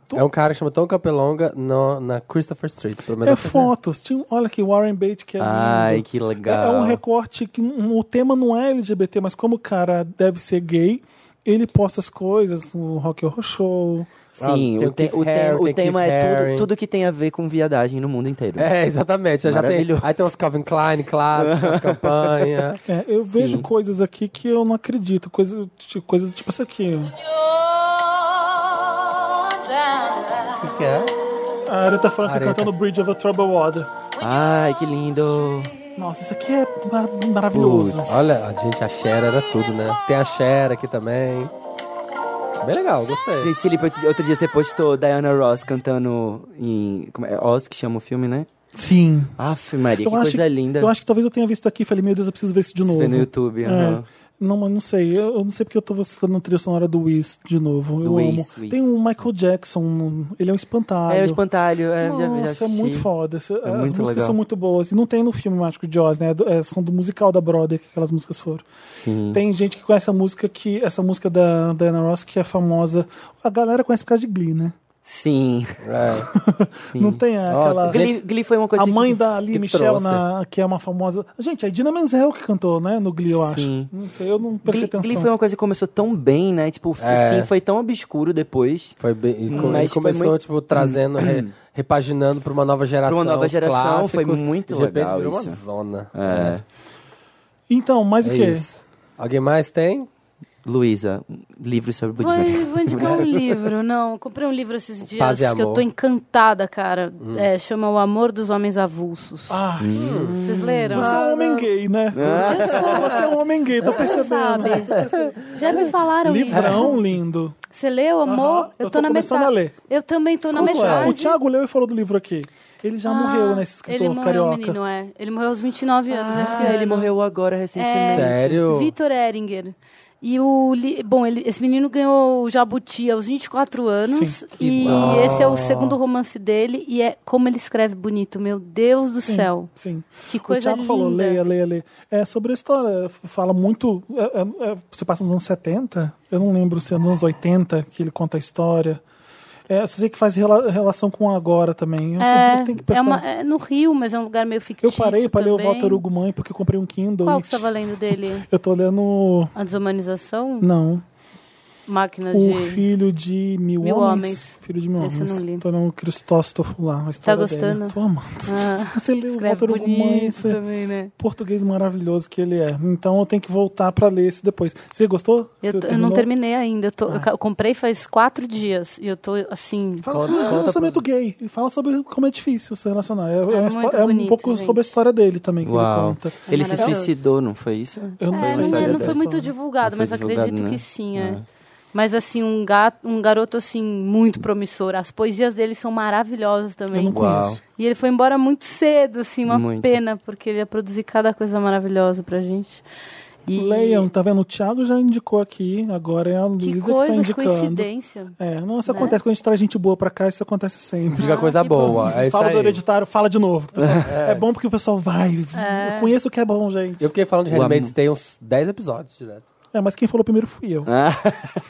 Tom-
É um cara que chama Tom Capelonga no- na Christopher Street. Pelo menos
É
eu tô vendo.
fotos. Tinha, um- olha aqui, Warren Bate, que é lindo.
Ai, que
É-
legal.
É um recorte que n- o tema não é LGBT, mas como o cara deve ser gay, ele posta as coisas no Rock Horror Show.
Sim,
Ah, tem
o, te-
Keith
o, te-
Haring,
o
tem
tema
Keith
é
Haring.
tudo, tudo que tem a ver com viadagem no mundo inteiro.
É, exatamente. Já tem,
Maravilhoso.
aí tem umas Calvin Klein clássicas, campanha.
É, eu vejo coisas aqui que eu não acredito. Coisas tipo, coisas tipo essa aqui. ó.
O que que é?
A Aretha tá Franklin
Aretha.
cantando Bridge of a Troubled Water.
Ai, que lindo.
Nossa, isso aqui é mar- maravilhoso.
Putz, Olha, a gente, a Cher era tudo, né? Tem a Cher aqui também. Bem legal, gostei.
Gente, Felipe, outro dia- outro dia você postou Diana Ross cantando em. Como é? Oz, que chama o filme, né?
Sim.
Aff, Maria,
Eu
que
acho,
coisa linda.
eu acho que talvez eu tenha visto aqui e falei, meu Deus, eu preciso ver isso de
Você
novo.
vê no YouTube.
É.
aham.
Não, mas não sei. Eu, eu não sei porque eu tô escutando trilha sonora do Wiz de novo. eu
Do Wiz,
amo.
Wiz.
Tem um Michael Jackson, um- ele é um espantado.
É, o espantalho. É, já, já
Nossa, é
assisti.
muito foda. Essa- as
muito
músicas
legal.
são muito boas. E não tem no filme Mágico de Oz, né? É do- é, são do musical da Broadway que aquelas músicas foram.
Sim.
Tem gente que conhece a música que. Essa música da Diana Ross, que é famosa. A galera conhece por causa de Glee, né?
Sim.
É.
sim.
Não tem aquela.
Hum. Glee, Glee foi uma coisa
a
que-
mãe
que-
da Ali
que
Michel,
trouxe.
na, que é uma famosa. Gente, é Dina Menzel que cantou, né? No Glee, eu acho.
Sim.
Não sei, eu não prestei
Glee,
atenção.
Glee foi um- uma coisa que começou tão bem, né? Tipo, o fi-
É.
fim foi tão obscuro depois.
Foi bem, e co-
Mas
ele
foi
começou,
muito- Uhum.
tipo, trazendo, re- repaginando pra uma nova geração.
Pra uma nova
os
geração,
clássicos,
foi muito
e de repente
legal
virou
isso.
uma zona.
É.
Então, mais
É
o quê?
isso. Alguém mais tem?
Luísa, livros sobre
Vou,
budismo.
vou indicar um livro, não. eu Comprei um livro esses dias
Paz e
que eu
Amor.
tô encantada, cara. É, chama O Amor dos Homens Avulsos.
Ah,
Hum.
Vocês leram?
você é um homem gay, né?
Eu sou,
Você é um homem gay, tô percebendo.
sabe? Já me falaram isso.
Livrão lindo.
Você leu, amor?
Aham, eu tô começando
metade.
a ler.
Eu também tô na
Como é?
metade. Ah,
O Thiago leu e falou do livro aqui. Ele já morreu, né? Esse escritor
ele morreu,
carioca.
menino, é. Ele morreu aos 29 anos esse
Ah,
ano. É,
ele morreu agora recentemente.
Sério?
Vitor Eringer. E o. li- Bom, ele- esse menino ganhou o Jabuti aos 24 anos.
Sim.
E
Uau.
esse é o segundo romance dele. E é como ele escreve bonito, meu Deus do
Sim,
céu.
Sim.
Que coisa
o Thiago
linda.
falou, leia, leia, leia. É sobre a história, fala muito. é, é, é, se passa nos anos 70, eu não lembro se é nos anos 80 que ele conta a história. É, eu só sei que faz rela- relação com agora também. Eu
É,
tenho que
é,
prestar-
uma- é no Rio, mas é um lugar meio
eu
fictício.
parei pra ler o
também.
Walter Hugo Mãe porque eu comprei um Kindle.
Qual
e-
que você tava lendo dele?
Eu tô lendo.
A desumanização?
Não.
Máquina
Hum. O
de.
filho de mil,
Mil
homens.
Homens.
Filho de mil
Esse eu
homens.
não li. Tá
Tô lendo o Cristóstomo lá. A história dele.
gostando?
Tô amando.
Ah,
Você leu o
escreve
Walter Hugo Mãe.
bonito
Você... é
também, né?
português maravilhoso que ele é. Então eu tenho que voltar pra ler esse depois. Você gostou?
Eu,
Você
tô- eu não
terminou? Ah.
terminei ainda. Eu, tô- eu ca- eu comprei faz quatro dias e eu tô assim.
Fala
Conta-
sobre o
conta
relacionamento gay. E Fala sobre como é difícil se relacionar. É, é uma
muito
histó- é um
bonito,
pouco
gente.
sobre a história dele também que ele
Uau.
conta.
Ele se
É. maravilhoso.
suicidou, não foi isso?
tá. Eu não
É,
sei.
não,
História
não
dessa.
foi muito divulgado,
Não foi
mas
divulgado,
acredito
né?
que sim, é.
É.
Mas assim, um, gato, um garoto assim, muito promissor. As poesias dele são maravilhosas
Eu
também.
não
Uau.
conheço.
E ele foi embora muito cedo, assim, uma
Muito.
pena, porque ele ia produzir cada coisa maravilhosa pra gente. E
Leiam, tá vendo? O Thiago já indicou aqui, agora é a Luísa
que
que,
coisa, Né?
tá
que
indicando.
coincidência.
É, não, isso acontece quando a gente traz gente boa pra cá, isso acontece sempre.
Diga
Ah,
coisa
que
boa. É isso
fala do
aí.
hereditário, fala de novo. que o pessoal- é. bom porque o pessoal vai. Eu conheço o que é bom, gente.
Eu fiquei falando de
O amor.
Handmaid's Tale uns 10 episódios direto.
É, mas quem falou primeiro fui
É.
eu.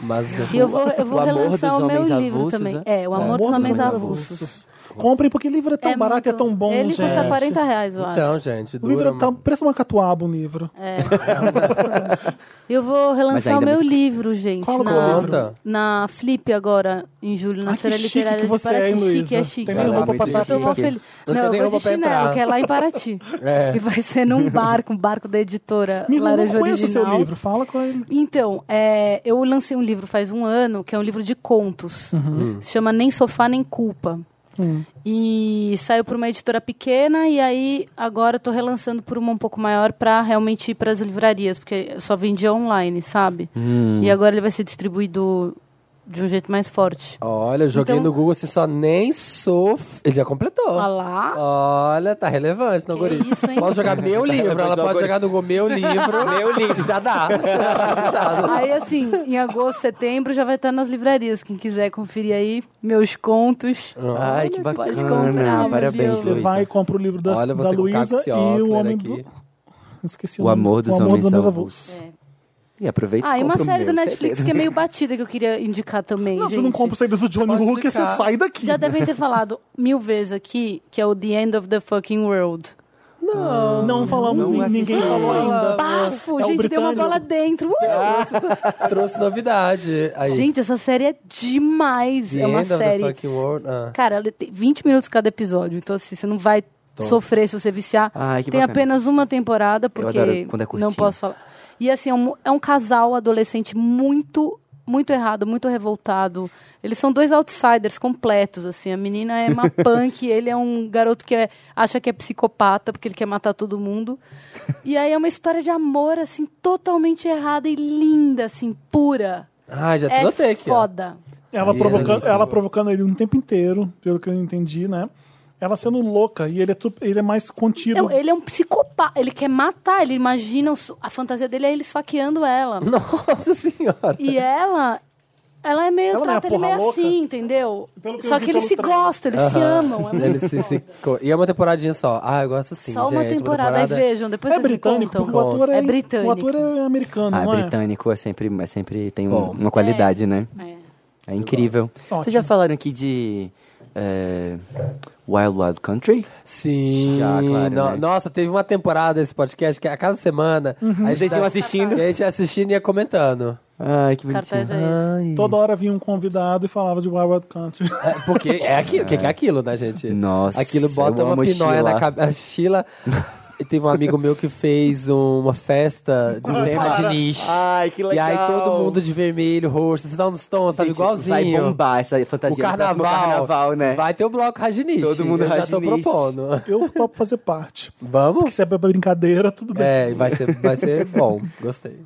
Mas
E eu vou, eu vou
O amor
relançar
dos
o meu
homens
livro
avulsos,
também.
né?
É, O Amor, dos Homens Avulsos.
Comprem, porque livro é tão
É
barato e é
muito-
tão bom,
Ele
gente.
custa 40 reais, eu acho.
então, gente,
O livro
dura...
é tá, parece uma catuaba, um livro.
É, Eu vou
Mas
relançar
ainda
o
é
meu
muito
livro, gente.
Qual é o
na,
seu
livro?
na Flip agora, em julho, na
Ai, que
Feira
chique
Literária
que
de
você é,
Paraty.
hein,
chique, é
Luísa?
chique.
Tem nem roupa
pra
eu tô
estar
mó
aqui.
feliz.
Não
Não,
tem nem
eu vou
roupa
de
pra
chinelo,
entrar.
que é lá em Paraty.
É.
E vai ser num barco, um barco da editora
Menina, eu
Laranja
não conheço o
Original.
seu livro, fala com ele.
Então, é, eu lancei um livro faz um ano, que é um livro de contos. Se chama Nem Sofá Nem Culpa. Hum. E saiu por uma editora pequena e aí agora eu tô relançando por uma um pouco maior pra realmente ir pras livrarias, porque eu só vendia online, sabe? E agora ele vai ser distribuído de um jeito mais forte.
Olha, eu joguei
Então-
no Google, assim, só nem sou... f- Ele já completou.
Olha lá.
Olha, tá relevante no
Que
algoritmo.
isso, hein?
Posso jogar meu
Tá
livro, ela pode jogar no Google meu livro. meu livro. Já dá.
Aí assim, em agosto, setembro já vai estar nas livrarias, quem quiser conferir aí meus contos.
Ai, que
pode comprar,
bacana.
meu
Ah, né? Parabéns,
Deus.
Você
Luísa.
vai e compra o livro da,
Olha,
da
você com
Luísa
Caxi
e o
Ockler
Homem
aqui.
do... Esqueci o,
O
nome.
amor
um
dos
o amor
homens
dos meus
avulsos.
É.
E aproveita e
Ah, e uma
compra o
série do
meu,
Netflix
certeza.
que é meio batida que eu queria indicar também,
Não,
gente.
tu não compra o CD do Johnny
Pode
Hooker, você
ficar.
sai daqui.
Já devem ter falado mil vezes aqui que é o The End of the Fucking World.
Não falamos,
Não
ni- ninguém
assisti.
falou ainda.
Bafo!
É o
gente, deu uma
britânico.
bola dentro. Uh!
Trouxe novidade. Aí,
Gente, essa série é demais.
The
é uma
End of the
série.
Fucking World. Ah.
Cara, ela tem 20 minutos cada episódio, então assim, você não vai sofrer se você viciar.
Ai, que
tem
bacana.
apenas uma temporada, porque
adoro quando é curtinho.
não posso falar. E assim, é um, é um casal adolescente muito, muito errado, muito revoltado. Eles são dois outsiders completos, assim. A menina é uma punk, ele é um garoto que é- acha que é psicopata, porque ele quer matar todo mundo. E aí é uma história de amor, assim, totalmente errada e linda, assim, pura.
Ah, já notei
É
aqui. ó.
foda.
Ela,
Aí,
provocando,
aí,
ela
aí.
provocando ele um tempo inteiro, pelo que eu entendi, né? Ela sendo louca e ele é, tu- ele é mais contido.
Não, ele é um psicopata. Ele quer matar. Ele imagina o su- a fantasia dele é ele esfaqueando ela.
Nossa senhora.
E ela. Ela é meio.
Ela não é
trata
a
ele
porra
meio
louca?
assim, entendeu?
Pelo que eu
Só
vi
que eles
pelo
se
trailer.
gostam, eles se amam. É muito
Ele se, se co- E é uma temporadinha só. Ah, eu gosto assim,
Só
gente.
uma temporada. Aí vejam, depois
é
vocês me
britânico,
contam.
porque o ator é,
É britânico.
O ator é americano,
Ah,
não é?
britânico é sempre, é sempre tem um-
Bom.
uma qualidade, né?
É.
É incrível. Vocês já falaram aqui de é, Wild Wild Country?
Sim.
Já, claro,
No-
né?
Nossa, teve uma temporada esse podcast que é a cada semana
Uhum.
a gente
Vocês iam
tá-
assistindo?
A gente ia assistindo e ia comentando.
Ai, que bonitinho.
Cartaz é esse.
Toda hora vinha um convidado e falava de Wild Wild Country.
É, Porque é aquilo, o que que é aquilo, né, gente?
Nossa,
Aquilo bota
eu
uma
amo
pinóia
Sheila.
na cabeça. Sheila. E teve um amigo meu que fez uma festa de tema de nicho.
Ai, que
E aí
legal.
todo mundo de vermelho, roxo, você dá uns tons, tava
Gente,
igualzinho.
Vai bombar essa fantasia.
o
no próximo
carnaval,
carnaval, né?
Vai ter o bloco Rajinish.
Todo mundo
Eu já tô
Rajinish.
propondo.
Eu topo fazer parte. Porque
Vamos?
se é pra brincadeira, tudo bem.
É, vai ser, vai ser bom. Gostei.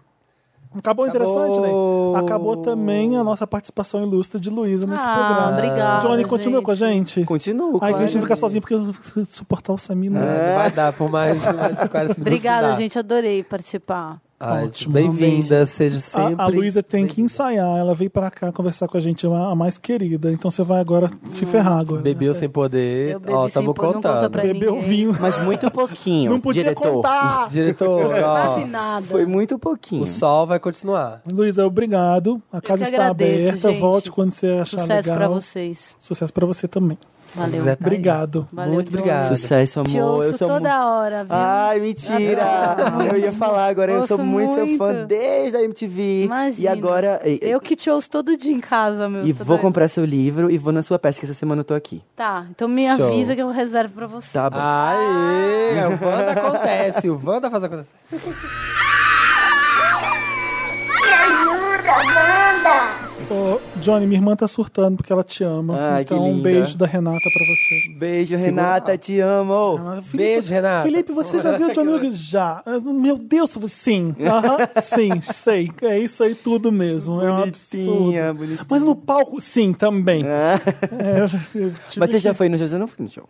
Acabou, interessante,
Acabou.
né? Acabou também a nossa participação ilustre de Luísa nesse
Ah,
programa.
obrigada,
Johnny, continua
gente.
com a gente?
Continua,
Ai,
claro.
que a gente fica sozinho porque eu não consigo suportar o Samir,
É,
né?
não vai dar por mais, por mais 40 minutos.
Obrigada,
dá.
gente. Adorei participar.
Ai,
Ótimo,
Bem-vinda, seja sempre.
A, a Luísa tem que ensaiar, ela veio pra cá conversar com a gente, é a, a mais querida. Então você vai agora se ferrar agora.
Bebeu sem poder.
Eu bebi
Ó,
sem
tamo
pôr, não conta
contando.
pra
Bebeu
ninguém.
vinho.
Mas muito pouquinho,
Não podia
diretor.
contar!
Diretor,
Tá
ó,
Quase nada.
Foi muito
o
pouquinho.
sol vai continuar.
Luísa, obrigado. A casa
que
está
agradeço,
aberta.
gente.
Volte quando você achar
Sucesso
legal.
pra vocês.
Sucesso pra você também.
Valeu.
Zé tá aí.
Obrigado.
Valeu,
Muito
John.
obrigado.
Sucesso, amor.
Te ouço
eu sou
toda
muito...
hora, viu? Ah,
Ai, mentira! Eu ia falar agora, eu sou
Ouço
muito, seu fã
muito.
desde a MTV. E
Imagina.
agora. e- e-
Eu que te ouço todo dia em casa, meu.
E
tá
vou
doido?
comprar seu livro e vou na sua peça, que essa semana eu tô aqui.
Tá, então me
Show.
avisa que eu reservo pra você.
Tá bom.
Aê! O Wanda acontece, o Wanda faz acontecer.
Me ajuda, Wanda!
Ô, Johnny, minha irmã tá surtando porque ela te ama.
Ai, que
então, um
linda.
beijo da Renata pra você.
Beijo,
Ah.
Renata, te amo!
Beijo, Renata.
Felipe, você já viu o Johnny Wilkins? Já. Ah, Meu Deus, sim. Aham, sim, sei. É isso aí tudo mesmo. é um
Bonitinha,
absurdo.
bonitinha.
Mas no palco, sim, também. É, eu tive
Mas você já
que-
foi no show? Eu não fui no show.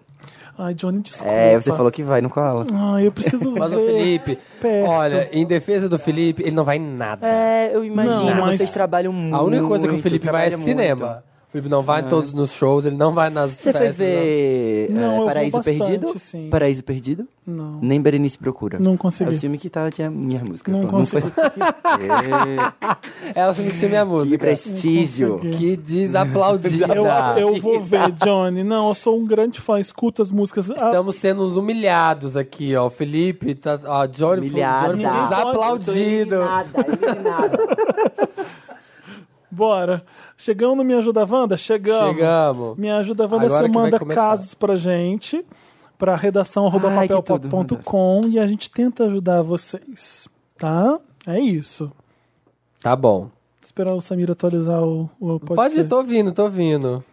Ai, Johnny, desculpa.
É, você falou que vai, não cola.
Ai, eu preciso
Mas o
ver.
Felipe,
perto.
olha, em defesa do Felipe, ele não vai em nada.
É, eu imagino,
Não, mas-
vocês trabalham muito.
A única coisa que o Felipe vai é
trabalham
cinema.
muito.
O Felipe não vai em todos nos shows, ele não vai nas
Você foi
festas,
ver
né?
Não,
É,
eu
eh,
vou
Paraíso
bastante,
Perdido?
sim.
Paraíso Perdido?
Não.
Nem Berenice Procura.
Não
É
consegui.
o filme que tava, tinha minha música.
Não
Pronto,
consegui.
não. Ela tem que ser minha
foi. Que
música.
prestígio.
consegui.
Que desaplaudida.
Eu, eu vou ver, Johnny. Não, eu sou um grande fã. Escuta as músicas. Ah,
Estamos sendo humilhados aqui, ó. O Felipe tá. Ó, Johnny,
Humilhada.
Johnny foi desaplaudido.
Bora. Chegamos no Me Ajuda Wanda? Chegamos.
Chegamos.
Me Ajuda Wanda,
Agora
você
que vai
manda
começar.
casos pra gente, pra redação arroba
Ai, que tudo,
papelpop.com e a gente tenta ajudar vocês, tá? É isso.
Tá bom.
Vou Esperar o Samir atualizar o, o
Pode,
podcast.
tô ouvindo, tô ouvindo.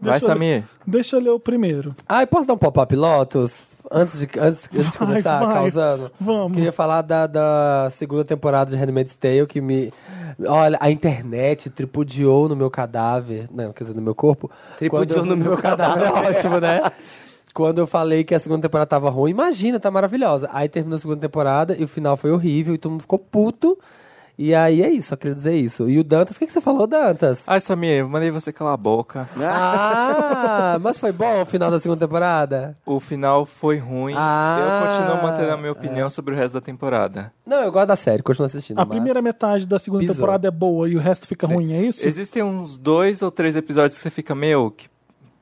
Vai,
Deixa eu-
Samir.
Deixa eu ler o primeiro.
Ah, e posso dar um pop-up Lotus? Antes de, antes, antes de
Vai,
começar,
vai.
causando.
Vamos.
Queria falar da, da segunda temporada de Handmaid's Tale, que me... Olha, a internet tripudiou no meu cadáver. Não, quer dizer, no meu corpo.
Tripudiou
Quando eu-
no meu
É ótimo, né? Quando eu falei que a segunda temporada tava ruim, imagina, tá maravilhosa. Aí terminou a segunda temporada e o final foi horrível e todo mundo ficou puto. E aí é isso, só queria dizer isso. E o Dantas, o que, que você falou, Dantas?
Ai, Samir, eu mandei você calar a boca.
Né? Ah, mas foi bom o final da segunda temporada?
O final foi ruim.
Ah,
eu continuo mantendo a minha opinião sobre o resto da temporada.
Não, eu gosto da série, continuo assistindo.
A
mas-
primeira metade da segunda
Pisou.
temporada é boa e o resto fica ruim, é isso?
Existem uns dois ou três episódios que você fica, meu, que,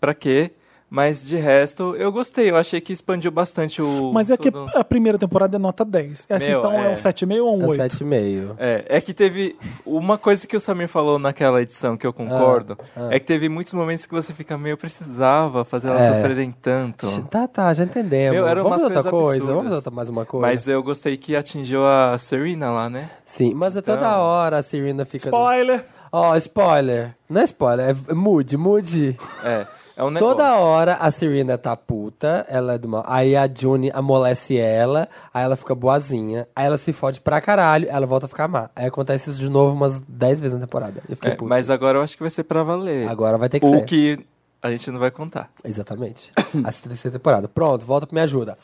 pra quê? Mas de resto, eu gostei. Eu achei que expandiu bastante o.
Mas é que
todo-
a primeira temporada é nota 10. Essa
Meu,
então é,
é.
um 7,5 ou um
É
8?
7,5.
É, é que teve. Uma coisa que o Samir falou naquela edição que eu concordo
Ah,
é que teve muitos momentos que você fica meio precisava fazer elas
É.
sofrerem tanto.
Tá, tá, já entendemos.
Meu, eram
Vamos fazer
umas
outra
coisas
coisa, vamos fazer
absurdas.
outra, mais uma coisa.
Mas eu gostei que atingiu a Serena lá, né?
Sim, mas é toda
Então.
hora a Serena fica.
Spoiler!
Ó, spoiler. Não é spoiler, é mude, mude.
É. É um negócio.
Toda hora a Serena tá puta, ela é do mal. Aí a June amolece ela, aí ela fica boazinha, aí ela se fode pra caralho, ela volta a ficar má. Aí acontece isso de novo umas 10 vezes na temporada. Eu fiquei
É,
puta.
mas agora eu acho que vai ser pra valer.
Agora vai ter que
O
ser.
que a gente não vai contar.
Exatamente. A terceira temporada. Pronto, volta pra me ajuda.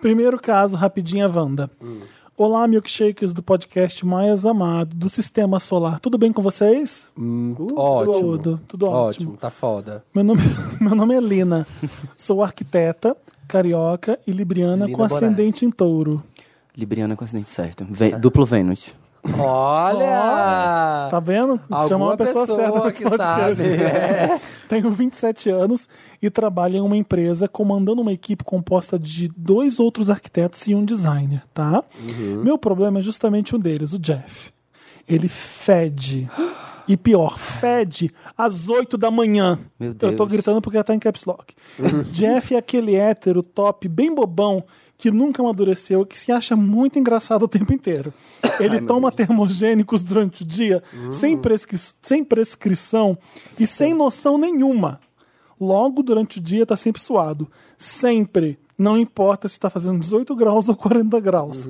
Primeiro caso, rapidinha, Wanda. Olá, milkshakers do podcast mais amado do Sistema Solar. Tudo bem com vocês?
Hum, ótimo.
tudo, tudo ótimo.
Ótimo, tá foda.
Meu nome, meu nome é Lina. Sou arquiteta, carioca e libriana
Lina
com
Moraes.
ascendente em touro.
é Libriana com acidente certo. Vê- Duplo Vênus.
Olha!
Tá vendo?
Alguma
Chamou uma pessoa,
pessoa
certa pra
que
esse podcast.
sabe, é.
Tenho 27 anos e trabalho em uma empresa comandando uma equipe composta de dois outros arquitetos e um designer, tá?
Uhum.
Meu problema é justamente um deles, o Jeff. Ele fede. E pior, fede às 8 da manhã.
Meu
Eu tô
Deus.
gritando porque tá em caps lock. Jeff é aquele hétero top, bem bobão, que nunca amadureceu, que se acha muito engraçado o tempo inteiro. Ele toma termogênicos durante o dia, sem, prescri- sem prescrição e sem noção nenhuma. Logo, durante o dia, tá sempre suado. Sempre. Não importa se tá fazendo 18 graus ou 40 graus.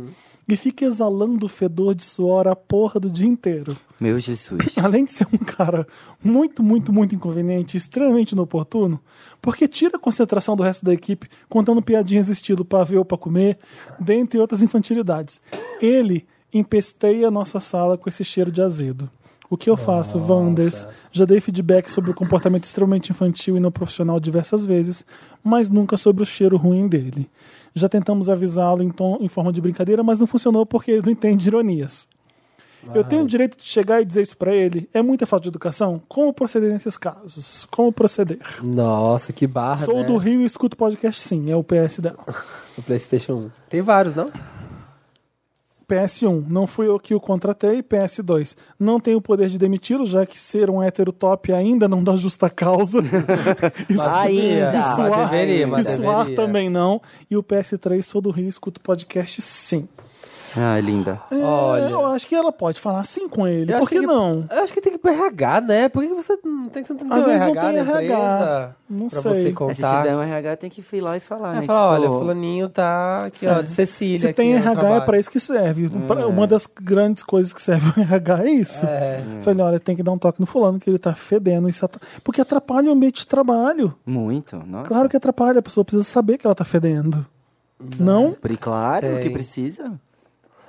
E fica exalando o fedor de suor a porra do dia inteiro.
Meu Jesus.
Além de ser um cara muito, muito, muito inconveniente, extremamente inoportuno, porque tira a concentração do resto da equipe contando piadinhas estilo pra ver ou pra comer, dentre outras infantilidades. Ele empesteia a nossa sala com esse cheiro de azedo. O que eu faço, Wanders? Já dei feedback sobre o comportamento extremamente infantil e não profissional diversas vezes, mas nunca sobre o cheiro ruim dele. Já tentamos avisá-lo em, tom- em forma de brincadeira, mas não funcionou porque ele não entende ironias. Eu tenho o direito de chegar e dizer isso pra ele? É muita falta de educação? Como proceder nesses casos? Como proceder?
Nossa, que barra,
Sou
né?
do Rio e escuto podcast sim, é o PS dela.
Do PlayStation 1. Tem vários, não?
PS1, não fui eu que o contratei. PS2, não tenho o poder de demiti-lo, já que ser um hétero top ainda não dá justa causa. Isso-
Ainda.
E suar,
Mas Ah, deveria, mas
e suar
deveria.
também não. E o PS3, sou do Rio e escuto podcast sim.
Ah, linda.
É,
Olha.
Eu acho que ela pode falar sim com ele.
Eu acho
Por que,
que-
não?
Eu acho que tem que ir pro RH, né? Por que que você não tem, você não tem
Às
um
vezes não
RH
tem
na
RH.
empresa
Não sei.
pra você
É, se tiver
contar?
um RH, tem que ir lá e falar,
É,
né?
falar, olha,
Tipo,
fulaninho tá aqui, ó, de Cecília.
É. Se
aqui
tem
no
RH, é
trabalho.
pra isso que serve.
Hum.
Pra- Uma das grandes coisas que serve o RH é isso.
É.
Falei, olha, tem que dar um toque no fulano, que ele tá fedendo. Isso at- Porque atrapalha o ambiente de trabalho.
Muito, nossa.
Claro que atrapalha, a pessoa precisa saber que ela tá fedendo. Não?
Pri- Claro,
Tem.
que precisa.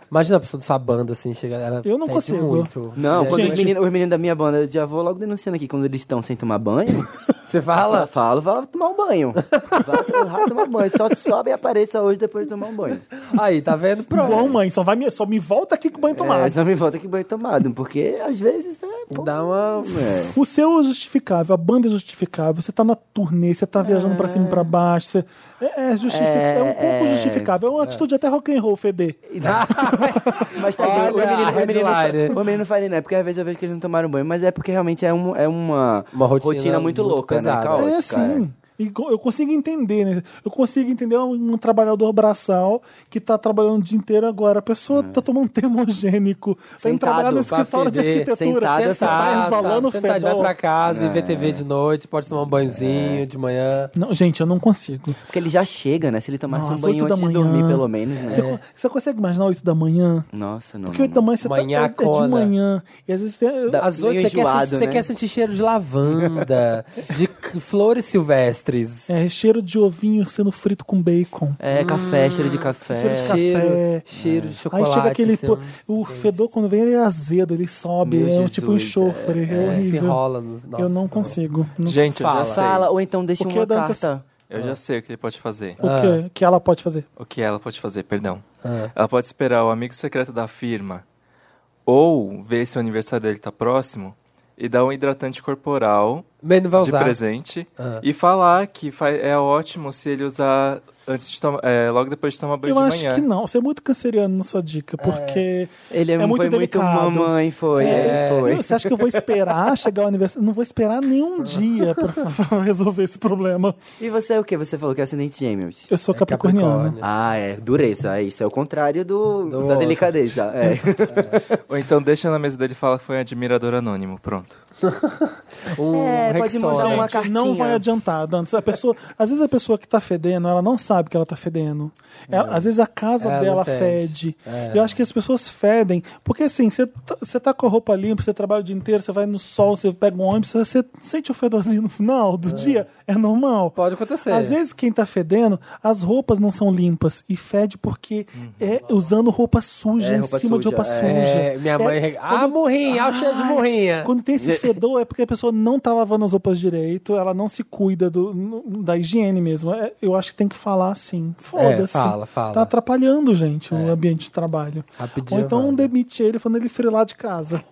Imagina a pessoa da sua banda, assim, chega. Ela
Eu não
fede
consigo.
Muito. Né?
Não,
E aí,
quando os
Né, gente-
meninos, os meninos da minha banda, eu já vou logo denunciando aqui, quando eles estão sem tomar banho,
Você fala?
falo, vai tomar um banho. Vai lá tomar banho, só sobe e apareça hoje depois de tomar um banho.
Aí, tá vendo? Pronto.
Bom, mãe, só, vai me... só me volta aqui com o banho tomado.
É, só me volta que banho tomado, porque às vezes, né, pô,
Dá uma.
é.
O seu é justificável, a banda é justificável. Você tá na turnê, você tá viajando pra cima e pra baixo. você- É, é, justific- é,
É,
um pouco
é.
justificável. É uma atitude até rock and roll, Feder.
Mas tá bem, o
Olha,
menino, o menino, fa-
headline.
o menino faz, né? Porque às vezes eu vejo que eles não tomaram banho, mas é porque realmente é, um, é uma,
Uma rotina muito
muito, louca,
pesada.
né?
É,
Caótica,
sim. E co- eu consigo entender, né? Eu consigo entender um, um trabalhador braçal que tá trabalhando o dia inteiro agora. A pessoa tá tomando termogênico, tá indo
Sentado,
trabalhar no
pra
escritório de
feder,
arquitetura,
sentado,
tá
Tá,
exalando
sabe? Sentadinho, vai
fedor.
pra casa e vê
É.
TV de noite, pode tomar um banhozinho de manhã.
Não, gente, eu não consigo.
Porque ele já chega, né? Se ele tomasse
Nossa,
um banho
oito da
antes de
manhã.
dormir, pelo menos, né?
Você, co- você consegue imaginar 8 da manhã?
Nossa, não.
Porque
não,
8 da
não.
manhã você tá é- é de
Manhacona.
manhã. E às vezes tem-
Dá-
Às oito,
É, meio
você, quer
enjoado,
sentir- você
né?
quer sentir cheiro de lavanda, de c- flores silvestres.
é cheiro de ovinho sendo frito com bacon.
É, café, cheiro de café.
Ah, Cheiro de café. É.
Cheiro, cheiro de chocolate.
Aí chega aquele.
assim,
po-
um-
o fedor, quando vem, ele é azedo, ele sobe,
Meu
é um tipo um
Jesus,
enxofre, é,
é, se
horrível.
enrola no- nossa,
eu não consigo. Não
Gente, eu
Fala.
já sei.
Fala, ou então deixa
O que
uma
é Dantas?
carta.
Eu já sei o que ele pode fazer.
O
Ah.
que, que ela pode fazer?
O que ela pode fazer, perdão.
Ah.
Ela pode esperar o amigo secreto da firma ou ver se o aniversário dele tá próximo e dar um hidratante corporal
Mas não vai
de
usar.
presente
Ah.
e falar que fa- é ótimo se ele usar antes de tomar, é, logo depois de tomar banho
Eu
de
acho
manhã.
que não. Você é muito canceriano na sua dica, porque.
Ele é,
muito
foi
delicado.
muito mamãe, foi. ele foi.
Não, Você acha que eu vou esperar chegar ao aniversário? Não vou esperar nenhum dia pra, pra resolver esse problema.
E você é o que? Você falou que é ascendente gêmeos.
Eu sou capricorniano.
Capricórnio.
Ah, é. Dureza, é isso. É o contrário do,
Do
da
outro.
delicadeza. É.
tipo,
Ou então deixa na mesa dele e fala que foi um admirador anônimo, pronto.
Um
É, pode
Rexona.
mandar Dá uma
Gente, não
cartinha.
vai adiantar, Dantas. A pessoa, às vezes a pessoa que tá fedendo, ela não sabe que ela tá fedendo. Ela- às vezes a casa
Ela
dela
entende.
fede.
É.
Eu acho que as pessoas fedem. Porque assim, você tá, você tá com a roupa limpa, você trabalha o dia inteiro, você vai no sol, você pega um ônibus, você, você sente o fedorzinho no final do dia. É normal.
Pode
É.
acontecer.
Às vezes quem tá fedendo, as roupas não são limpas e fede porque é usando roupa suja
Uhum. É,
em
roupa
cima de
suja,
roupa
é.
suja.
É, minha mãe.
É,
rega- Ah, morrinha, ah, o cheiro de
Ai,
morrinha.
Quando tem esse fedor é porque a pessoa não tá lavando as roupas direito, ela não se cuida do, n- da higiene mesmo. É, eu acho que tem que falar assim. Foda-se.
É, fala, fala. É.
Tá
Tá
atrapalhando, gente, o ambiente de trabalho.
Rapidinho,
Ou então
Wanda.
demite ele falando ele frilar de casa.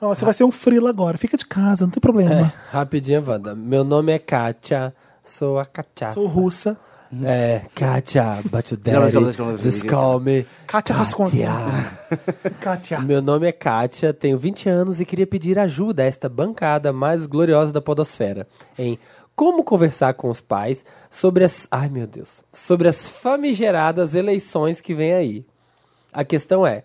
Ó, você vai ser um frila agora. Fica de casa, não tem problema.
É, rapidinho, Wanda. Meu nome é Kátia. Sou a Kátia.
Sou russa.
É, Kátia, but you
Descalma,
daddy,
descalma, descalma.
just call me.
Kátia Rasconte. Kátia.
Meu nome é Kátia, tenho 20 anos e queria pedir ajuda a esta bancada mais gloriosa da podosfera em como conversar com os pais sobre as... Ai, meu Deus. Sobre as famigeradas eleições que vem aí. A questão é,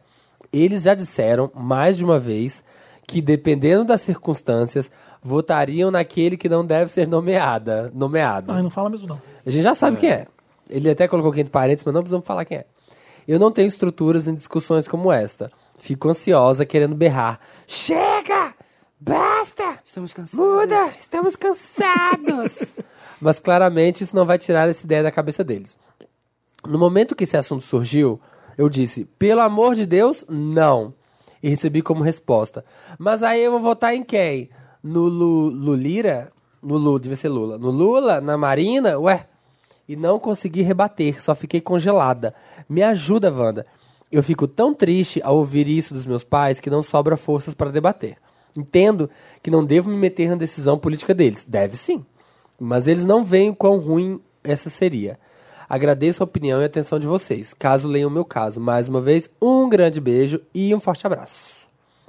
eles já disseram mais de uma vez que dependendo das circunstâncias, votariam naquele que não deve ser nomeada, nomeado.
Ai, não fala mesmo, não.
A gente já sabe quem é. Ele até colocou aqui entre parênteses, mas não precisamos falar quem é. Eu não tenho estruturas em discussões como esta. Fico ansiosa querendo berrar. Chega! Basta!
Estamos cansados.
Muda! Estamos cansados! mas claramente isso não vai tirar essa ideia da cabeça deles. No momento que esse assunto surgiu, eu disse, pelo amor de Deus, não. E recebi como resposta. Mas aí eu vou votar em quem? No Lu, Lulira? No Lu, devia ser Lula. No Lula? Na Marina? Ué. E não consegui rebater, só fiquei congelada. Me ajuda, Wanda. Eu fico tão triste ao ouvir isso dos meus pais que não sobra forças para debater. Entendo que não devo me meter na decisão política deles. Deve sim. Mas eles não veem o quão ruim essa seria. Agradeço a opinião e a atenção de vocês. Caso leiam o meu caso, mais uma vez, um grande beijo e um forte abraço.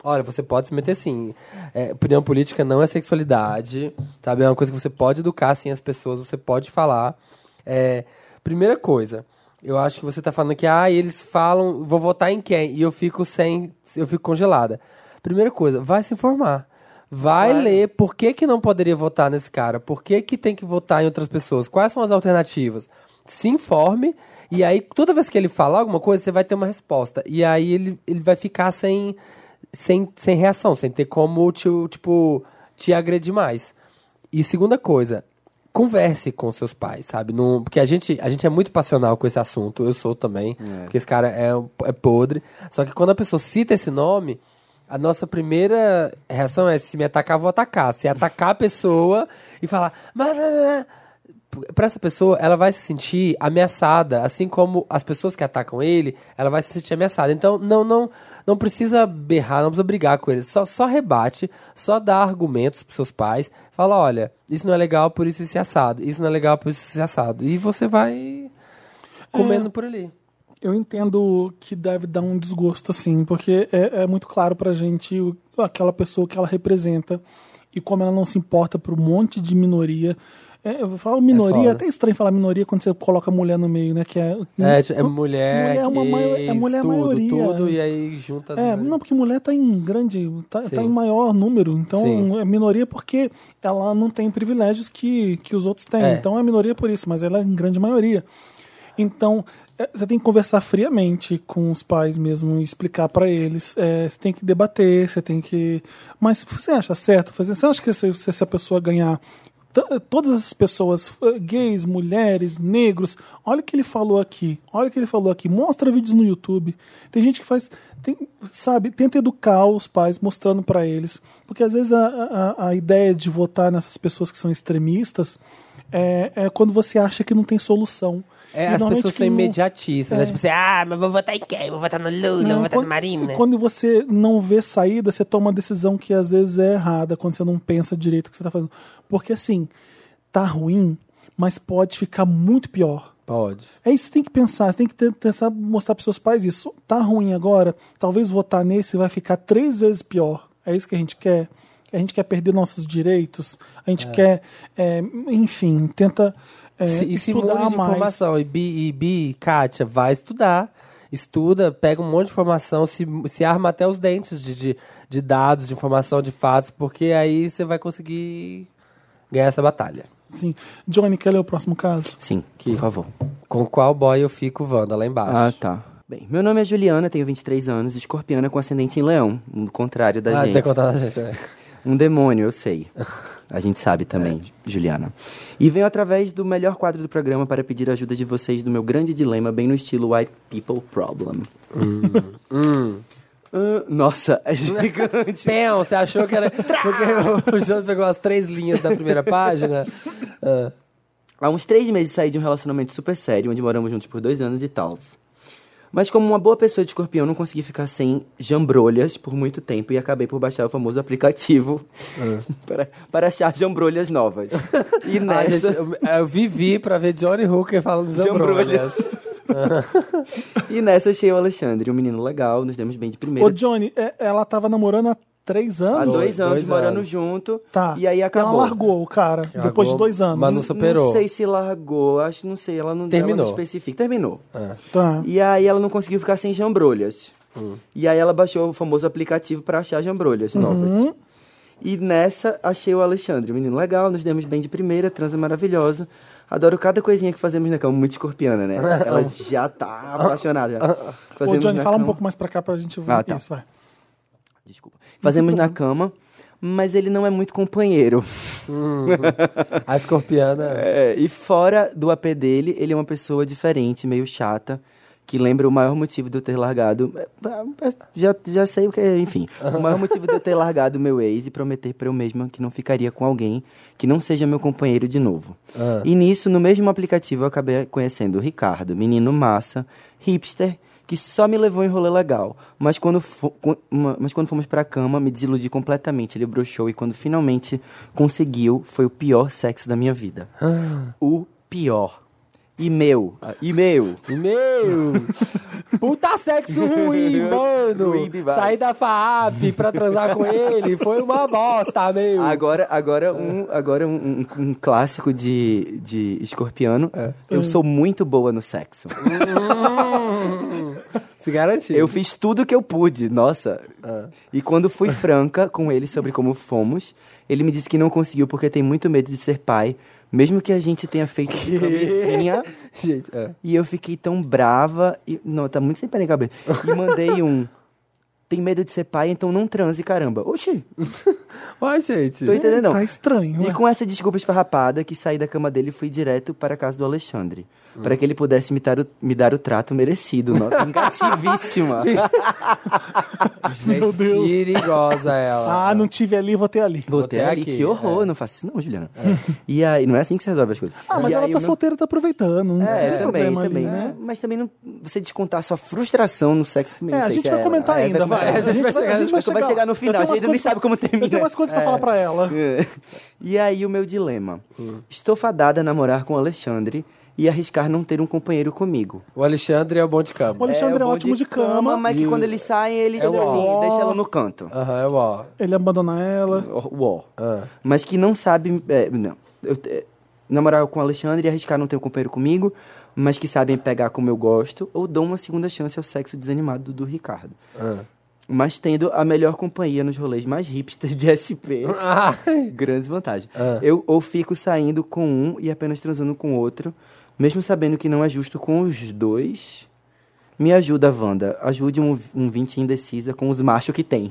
Olha, você pode se meter sim. É, opinião política não é sexualidade, sabe? É uma coisa que você pode educar sim as pessoas, você pode falar. É, primeira coisa, eu acho que você tá falando que, ah, eles falam, vou votar em quem? E eu fico sem, eu fico congelada. Primeira coisa, vai se informar. Vai ler por que, que não poderia votar nesse cara, por que, que tem que votar em outras pessoas, quais são as alternativas. Se informe, e aí toda vez que ele falar alguma coisa, você vai ter uma resposta. E aí ele, ele vai ficar sem, sem, sem reação, sem ter como te, tipo, te agredir mais. E segunda coisa, converse com seus pais, sabe? Não, porque a gente, a gente é muito passional com esse assunto, eu sou também, porque esse cara é, um- é podre. Só que quando a pessoa cita esse nome, a nossa primeira reação é se me atacar, vou atacar. Se atacar a pessoa e falar, mas. ah, ah", Pra essa pessoa, ela vai se sentir ameaçada, assim como as pessoas que atacam ele, ela vai se sentir ameaçada. Então, não não não precisa berrar, não precisa brigar com eles. Só, só rebate, só dá argumentos pros seus pais. Fala, olha, isso não é legal por isso esse assado, isso não é legal por isso esse assado. E você vai comendo por ali.
Eu entendo que deve dar um desgosto, assim, porque é, é muito claro pra gente o- aquela pessoa que ela representa e como ela não se importa por um monte de minoria. É, eu falo minoria,
foda.
é até estranho falar minoria quando você coloca a mulher no meio, né? Que é,
É, tipo, é mulher,
Mulher é uma
que
maio- é mulher
tudo,
maioria.
tudo, e aí junta as
É,
mulheres.
não, porque mulher tá em grande. tá, tá
Sim.
em maior número. Então
Sim.
é minoria porque ela não tem privilégios que, que os outros têm.
É.
Então é minoria por isso, mas ela é em grande maioria. Então é, você tem que conversar friamente com os pais mesmo e explicar pra eles. É, você tem que debater, você tem que. Mas você acha certo fazer? Você acha que se, se essa pessoa ganhar. t- Todas as pessoas, eh, gays, mulheres, negros, olha o que ele falou aqui, olha o que ele falou aqui, mostra vídeos no YouTube. Tem gente que faz, tem- sabe, tenta educar os pais, mostrando pra eles. Porque às vezes a, a- a ideia de votar nessas pessoas que são extremistas é, é quando você acha que não tem solução.
É,
E
as
normalmente
pessoas
quem
são
não- É.
imediatistas, né? Tipo assim, ah, mas vou votar em quem? Vou votar no Lula, vou votar
quando,
no Marina.
quando você não vê saída, você toma uma decisão que às vezes é errada, quando você não pensa direito o que você tá fazendo. Porque assim, tá ruim, mas pode ficar muito pior.
Pode.
É isso que você tem que pensar, você tem que ter- tentar mostrar pros seus pais isso. Tá ruim agora, talvez votar nesse vai ficar três vezes pior. É isso que a gente quer. A gente quer perder nossos direitos, a gente quer, é, enfim, tenta é,
Se- e se
estudar
muda de
mais.
informação. E Bi, e Bi, Kátia, vai estudar. Estuda, pega um monte de informação, se, se arma até os dentes de, de, de dados, de informação, de fatos, porque aí você vai conseguir ganhar essa batalha.
Sim. Johnny, quer ler o próximo caso?
Sim, por favor.
Com qual boy eu fico, Wanda, lá embaixo.
Ah, tá. Bem, meu nome é Juliana, tenho 23 anos, escorpiana com ascendente em leão, o contrário da
Ah,
gente.
tem que contar a gente, né?
Um demônio, eu sei. A gente sabe também,
É.
Juliana. E venho através do melhor quadro do programa para pedir a ajuda de
Hum.
vocês do meu grande dilema, bem no estilo White People Problem. "Ah, nossa, é gigante.
Pão, você achou que era. Porque o Jonas pegou as três linhas da primeira página. Ah,
Há uns três meses saí de um relacionamento super sério, onde moramos juntos por dois anos e tal. Mas como uma boa pessoa de escorpião, não consegui ficar sem jambrolhas por muito tempo e acabei por baixar o famoso aplicativo
É.
para, para achar jambrolhas novas. E
ah, gente,
nessa...
eu, eu vivi pra ver Johnny Hooker falando de jambrolhas.
E nessa achei o Alexandre, um menino legal, nos demos bem de primeira.
Ô, Johnny, é- ela tava namorando há três
Há
anos?
dois anos
Dois
morando
anos.
junto.
Tá.
E aí acabou.
Ela largou o cara,
Largou,
depois de dois anos.
mas não superou.
Não sei se largou, acho, não sei, ela não,
Terminou.
Ela não especifica. Terminou.
Tá.
E aí ela não conseguiu ficar sem jambrolhas. E aí ela baixou o famoso aplicativo pra achar jambrolhas novas. E nessa achei o Alexandre, um menino legal, nos demos bem de primeira, transa maravilhosa. Adoro cada coisinha que fazemos na cama, muito escorpiana, né? Ela já tá apaixonada. já.
Ô,
Fazemos
Johnny,
na
fala um
cama-
pouco mais pra cá pra gente ver
Ah, tá.
isso, vai.
Desculpa. Fazemos na cama, mas ele não é muito companheiro.
A escorpiana.
É, e fora do AP dele, ele é uma pessoa diferente, meio chata, que lembra o maior motivo de eu ter largado. é, é, Já, já sei o que é, enfim. O maior motivo de eu ter largado meu ex e prometer pra eu mesma que não ficaria com alguém que não seja meu companheiro de novo.
Ah.
E nisso, no mesmo aplicativo, eu acabei conhecendo o Ricardo, menino massa, hipster. Que só me levou em rolê legal. Mas quando, fo- com- uma- mas quando fomos pra cama, me desiludi completamente. Ele broxou e quando finalmente conseguiu, foi o pior sexo da minha vida
Ah.
o pior. E meu. Ah, E meu.
Meu! Puta sexo ruim, mano!
Ruim demais.
Sair da FAAP pra transar com ele foi uma bosta, meu!
Agora, agora, um, agora um, um- um clássico de, de escorpiano. Eu sou muito boa no sexo.
Se Ah. garantiu.
Eu fiz tudo que eu pude, nossa. E quando fui franca com ele sobre como fomos, ele me disse que não conseguiu porque tem muito medo de ser pai, mesmo que a gente tenha feito de camisinha.
Gente, é.
E eu fiquei tão brava. E... Não, tá muito sem pé nem cabeça. E mandei um. Tem medo de ser pai, então não transe, caramba. Oxi!
Ué, gente.
Tô entendendo, não.
Tá estranho,
E
né?
com essa desculpa esfarrapada, que saí da cama dele e fui direto para a casa do Alexandre. Pra que ele pudesse me dar o, me dar o trato merecido. Nossa, negativíssima.
Meu Deus.
Perigosa ela.
Ah, não tive ali, vou ter ali.
Botei
Botei ali,
aqui,
que horror. Não faço isso não, Juliana. E aí, não é assim que se resolve as coisas.
é. Ah, mas
e
ela
aí
tá
o meu-
solteira, tá aproveitando. Não
É,
tem
também,
problema ali,
também.
né?
Mas também não, você descontar sua frustração no sexo. não
É, a
sei
gente
se
vai
ela.
comentar
É,
ainda, vai.
a gente vai chegar-
vai chegar no
Eu
final,
tenho
a
umas
gente ainda
coisas
nem sabe
pra-
como termina.
Eu tenho umas coisas pra Hum. falar pra ela.
É. E aí o meu dilema. Estou fadada a namorar com o Alexandre e arriscar não ter um companheiro comigo.
O Alexandre é o bom de
O
cama.
Alexandre é,
bom
ótimo de cama,
mas que
E-
quando ele sai, ele
É
tipo
o
assim,
ó. É
deixa ela no canto.
Aham, é o ó.
ele abandona ela.
Uó.
Ah.
Mas que não sabe... é, não. Eu, é, namorar com o Alexandre e arriscar não ter um companheiro comigo, mas que sabem pegar como eu gosto, ou dou uma segunda chance ao sexo desanimado do Ricardo.
ah.
Mas tendo a melhor companhia nos rolês mais hipster de SP.
Ah.
Grandes vantagens.
Ah.
Eu ou fico saindo com um e apenas transando com o outro, mesmo sabendo que não é justo com os dois. Me ajuda, Wanda. Ajude um, um 20 indecisa com os machos que tem.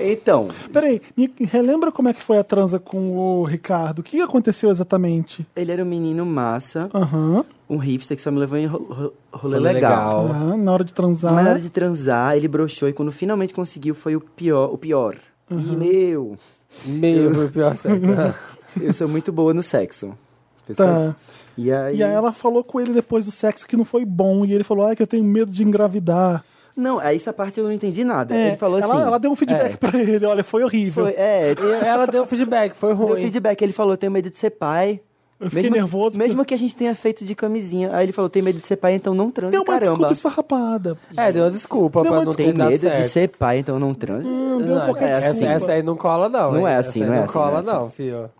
então,
Peraí, me relembra como é que foi a transa com o Ricardo. O que aconteceu exatamente?
ele era um menino massa,
Aham.
um hipster que só me levou em ro- ro- rolê
Rolê
legal.
legal.
Ah, na hora de transar.
Mas na hora de transar, ele broxou e quando finalmente conseguiu foi o pior. O pior. E meu,
Meio foi o pior sexo.
eu sou muito boa no sexo.
Tá.
E aí,
E aí ela falou com ele depois do sexo que não foi bom. E ele falou, ah, que eu tenho medo de engravidar.
Não, aí essa parte eu não entendi nada.
É,
ele falou
ela,
assim.
Ela deu um feedback
é,
pra ele, olha, foi horrível.
foi, é,
E ela deu feedback, foi
deu
ruim.
feedback. Ele falou: tenho medo de ser pai.
Eu fiquei nervoso.
Mesmo que a gente tenha feito de camisinha. Aí ele falou: tenho medo de ser pai, então não transe,
Deu uma
caramba.
desculpa esfarrapada.
É, deu uma desculpa
Deu
pra
uma Ah,
não ter
Tem
dado
medo
certo.
de ser pai, então não transe.
deu um
Não,
qualquer
essa,
desculpa.
essa é, aí não cola, não.
Não
hein?
é assim,
Essa aí
não é
Não
assim,
cola,
não é assim.
não, fio.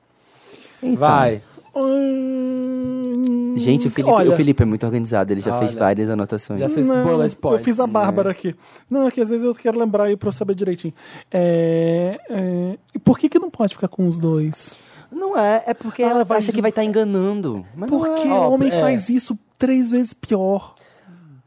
Então,
Vai.
Hum,
Gente, o Felipe,
olha,
o Felipe é muito organizado, ele já fez
Olha.
várias anotações.
Já fez
não,
bullet
eu
points.
fiz
né?
a Bárbara aqui. Não, é que às vezes eu quero lembrar aí pra eu saber direitinho. É, é, e por que que não pode ficar com os dois?
Não é, é porque ela Ah, acha que vai estar enganando. Mas é.
Por que
Ó,
o homem
é.
faz isso três vezes pior?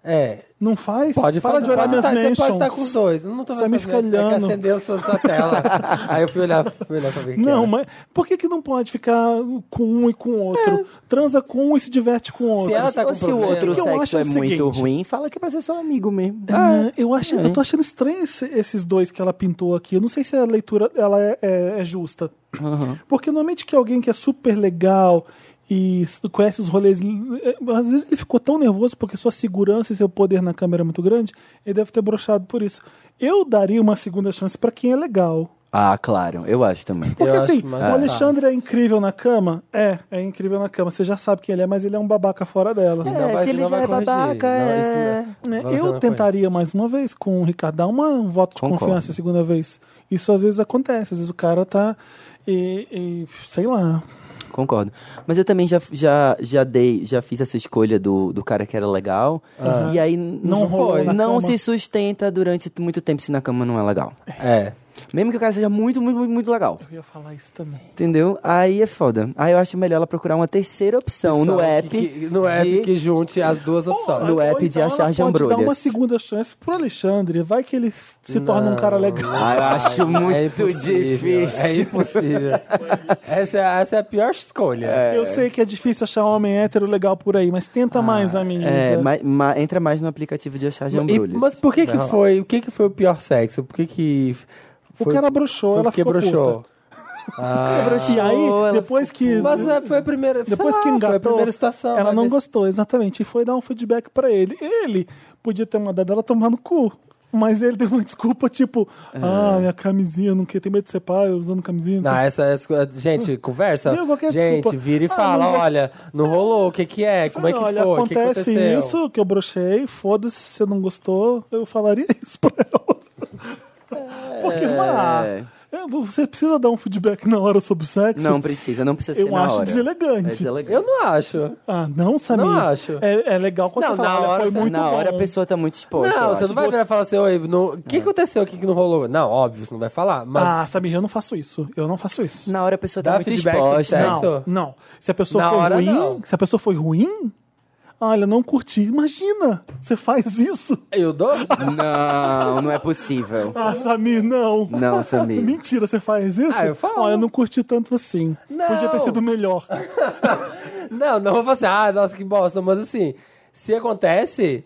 É.
Não faz?
Pode
Para
fazer,
de olhar
pode
minhas
tá, você
mentions.
pode estar com os dois. Eu Não tô
Você me
vendo
fica
essas mentions, é que
olhando.
acendeu sua, sua tela. Aí eu fui olhar, fui olhar pra ver o que é?
Não,
era.
mas por que, que não pode ficar com um e com o outro? Transa com um e se diverte com o outro.
É. ela tá com
Ou se o
problema.
outro
O que eu acho
sexo
é
é
o
muito
seguinte.
ruim, fala que é pra ser seu amigo mesmo. É.
Ah, eu, acho, eu tô
é.
achando estranho esse- esses dois que ela pintou aqui. Eu não sei se a leitura ela é, é- é justa. Porque normalmente que alguém que é super legal e s- conhece os rolês. eh, Às vezes ele ficou tão nervoso porque sua segurança e seu poder na câmera é muito grande, ele deve ter brochado por isso. Eu daria uma segunda chance pra quem é legal.
Ah, claro, eu acho também.
Porque
Eu
assim,
acho
o
mais
Alexandre é incrível na cama? É, é incrível na cama. Você já sabe quem ele é, mas ele é um babaca fora dela.
Não vai- não vai corrigir. Não, isso não-
Né?
É. não, isso
Eu
não é
tentaria mais uma vez com o Ricardo, dar uma, um voto de
Concordo.
confiança a segunda vez. Isso às vezes acontece, às vezes o cara tá. E, e, sei lá.
Concordo. Mas eu também já, já, já dei, já fiz essa escolha do, do cara que era legal. E aí n-
Não
se-
rolou na
não
cama.
se sustenta durante muito tempo se na cama não é legal.
É.
Mesmo que o cara seja muito, muito, muito, muito legal.
Eu ia falar isso também.
Entendeu? Aí é foda. Aí eu acho melhor ela procurar uma terceira opção, no
Só
app.
Que, que- no Então, app
de-
que junte as duas opções.
No app de
então
achar
ela pode dar
jambrolhas.
uma segunda chance pro Alexandre, vai que ele se torna um cara legal.
Ah, eu acho
É
muito
impossível,
difícil.
É impossível. essa, é, essa é a pior escolha.
Eu sei que é difícil achar homem hétero legal por aí, mas tenta
Ah,
mais, amiga.
É, ma- ma- entra mais no aplicativo de achar
E-
jambrulhas.
mas por que que foi? O que que foi o pior sexo? Por que que
O
foi-
cara broxou,
foi
ela
porque
ficou
broxou?
puta.
Ah,
E
Ela
aí, depois que.
mas é, foi a primeira, sei
Depois
lá,
que
foi a
engatou,
primeira situação.
ela
vai
não
ver se-
gostou, exatamente. E foi dar um feedback pra ele. Ele podia ter mandado ela tomar no cu. Mas ele deu uma desculpa, tipo,
É.
ah, minha camisinha, não quer ter medo de ser pai, eu usando camisinha. Não,
Não,
sei.
essa, essa- gente, conversa.
Deu qualquer
gente,
desculpa.
vira e
Ah,
fala,
não gost-
olha, não rolou, o que que é? Como é que
Ah, Olha,
foi? O que
acontece
aconteceu?
isso, que eu brochei, foda-se, se você não gostou, eu falaria isso pra ela. Porque,
É.
vá, é, você precisa dar um feedback na hora sobre o sexo?
Não precisa, não precisa ser
Eu
na
acho
hora.
deselegante.
É deselegante.
Eu não acho.
Ah, não, Samir?
Não acho.
É, é legal quando
Não,
você fala,
na
"Olha,
hora é
foi
você-
muito
Na
bom.
hora a pessoa tá muito exposta.
não,
eu
você
acho.
não vai virar e falar assim, oi, não- o que aconteceu? O que que não rolou? Não, óbvio, você não vai falar. Mas
É. Ah, Samir, eu não faço isso. Eu não faço isso.
Na hora a pessoa
Dá
tá muito
feedback,
exposta.
feedback.
Não.
Não,
Certo?
não. Se a pessoa
Na
foi
hora,
ruim,
não.
se a pessoa foi ruim, olha, não curti. Imagina, você faz isso.
eu dou.
Não, não é possível.
Ah, Samir, não.
Não, Samir.
Mentira, você faz isso?
Ah, eu falo.
Olha, não curti tanto assim.
Não.
Podia ter sido melhor.
Não, não vou falar assim, ah, nossa, que bosta. Mas assim, se acontece,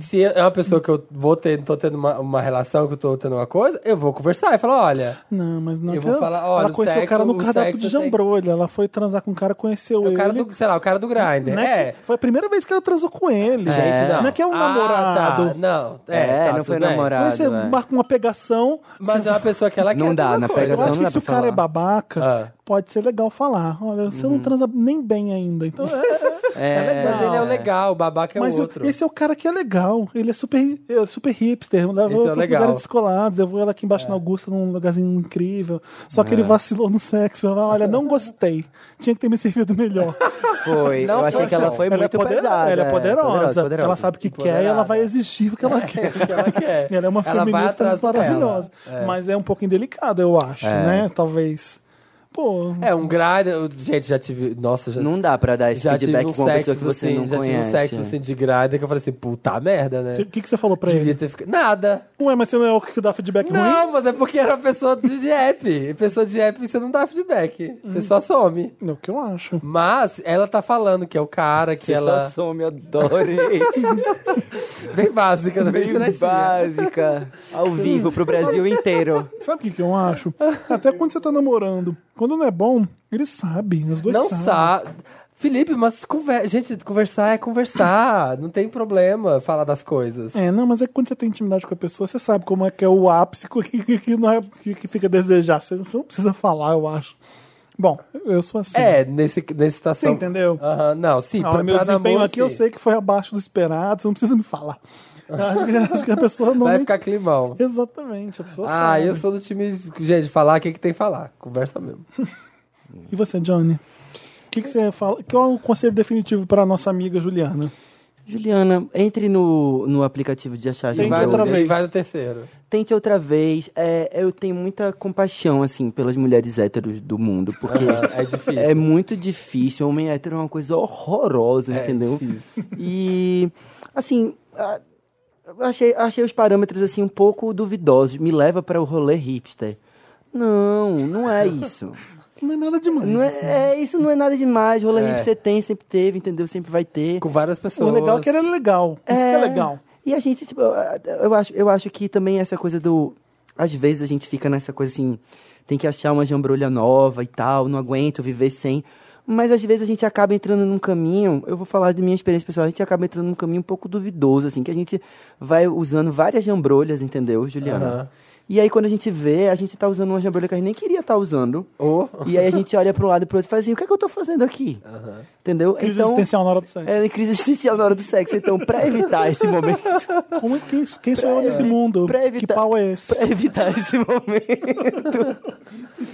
se é uma pessoa que eu vou ter, tô tendo uma, uma relação, que eu tô tendo uma coisa, eu vou conversar e falar, olha,
Não, mas não.
Eu
que
vou
ela-
falar, olha,
ela
o
conheceu o
sexo-
cara no
o
cardápio
sexo
de
tem-
jambrolha. Ela foi transar com um cara, conheceu
é o
ele.
cara do, sei lá, o cara do grinder.
Não é
é.
que- foi a primeira vez que ela transou com ele.
Gente, não.
é que é um
Ah,
namorado.
tá, Não, é,
É,
tá,
não foi
tudo bem.
Mas
namorado.
você
é.
marca uma pegação.
Mas é uma pessoa que ela
Não
quer
dá,
toda
na
coisa.
Eu
pegação-
acho
não
que
dá
se o
pra
cara é
falar.
babaca,
Ah.
pode ser legal falar. Olha, você
Uhum.
não transa nem bem ainda. Então é, é,
É,
legal.
Mas ele é o legal, o babaca é
Mas
o
o-
outro.
esse é o cara que é legal. Ele é super, é super hipster. Levou
Esse é
ela pros
legal. É.
lugares descolados. Levou ela aqui embaixo na Augusta, num lugarzinho incrível. Só que ele vacilou no sexo. Ela, Olha, não gostei. Tinha que ter me servido melhor.
Foi.
Não
eu achei
foi,
que ela
não.
foi
ela, é
muito
poder-
pesada.
ela é poderosa.
poderosa.
Ela sabe o que quer e ela
Empoderada. É,
vai exigir o que ela quer.
que ela quer.
Ela é uma
Ela vai
feminista
atrás dela.
maravilhosa. Mas é um pouco indelicada, eu acho, né? Talvez. Pô,
É, um grinder. eu- Gente, já tive. Nossa, já,
Não dá pra dar esse
já tive
feedback
um
com uma pessoa que
sexo
você
assim.
não
já tive
conhece.
um sexo assim de grinder que eu falei assim, puta merda, né?
Você- O que, que você falou pra
Devia
ele?
ter ficado. Nada.
Ué, mas você não é o que dá feedback ruim?
Não, mas é porque era pessoa de de app. E Pessoa de app você não dá feedback. Você só some.
É o que eu acho.
Mas ela tá falando que é o cara que
Você
ela.
só some, adorei.
Bem básica, né? bem
Bem
direitinha.
básica. Ao vivo, pro Brasil inteiro.
Sabe o que, que eu acho? Até quando você tá namorando. Quando não é bom, ele sabe. Os dois
Não
sabem.
sabe. Felipe, mas conver... gente, conversar é conversar. Não tem problema falar das coisas.
É, não, mas é que quando você tem intimidade com a pessoa, você sabe como é que é o ápice que, que- que não é, que, que fica a desejar. Você você não precisa falar, eu acho. Bom, eu sou assim.
É, então, ah, nesse, nessa
Você
situação.
entendeu?
Aham, não, sim.
Agora, meu desempenho aqui eu
sim.
sei que foi abaixo do esperado, você não precisa me falar. Eu acho, que, acho que a pessoa não.
Vai ficar climão.
Exatamente, a pessoa
Ah,
sabe.
eu sou do time, gente, falar o que, que tem que falar. Conversa mesmo.
E você, Johnny? O que, que você fala? Qual é o conselho definitivo para nossa amiga Juliana?
Juliana, entre no, no aplicativo de achar
Tente
gente.
Vai
outra
no,
vez.
Vai no terceiro.
Tente outra vez. É, eu tenho muita compaixão, assim, pelas mulheres héteros do mundo, porque
Aham, é difícil.
é muito difícil. Homem hétero é uma coisa horrorosa,
É
entendeu?
difícil.
E, assim, ah, eu achei, achei os parâmetros assim um pouco duvidosos. Me leva para o rolê hipster. Não, não é isso.
Não é nada demais.
Não
assim.
é, é, isso não é nada demais. Rolê
É.
hipster tem, sempre teve, entendeu? Sempre vai ter.
Com várias
O
pessoas.
legal é que ele é legal. Isso que é legal.
E a gente, tipo, eu acho, eu acho que também essa coisa do. Às vezes a gente fica nessa coisa assim, tem que achar uma jambrolha nova e tal, não aguento viver sem. Mas às vezes a gente acaba entrando num caminho, eu vou falar de minha experiência pessoal, a gente acaba entrando num caminho um pouco duvidoso, assim, que a gente vai usando várias jambrolhas, entendeu, Juliana?
Aham.
E aí quando a gente vê, a gente tá usando uma jambrolha que a gente nem queria estar usando.
é
Ô,
E aí a gente olha para um lado e pro outro e fala assim, o que é que eu tô fazendo aqui? Entendeu?
Crise existencial na hora do sexo.
É em crise existencial na hora do sexo. Então, pra evitar esse momento.
Como é que isso? Quem sou eu nesse mundo?
pra
Que
evitar-
pau é esse?
Pra evitar esse momento.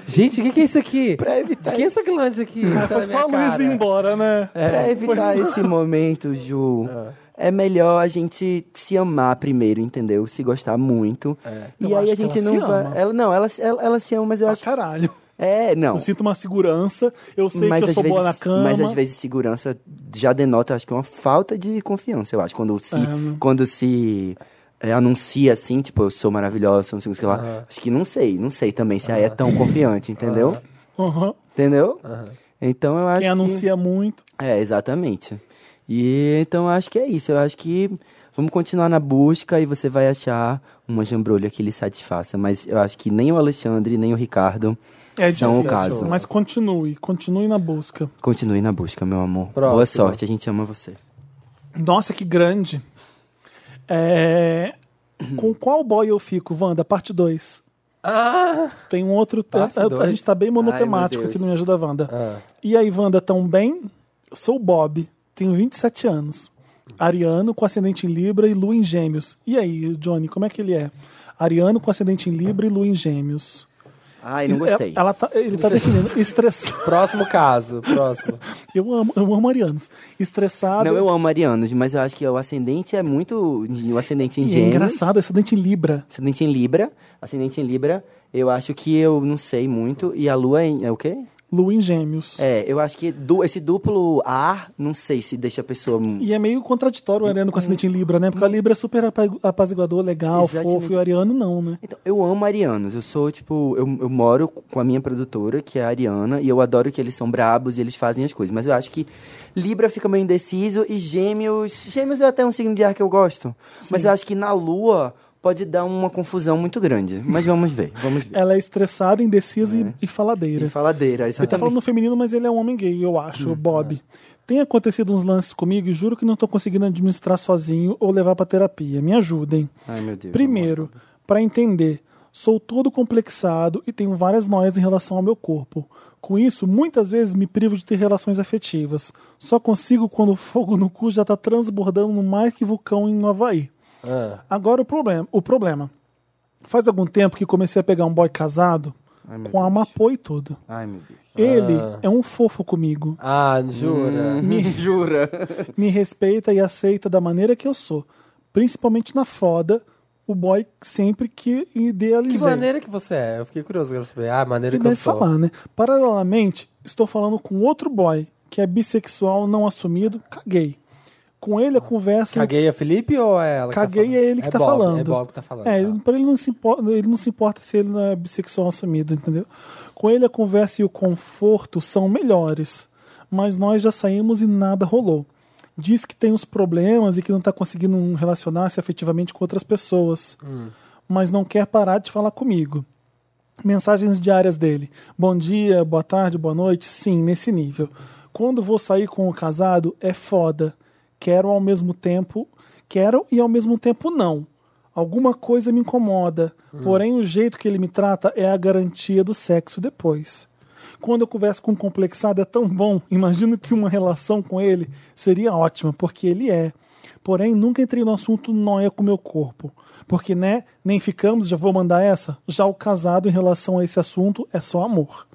Gente, o que, que é isso aqui?
Pra evitar
De quem é
esse-
essa glande aqui? Tá
Foi
na
só a
minha
Luísa
cara?
ir embora, né?
Pra evitar esse momento, Ju. É melhor a gente se amar primeiro, entendeu? Se gostar muito. E
Eu
aí
acho
a
que
gente
ela
não
se
vai.
ama.
Ela, não, ela, ela, ela se ama, mas eu
Ah,
acho.
caralho.
É, não.
Eu sinto uma segurança. Eu sei
mas
que eu
às
sou boa na
vezes-
cama.
Mas às vezes segurança já denota, acho que uma falta de confiança, eu acho. Quando
É,
se,
né?
quando se é, anuncia assim, tipo, eu sou maravilhosa, sou não sei o que lá. Acho que não sei, não sei também se aí é tão confiante, entendeu?
Aham.
Entendeu?
Ah,
Então eu acho
Quem
que...
anuncia muito.
É, exatamente. E então eu acho que é isso. Eu acho que vamos continuar na busca e você vai achar uma jambrolha que lhe satisfaça. Mas eu acho que nem o Alexandre, nem o Ricardo
É
são
difícil.
o caso.
Mas continue, continue na busca.
Continue na busca, meu amor. Boa
Próximo.
sorte, a gente ama você.
Nossa, que grande. É, Com qual boy eu fico, Wanda? Parte 2.
Ah!
Tem um outro. te-
Parte
a- a,
dois?
gente tá bem monotemático
Ai, meu
aqui
Deus. Ah.
no Me Ajuda Wanda. E aí, Wanda, tão bem? Sou o Bob, tenho 27 anos. Ariano com ascendente em Libra e Lua em Gêmeos. E aí, Johnny, como é que ele é? Ariano com ascendente em Libra e Lua em Gêmeos.
Ai, não gostei.
É- Ela tá- ele tá definindo estressado.
Próximo caso, próximo.
Eu amo, eu amo arianos. Estressado.
Não, eu amo arianos, mas eu acho que o ascendente é muito... O ascendente em
E é
gêmeos.
engraçado, ascendente em Libra.
Ascendente em Libra. Ascendente em Libra, eu acho que eu não sei muito. E a lua em- é o quê?
Lua em Gêmeos.
É, eu acho que du- esse duplo ar, não sei se deixa a pessoa...
E é meio contraditório o ariano com ascendente em Libra, né? Porque a Libra é super apa- apaziguador, legal,
Hum. Exatamente.
fofo, e o ariano não, né?
Então, eu amo arianos. Eu sou, tipo, eu, eu moro com a minha produtora, que é a Ariana, e eu adoro que eles são brabos e eles fazem as coisas. Mas eu acho que Libra fica meio indeciso e Gêmeos. Gêmeos é até um signo de ar que eu gosto. Mas eu acho que na Lua pode dar uma confusão muito grande. Mas vamos ver, vamos ver.
Ela é estressada, indecisa e- e, faladeira.
É. E faladeira, Hum, é.
Ele tá falando
exatamente.
no feminino, mas ele é um homem gay, eu acho, o Bob. Tem acontecido uns lances comigo e juro que não tô conseguindo administrar sozinho ou levar pra terapia. Me ajudem.
Ai, meu Deus.
Primeiro, para entender, sou todo complexado e tenho várias noias em relação ao meu corpo. Com isso, muitas vezes me privo de ter relações afetivas. Só consigo quando o fogo no cu já tá transbordando mais que vulcão em Havaí.
Ah.
Agora o problema, o problema. Faz algum tempo que comecei a pegar um boy casado
meu
com a Mapô e tudo.
Ai, meu Deus.
Ele é um fofo comigo.
Ah, jura?
Hum.
Jura?
Me respeita e aceita da maneira que eu sou. Principalmente na foda, o boy sempre que
Que
idealizei.
maneira que você é? Eu fiquei curioso agora saber. Ah, a maneira
Ele
que eu
deve
sou.
falar, né? Paralelamente, estou falando com outro boy, que é bissexual não assumido, caguei. Com ele a conversa.
Caguei é Felipe ou é ela? que tá
Caguei
falando?
é ele que tá
Bob,
falando.
É Bob que tá falando.
É,
tá.
ele- pra ele não, se importa, ele não se importa se ele não é bissexual assumido, entendeu? Com ele a conversa e o conforto são melhores, mas nós já saímos e nada rolou. Diz que tem uns problemas e que não tá conseguindo relacionar-se afetivamente com outras pessoas,
Hum.
mas não quer parar de falar comigo. Mensagens diárias dele. Bom dia, boa tarde, boa noite. Sim, nesse nível. Quando vou sair com o casado, é foda. Quero ao mesmo tempo. Quero e ao mesmo tempo não. Alguma coisa me incomoda. Porém, o jeito que ele me trata é a garantia do sexo depois. Quando eu converso com um complexado é tão bom. Imagino que uma relação com ele seria ótima, porque ele é. Porém, nunca entrei no assunto noia com meu corpo. Porque, né, nem ficamos, já vou mandar essa. Já o casado em relação a esse assunto é só amor.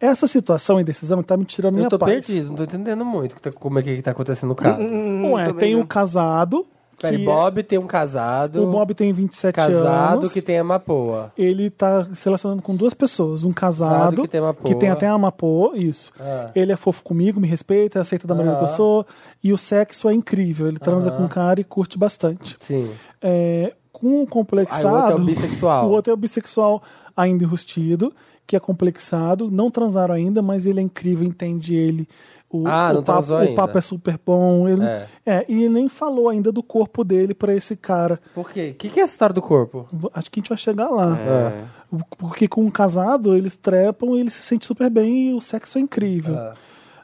Essa situação e decisão tá me tirando minha
Eu tô
paz.
perdido, não tô entendendo muito o que tá- como é que tá acontecendo no caso.
Ué, tem o um casado,
Peraí,
Hum, que é
Bob tem um casado.
o Bob tem 27
casado
anos.
que tem a Mapoa.
Ele tá se relacionando com duas pessoas. Um casado,
que tem uma
que tem
poa.
até uma poa, isso.
Ah.
Ele é fofo comigo, me respeita, aceita da maneira que eu
Aham.
sou. E o sexo é incrível. Ele transa com o cara e curte bastante.
Sim.
É, com o complexado...
Ah, o outro é o bissexual.
o outro é o bissexual ainda enrustido, que é complexado. Não transaram ainda, mas ele é incrível, entende ele. O,
Ah,
o
não
papo,
transou ainda.
o papo é super bom. Ele,
É.
é, e nem falou ainda do corpo dele pra esse cara.
Por quê? O que, que é essa história do corpo?
Acho que a gente vai chegar lá.
É.
Porque com um casado, eles trepam e ele se sente super bem e o sexo é incrível.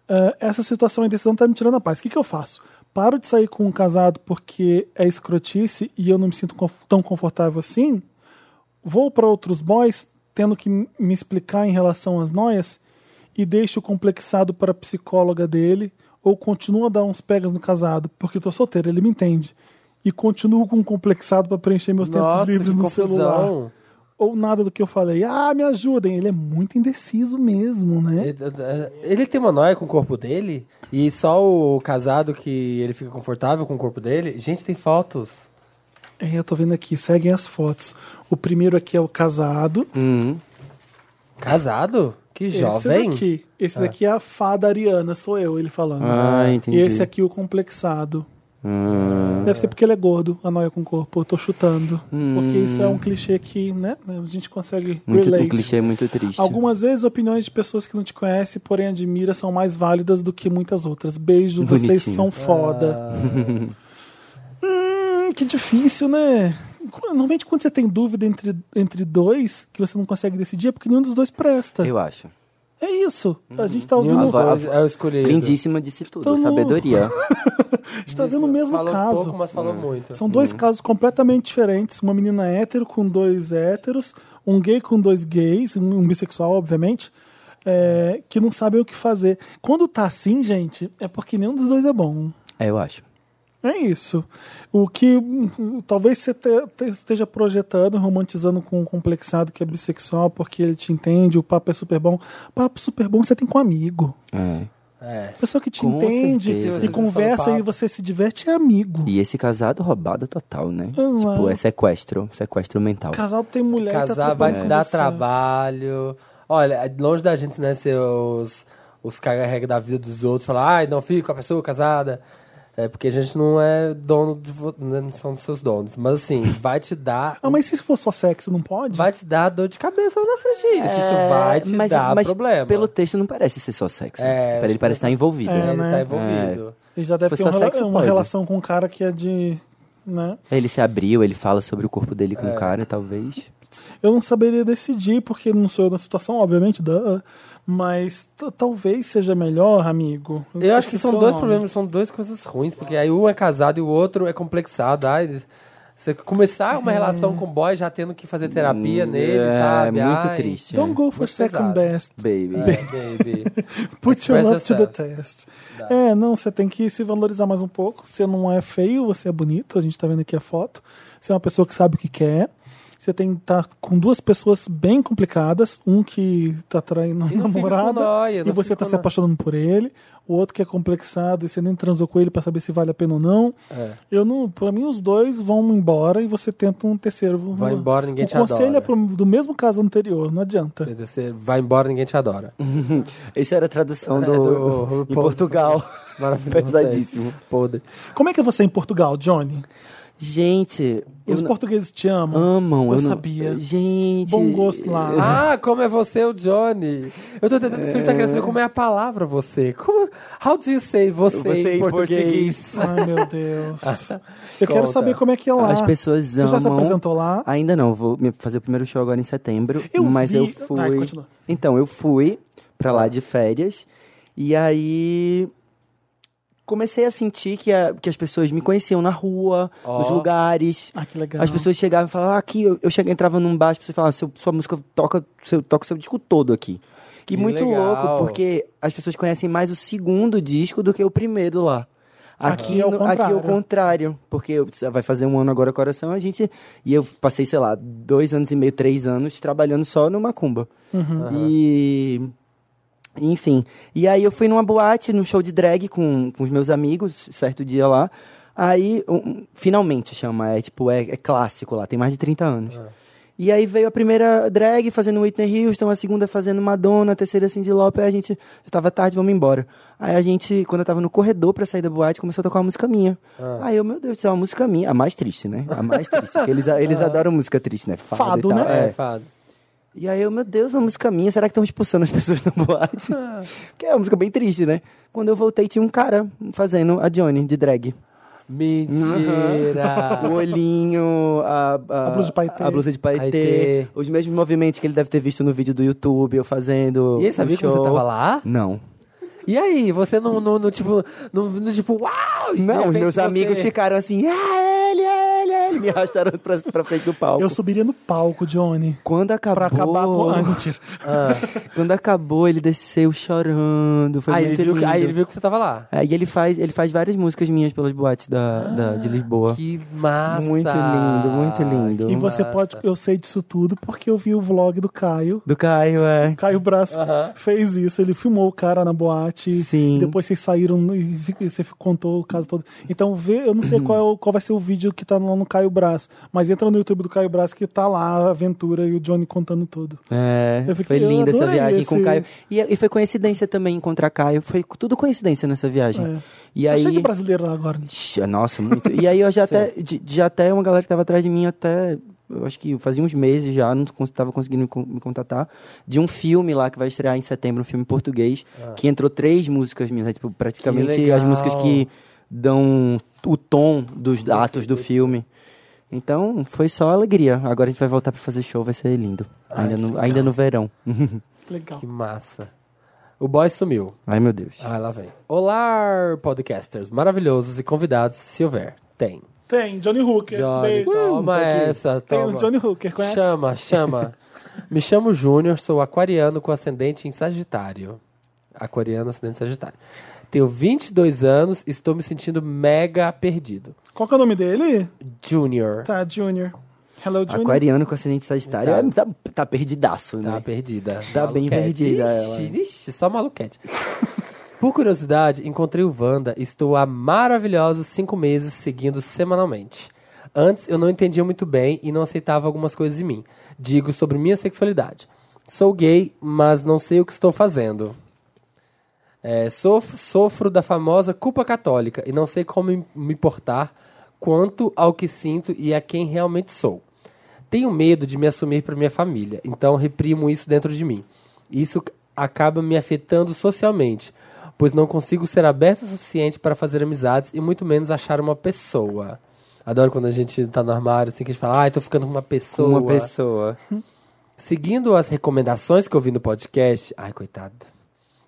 Ah, essa situação e decisão tá me tirando a paz. O que, que eu faço? Paro de sair com um casado porque é escrotice e eu não me sinto conf- tão confortável assim? Vou para outros boys tendo que m- me explicar em relação às noias e deixo o complexado para a psicóloga dele ou continuo a dar uns pegas no casado porque eu tô solteiro, ele me entende. E continuo com o complexado para preencher meus
Nossa,
tempos livres
que
no
confusão.
celular ou nada do que eu falei. Ah, me ajudem. Ele é muito indeciso mesmo, né?
Ele, ele tem uma noia com o corpo dele? E só o casado que ele fica confortável com o corpo dele? Gente, tem fotos.
É, eu tô vendo aqui, seguem as fotos. O primeiro aqui é o casado.
Uhum.
Casado? Que
Esse
jovem.
daqui. Esse daqui é a fada Ariana, sou eu, ele falando.
Ah, entendi.
E esse aqui, o complexado.
Hum.
Deve ser porque ele é gordo, a noia com corpo. Eu tô chutando. Porque isso é um clichê que, né? A gente consegue
Hum. Muito, um
relate.
clichê muito triste.
Algumas vezes opiniões de pessoas que não te conhecem, porém admira, são mais válidas do que muitas outras. Beijo, vocês
Bonitinho.
são foda.
Ah,
Hum, que difícil, né? Normalmente quando você tem dúvida entre, entre dois, que você não consegue decidir, é porque nenhum dos dois presta.
Eu acho.
É isso.
Uhum.
A gente tá
Nenhuma
ouvindo,
Agora-
coisa é o escolhido.
Lindíssima disse tudo.
Tamo-
Sabedoria.
a gente tá vendo o mesmo
falou
caso.
pouco, né? Uhum. mas falou muito.
São dois casos completamente diferentes. Uma menina hétero com dois héteros, um gay com dois gays, um um bissexual, obviamente, é, que não sabem o que fazer. Quando tá assim, gente, é porque nenhum dos dois é bom.
É, eu acho.
É isso. O que hum, talvez você te- te- esteja projetando, romantizando com um complexado que é bissexual, porque ele te entende, o papo é super bom. Papo super bom você tem com amigo.
É.
É.
Pessoa que te
Com
entende
certeza.
e conversa e você se diverte é amigo.
E esse casado roubada total, né?
Exato.
Tipo, é sequestro. Sequestro mental.
Casal tem mulher e tá
Casar vai te
trabalhando
dar
com você.
trabalho. Olha, longe da gente, né, ser os, os caga-regra da vida dos outros, falar, ai, não fico com a pessoa casada. É porque a gente não é dono de vo... né, não somos seus donos. Mas assim, vai te dar.
Ah, mas se for só sexo, não pode?
Vai te dar dor de cabeça lá na frente. Isso, isso vai te
É, mas,
dar
mas
problema.
pelo texto não parece ser só sexo.
É,
ele
tipo,
parece estar envolvido.
É, ele
né?
tá envolvido.
É.
Ele já deve
for
ter um
só
rela-
sexo,
uma
pode.
relação com um cara que é de. Né?
Ele se abriu, ele fala sobre o corpo dele com o cara, talvez.
Eu não saberia decidir, porque não sou eu na situação, obviamente, duh, mas t- talvez seja melhor, amigo.
Eu acho que
esqueci
são
o
dois
nome.
problemas, são duas coisas ruins, porque aí um é casado e o outro é complexado. Ai, você começar uma relação com o boy já tendo que fazer terapia nele,
é,
sabe?
muito
Ai,
triste. é.
Don't go for
Muito
second
pesado.
best.
Baby.
É, baby.
Put your
Express
love to the test.
yourself.
É, não, você tem que se valorizar mais um pouco. Você não é feio, você é bonito, a gente tá vendo aqui a foto. Você é uma pessoa que sabe o que quer. Você tem que estar com duas pessoas bem complicadas, um que tá traindo
E
um
não fica
namorado
com nóia,
e
não
você
fica
tá
com
se
nó-
apaixonando por ele, o outro que é complexado e você nem transou com ele pra saber se vale a pena ou não.
É.
Eu não, para mim os dois vão embora e você tenta um terceiro.
Vai embora, ninguém
o
te
conselho
adora.
é pro- do mesmo caso anterior, não adianta.
Você vai embora, ninguém te adora.
Esse era a tradução do,
do-
em Portugal.
Maravilhoso. é
Pesadíssimo.
Podre.
Como é que é você em Portugal, Johnny?
Gente, eu
Os
não-
portugueses te amam?
amam.
Eu,
não-
sabia.
Gente.
Bom gosto lá.
Ah, como é você, o Johnny? Eu tô tentando, o filho tá querendo saber como é a palavra você. Como, how do you say você,
Você
em
em
português?
português.
Ai, meu Deus. Eu quero
Conta.
saber como é que é lá.
As pessoas
Você já se
amam.
apresentou lá?
Ainda não, vou me- fazer o primeiro show agora em setembro.
Eu
mas
vi-
eu fui.
Ai, continua.
então, eu fui pra lá de férias. E aí. Comecei a sentir que, a- que as pessoas me conheciam na rua,
Ó.
nos lugares.
Ah, que legal.
As pessoas chegavam e falavam, ah, aqui, eu, eu chega- entrava num bar, as pessoas falavam, "Seu- sua música toca, seu, toca seu disco todo aqui. E
Que
muito
legal.
louco, porque as pessoas conhecem mais o segundo disco do que o primeiro lá. Aqui,
Aqui é o
no- aqui é o
contrário.
contrário, porque eu- vai fazer um ano agora coração, a gente. E eu passei, sei lá, dois anos e meio, três anos trabalhando só no Macumba.
Uhum.
E. Enfim. E aí eu fui numa boate, num show de drag com, com os meus amigos, certo dia lá. Aí, um- um, finalmente chama, é tipo, é, é clássico lá, tem mais de 30 anos.
É.
E aí veio a primeira drag fazendo Whitney Houston, a segunda fazendo Madonna, a terceira Cindy Lauper, aí a gente já tava tarde, vamos embora. Aí a gente, quando eu tava no corredor pra sair da boate, começou a tocar uma música minha.
É.
Ah,
Aí eu, meu Deus do céu, uma música minha, a mais triste, né? A mais triste, porque eles, eles adoram música triste, né? Fado,
É. Fado,
e tal.
né?
É.
É, fado.
E aí eu, meu Deus, uma música minha, será que estão expulsando as pessoas da boate?
Ah.
Porque é uma música bem triste, né? Quando eu voltei, tinha um cara fazendo a Johnny de drag.
Mentira!
O olhinho, a,
A blusa de paetê.
a blusa de paetê,
Paetê.
os mesmos movimentos que ele deve ter visto no vídeo do YouTube, eu fazendo.
E ele sabia
no
que você
show.
tava lá?
Não.
E aí, você não, não, não, tipo, não, não, tipo, uau! De
Não, os
repente
meus
você-
amigos ficaram assim, ah, ele, é ele, é ele, me arrastaram pra, pra frente do palco.
Eu subiria no palco, Johnny.
Quando acabou.
Pra acabar com. Ah, mentira.
Quando acabou, ele desceu chorando. Foi
Aí ele,
muito
viu, que- aí
lindo.
ele viu que você tava lá.
Aí É, ele faz, ele faz várias músicas minhas pelas boates da, da- de Lisboa.
Ah, Que massa!
Muito lindo, muito lindo.
E você
massa.
pode. Eu sei disso tudo porque eu vi o vlog do Caio.
Do Caio, é.
Caio Braço fez isso, ele filmou o cara na boate.
Sim.
Depois vocês saíram e fi- e você fi- contou o caso todo. Então vê, eu não sei qual, é o- qual vai ser o vídeo que tá lá no Caio Brás, mas entra no YouTube do Caio Brás que tá lá a aventura e o Johnny contando tudo.
É,
Eu fiquei-
foi
eu
linda essa
adorei
viagem com
esse-
Caio. E, e foi coincidência também encontrar Caio. Foi tudo coincidência nessa viagem.
É.
E
Tá cheio de
aí.
brasileiro lá agora.
Ixi, é, Nossa, muito. E aí eu já até. de- de até uma galera que tava atrás de mim até. Eu acho que fazia uns meses já, não cons- tava conseguindo me con- me contatar. De um filme lá que vai estrear em setembro, um filme português, que entrou três músicas minhas. né? Tipo, praticamente as
Ah. legal.
músicas que dão o tom dos atos do filme. Então, foi só alegria. Agora a gente vai voltar pra fazer show, vai ser lindo. Ainda, no, ainda no verão.
Legal.
Que massa. O boy sumiu.
Ai, meu Deus.
Ah, lá vem. Olá, podcasters maravilhosos e convidados, se houver. Tem.
Tem, Johnny Hooker.
Johnny,
beijo. Tá
toma essa,
Tem
toma.
o Johnny Hooker, conhece?
Chama, chama. Me chamo Júnior, sou aquariano com ascendente em Sagitário. Aquariano, ascendente em Sagitário. Tenho 22 anos e estou me sentindo mega perdido.
Qual que é o nome dele?
Júnior.
Tá, Junior. Hello, Junior.
Aquariano com ascendente sagitário é- tá, tá perdidaço,
Tá
né?
perdida.
Tá bem
Maluquete.
perdida ela. né?
Ixi, ixi, só maluquete. Por curiosidade, encontrei o Wanda e estou há maravilhosos cinco meses seguindo semanalmente. Antes eu não entendia muito bem e não aceitava algumas coisas em mim. Digo sobre minha sexualidade. Sou gay, mas não sei o que estou fazendo. É, sof- sofro da famosa culpa católica e não sei como im- me portar quanto ao que sinto e a quem realmente sou. Tenho medo de me assumir para minha família, então reprimo isso dentro de mim. Isso c- acaba me afetando socialmente, pois não consigo ser aberto o suficiente para fazer amizades e muito menos achar uma pessoa. Adoro quando a gente tá no armário, assim, que a gente fala, ai, tô ficando com uma pessoa.
Uma pessoa.
Seguindo as recomendações que eu vi no podcast, ai coitado,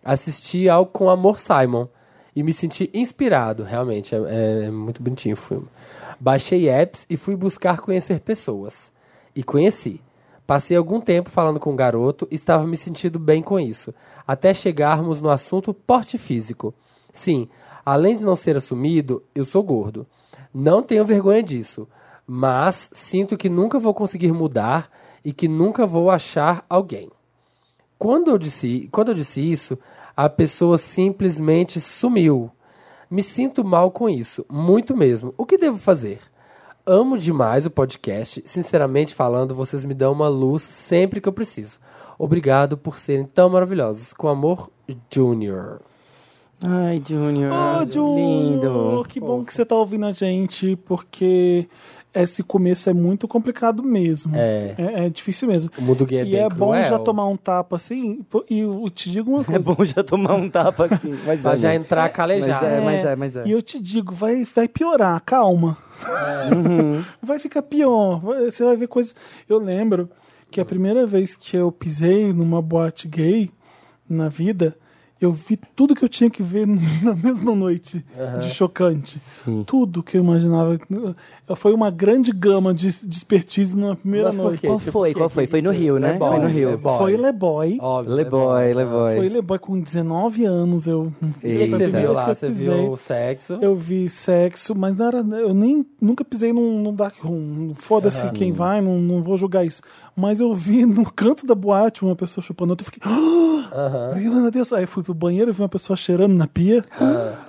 assisti ao Com Amor Simon e me senti inspirado, realmente, é, é muito bonitinho o filme. Baixei apps e fui buscar conhecer pessoas. E conheci. Passei algum tempo falando com o garoto e estava me sentindo bem com isso, até chegarmos no assunto porte físico. Sim, além de não ser assumido, eu sou gordo. Não tenho vergonha disso, mas sinto que nunca vou conseguir mudar e que nunca vou achar alguém. Quando eu disse, quando eu disse isso, a pessoa simplesmente sumiu. Me sinto mal com isso, muito mesmo. O que devo fazer? Amo demais o podcast. Sinceramente falando, vocês me dão uma luz sempre que eu preciso. Obrigado por serem tão maravilhosos. Com amor, Junior.
Ai, é Junior.
Ô, Júnior,
Lindo.
que bom que você tá ouvindo a gente, porque esse começo é muito complicado mesmo.
É.
É, é difícil mesmo.
O mundo gay é
e
bem
é bom
cruel.
já tomar um tapa assim, pô, e eu te digo uma
É
coisa.
bom já tomar um tapa assim. Mas
Pra
é,
já
né?
entrar calejado.
Mas é, mas é, mas é.
né? E eu te digo, vai, vai piorar, calma.
É.
Uhum.
vai ficar pior. vai- Você vai ver coisas. Eu lembro que a primeira vez que eu pisei numa boate gay na vida, eu vi tudo que eu tinha que ver na mesma noite de chocante. Tudo que eu imaginava. Foi uma grande gama de, de expertise numa primeira
Mas por
noite.
quê? um
Qual
Tipo,
foi?
que-
Qual foi?
que é?
Foi no
isso?
Rio, né?
Leboy,
Foi no Rio.
Leboy.
Foi Leboy.
né?
Óbvio,
Leboy,
Foi
Leboy.
Leboy com 19 anos. Eu,
O
Foi a
que, que você
Eita.
primeira
viu
vez que
lá?
eu
Você
pisei.
viu o sexo?
Eu vi sexo, mas não era. Eu nem nunca pisei num, num dark room. Foda-se quem vai, não, não vou julgar isso. Mas eu vi no canto da boate uma pessoa chupando outra. Eu fiquei. "Ah!" Ai, Meu Deus, aí fui pro banheiro, eu vi uma pessoa cheirando na pia.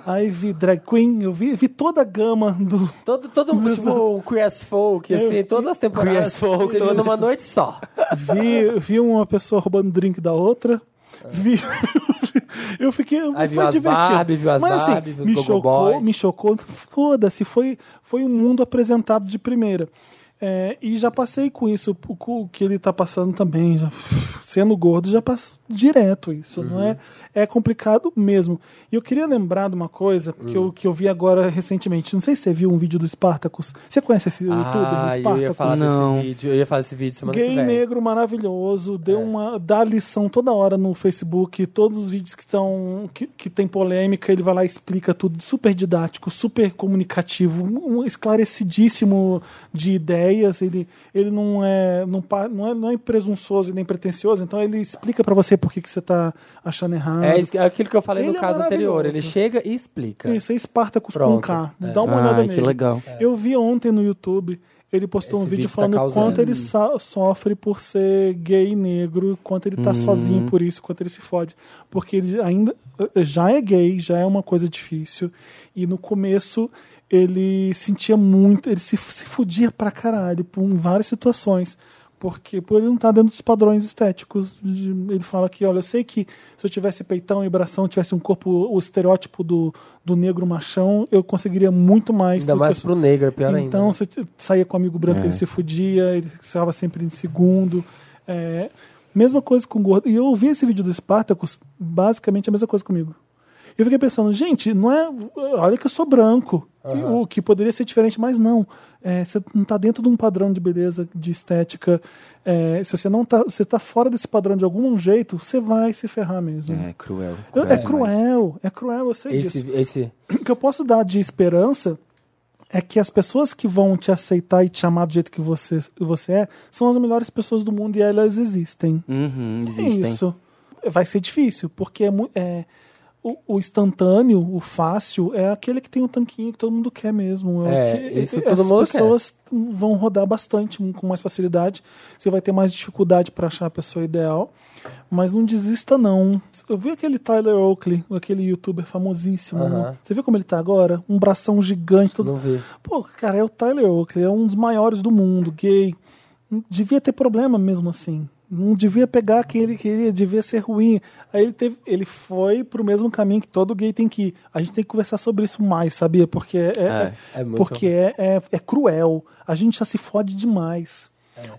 Aí vi drag queen, eu vi, vi toda a gama do.
Todo, todo tipo, o Creas Folk, assim, todas as temporadas.
Queer as Folk,
Seria numa
todas.
noite só.
Vi, vi uma pessoa roubando drink da outra. Vi. Eu fiquei.
Aí viu
foi
as
divertido.
Barbie, viu as
Mas assim,
Barbie, viu os
me
Gogo
chocou,
Boy.
me chocou. Foda-se, foi, foi um mundo apresentado de primeira. É, e já passei com isso, o cu- o que ele tá passando também. já- sendo gordo, já passo direto isso,
Uhum.
não é? É complicado mesmo. E eu queria lembrar de uma coisa que,
Hum.
eu, que eu vi agora recentemente. Não sei se você viu um vídeo do Spartacus. Você conhece esse
ah,
youtuber,
eu
do
ia falar
Spartacus?
desse
Não.
vídeo. Eu ia falar desse vídeo semana que
Gay
vem. É.
negro maravilhoso, deu uma dá lição toda hora no Facebook, todos os vídeos que estão que, que tem polêmica, ele vai lá e explica tudo, super didático, super comunicativo, um um esclarecidíssimo de ideias, ele, ele não é não, pa- não é não é presunçoso e nem pretensioso, então ele explica pra você por que que você tá achando errado.
É isso- é aquilo que eu falei
Ele
no
é
caso anterior. Ele
maravilhoso.
chega e explica.
Isso, é Spartacus com
Pronto.
K.
É.
Dá uma
Ai,
olhada
que
nele.
legal.
Eu vi ontem no YouTube, ele postou
Esse
um vídeo,
vídeo tá
falando o
causando.
quanto ele sa- sofre por ser gay e negro, quanto ele tá
Uhum.
sozinho por isso, quanto ele se fode. Porque ele ainda eh, já é gay, já é uma coisa difícil. E no começo ele sentia muito, ele se, se fudia pra caralho por em várias situações. Porque por ele não estar dentro dos padrões estéticos. de- Ele fala que, olha, eu sei que se eu tivesse peitão e bração, tivesse um corpo, o estereótipo do, do negro machão, eu conseguiria muito mais
Ainda
do
mais
que eu
pro negro, é pior ainda. É.
então você t- saía com o amigo branco, ele se fudia, ele estava sempre em segundo. É, mesma coisa com o gordo. E eu ouvi esse vídeo do Spartacus, basicamente a mesma coisa comigo. Eu fiquei pensando, gente, não é. Olha que eu sou branco. E O que poderia ser diferente, mas não. É, você não está dentro de um padrão de beleza, de estética. É, se você não tá. Você tá fora desse padrão de algum jeito, você vai se ferrar mesmo.
É cruel.
Eu- É,
demais.
cruel, é cruel, eu sei disso
Esse, esse,
o que eu posso dar de esperança é que as pessoas que vão te aceitar e te amar do jeito que você, você é são as melhores pessoas do mundo e elas existem.
Uhum,
É
existem.
isso. Vai ser difícil, porque é, mu- é- o, o instantâneo, o fácil, é aquele que tem o tanquinho que todo mundo quer mesmo. o
É,
que-
isso
as
todo mundo quer.
pessoas vão rodar bastante, hum, com mais facilidade. Você vai ter mais dificuldade para achar a pessoa ideal. Mas não desista, não. Eu vi aquele Tyler Oakley, aquele youtuber famosíssimo.
Aham.
Você viu como ele tá agora? Um bração gigante. Todo...
não vi.
Pô, cara, é o Tyler Oakley, é um dos maiores do mundo, gay. Devia ter problema mesmo assim. Não devia pegar quem ele queria, devia ser ruim. Aí ele, teve, ele foi pro mesmo caminho que todo gay tem que ir. A gente tem que conversar sobre isso mais, sabia? Porque é, é-
é muito
porque é, é, é cruel. A gente já se fode demais.